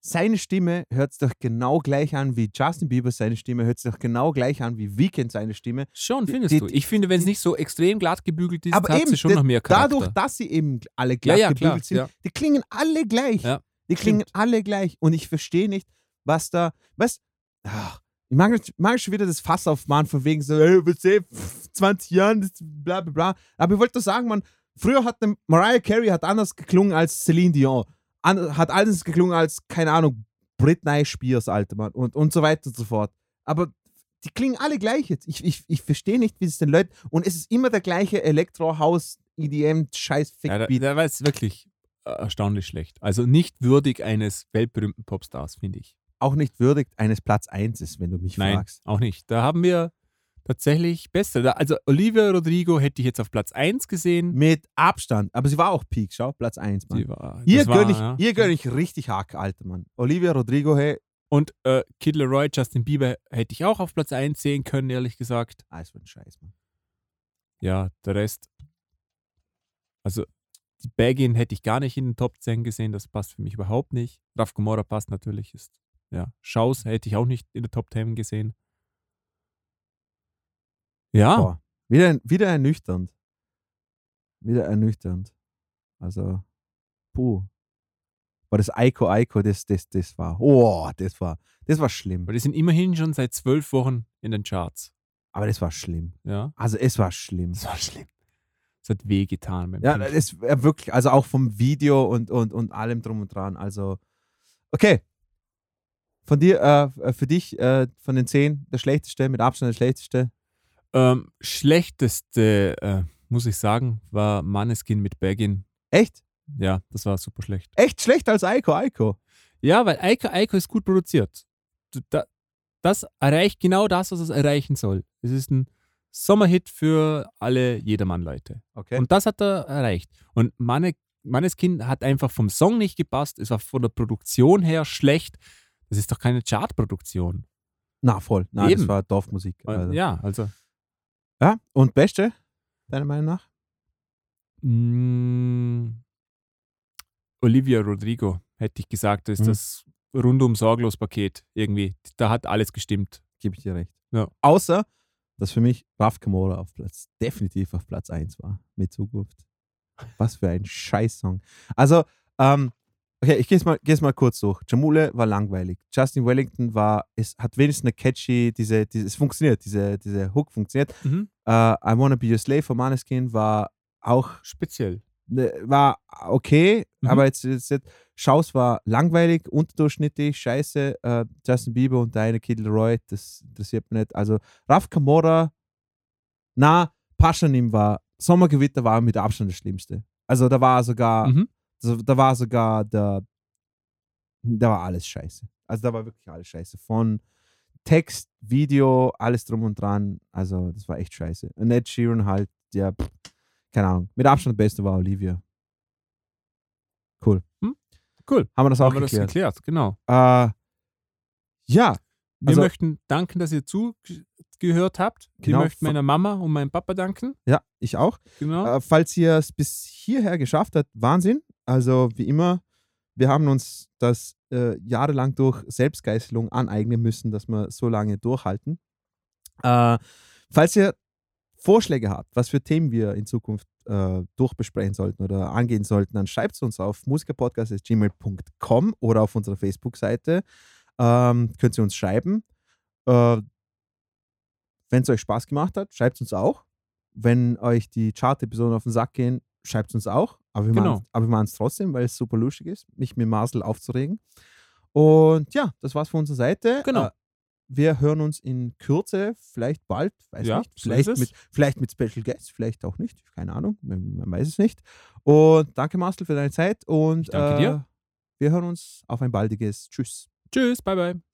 seine Stimme hört sich doch genau gleich an wie Justin Bieber seine Stimme, hört sich doch genau gleich an wie Weekend seine Stimme.
Schon, findest du? Ich finde, wenn es nicht so extrem glatt gebügelt ist,
aber
hat
eben,
sie schon
da-
noch mehr Charakter.
Dadurch, dass sie eben alle glatt
ja,
gebügelt
klar,
sind,
ja.
die klingen alle gleich. die klingen alle gleich. Und ich verstehe nicht, was da, was, ach, ich mag, jetzt- mag schon wieder das Fass aufmachen, von wegen so, ey, wir sehen, pff, 20 eh Jahren, das bla bla bla. Aber ich wollte doch sagen, man, früher hat eine Mariah Carey hat anders geklungen als Celine Dion. An, hat anders geklungen als, keine Ahnung, Britney Spears, Alter, Mann. Und, und so weiter und so fort. Aber die klingen alle gleich jetzt. Ich, ich, ich verstehe nicht, wie es den Leuten. Und es ist immer der gleiche Elektrohaus, EDM, scheiß
Ja, da,
Fickbeat.
da war es wirklich äh, erstaunlich schlecht. Also nicht würdig eines weltberühmten Popstars, finde ich.
Auch nicht würdig eines Platz 1 ist, wenn du mich
Nein,
fragst.
auch nicht. Da haben wir tatsächlich bessere. Da, also Olivia Rodrigo hätte ich jetzt auf Platz 1 gesehen.
Mit Abstand. Aber sie war auch Peak, schau, Platz 1, Mann.
Sie war-
Ihr
Ah, das war,
gönn ich,
ja.
ihr gönn ich richtig Hack, Alter, Mann. Olivia Rodrigo, hey.
Und äh, Kid Leroy, Justin Bieber hätte ich auch auf Platz 1 sehen können, ehrlich gesagt.
Ah, ist für ein Scheiß, Mann.
Ja, der Rest. Also die Baggin hätte ich gar nicht in den Top 10 gesehen, das passt für mich überhaupt nicht. Raf Gomorra passt natürlich, ist ja. Schaus hätte ich auch nicht in der Top 10 gesehen. Ja.
Boah, wieder, wieder ernüchternd. Wieder ernüchternd. Also, puh. Boah, das Aiko Aiko, das, das, das war. Oh, das war, das war schlimm.
Weil die sind immerhin schon seit zwölf Wochen in den Charts.
Aber das war schlimm.
Ja.
Also es war schlimm.
Es war schlimm. Es hat wehgetan. beim
Ja, äh,
Kind.
das wär wirklich, also auch vom Video und, und, und allem drum und dran. Also, okay. Von dir, äh, für dich, äh, von den zehn, der schlechteste, mit Abstand der schlechteste.
Ähm, schlechteste, äh, muss ich sagen, war Maneskin mit Baggin.
Echt?
Ja, das war super schlecht.
Echt schlechter als Aiko Aiko.
Ja, weil Eiko Eiko ist gut produziert. Du- da- Das erreicht genau das, was es erreichen soll. Es ist ein Sommerhit für alle Jedermann-Leute.
Okay.
Und das hat er erreicht. Und Mane, Maneskin hat einfach vom Song nicht gepasst. Es war von der Produktion her schlecht. Das ist doch keine Chartproduktion.
Na, voll. Na, das
Eben.
war Dorfmusik. Also.
Ja, also.
Ja, und Beste, deiner Meinung nach?
Mm, Olivia Rodrigo, hätte ich gesagt, das ist
Mhm.
das rundum sorglos Paket irgendwie. Da hat alles gestimmt.
Gebe ich dir recht.
Ja.
Außer, dass für mich Raf Kamora auf Platz, definitiv auf Platz 1 war mit Zukunft. Was für ein Scheiß-Song. Also, ähm, okay, ich gehe es mal, geh's mal kurz durch. Jamule war langweilig. Justin Wellington war, es hat wenigstens eine catchy, diese, diese es funktioniert, diese, diese Hook funktioniert.
Mhm.
Äh, I Wanna Be Your Slave von Maneskin war auch
speziell.
Ne, war okay,
Mhm.
aber jetzt, jetzt, jetzt Schaus war langweilig, unterdurchschnittlich, scheiße. Äh, Justin Bieber und deine Kid Leroy, das interessiert mich nicht. Also Raf Kamora, na, Paschanim war, Sommergewitter war mit Abstand das Schlimmste. Also da war sogar,
Mhm.
so, da war sogar der, da war alles scheiße. Also da war wirklich alles scheiße. Von Text, Video, alles drum und dran. Also das war echt scheiße. Und Ed Sheeran halt, ja, pff, keine Ahnung. Mit Abstand der Beste war Olivia. Cool.
Hm? Cool.
Haben wir das auch
Haben wir das
geklärt?
geklärt, genau.
Äh, ja.
Wir
also-
möchten danken, dass ihr zugehört habt. Wir
Genau.
möchten meiner Mama und meinem Papa danken.
Ja, ich auch.
Genau.
Äh, falls ihr es bis hierher geschafft habt, Wahnsinn. Also wie immer, wir haben uns das äh, jahrelang durch Selbstgeißelung aneignen müssen, dass wir so lange durchhalten. Äh, falls ihr Vorschläge habt, was für Themen wir in Zukunft äh, durchbesprechen sollten oder angehen sollten, dann schreibt es uns auf musikerpodcast.gmail.com oder auf unserer Facebook-Seite. Ähm, könnt ihr uns schreiben. Äh, Wenn es euch Spaß gemacht hat, schreibt es uns auch. Wenn euch die Chart-Episoden auf den Sack gehen, schreibt es uns auch. Aber wir
Genau.
machen aber wir es trotzdem, weil es super lustig ist, mich mit Marcel aufzuregen. Und ja, das war's von unserer Seite.
Genau.
Äh, Wir hören uns in Kürze, vielleicht bald, weiß
Ja,
nicht.
so
Vielleicht
ist es.
mit, vielleicht mit Special Guests, vielleicht auch nicht. Keine Ahnung, man, man weiß es nicht. Und danke, Marcel, für deine Zeit. Und äh,
danke dir.
wir hören uns auf ein baldiges Tschüss.
Tschüss, bye bye.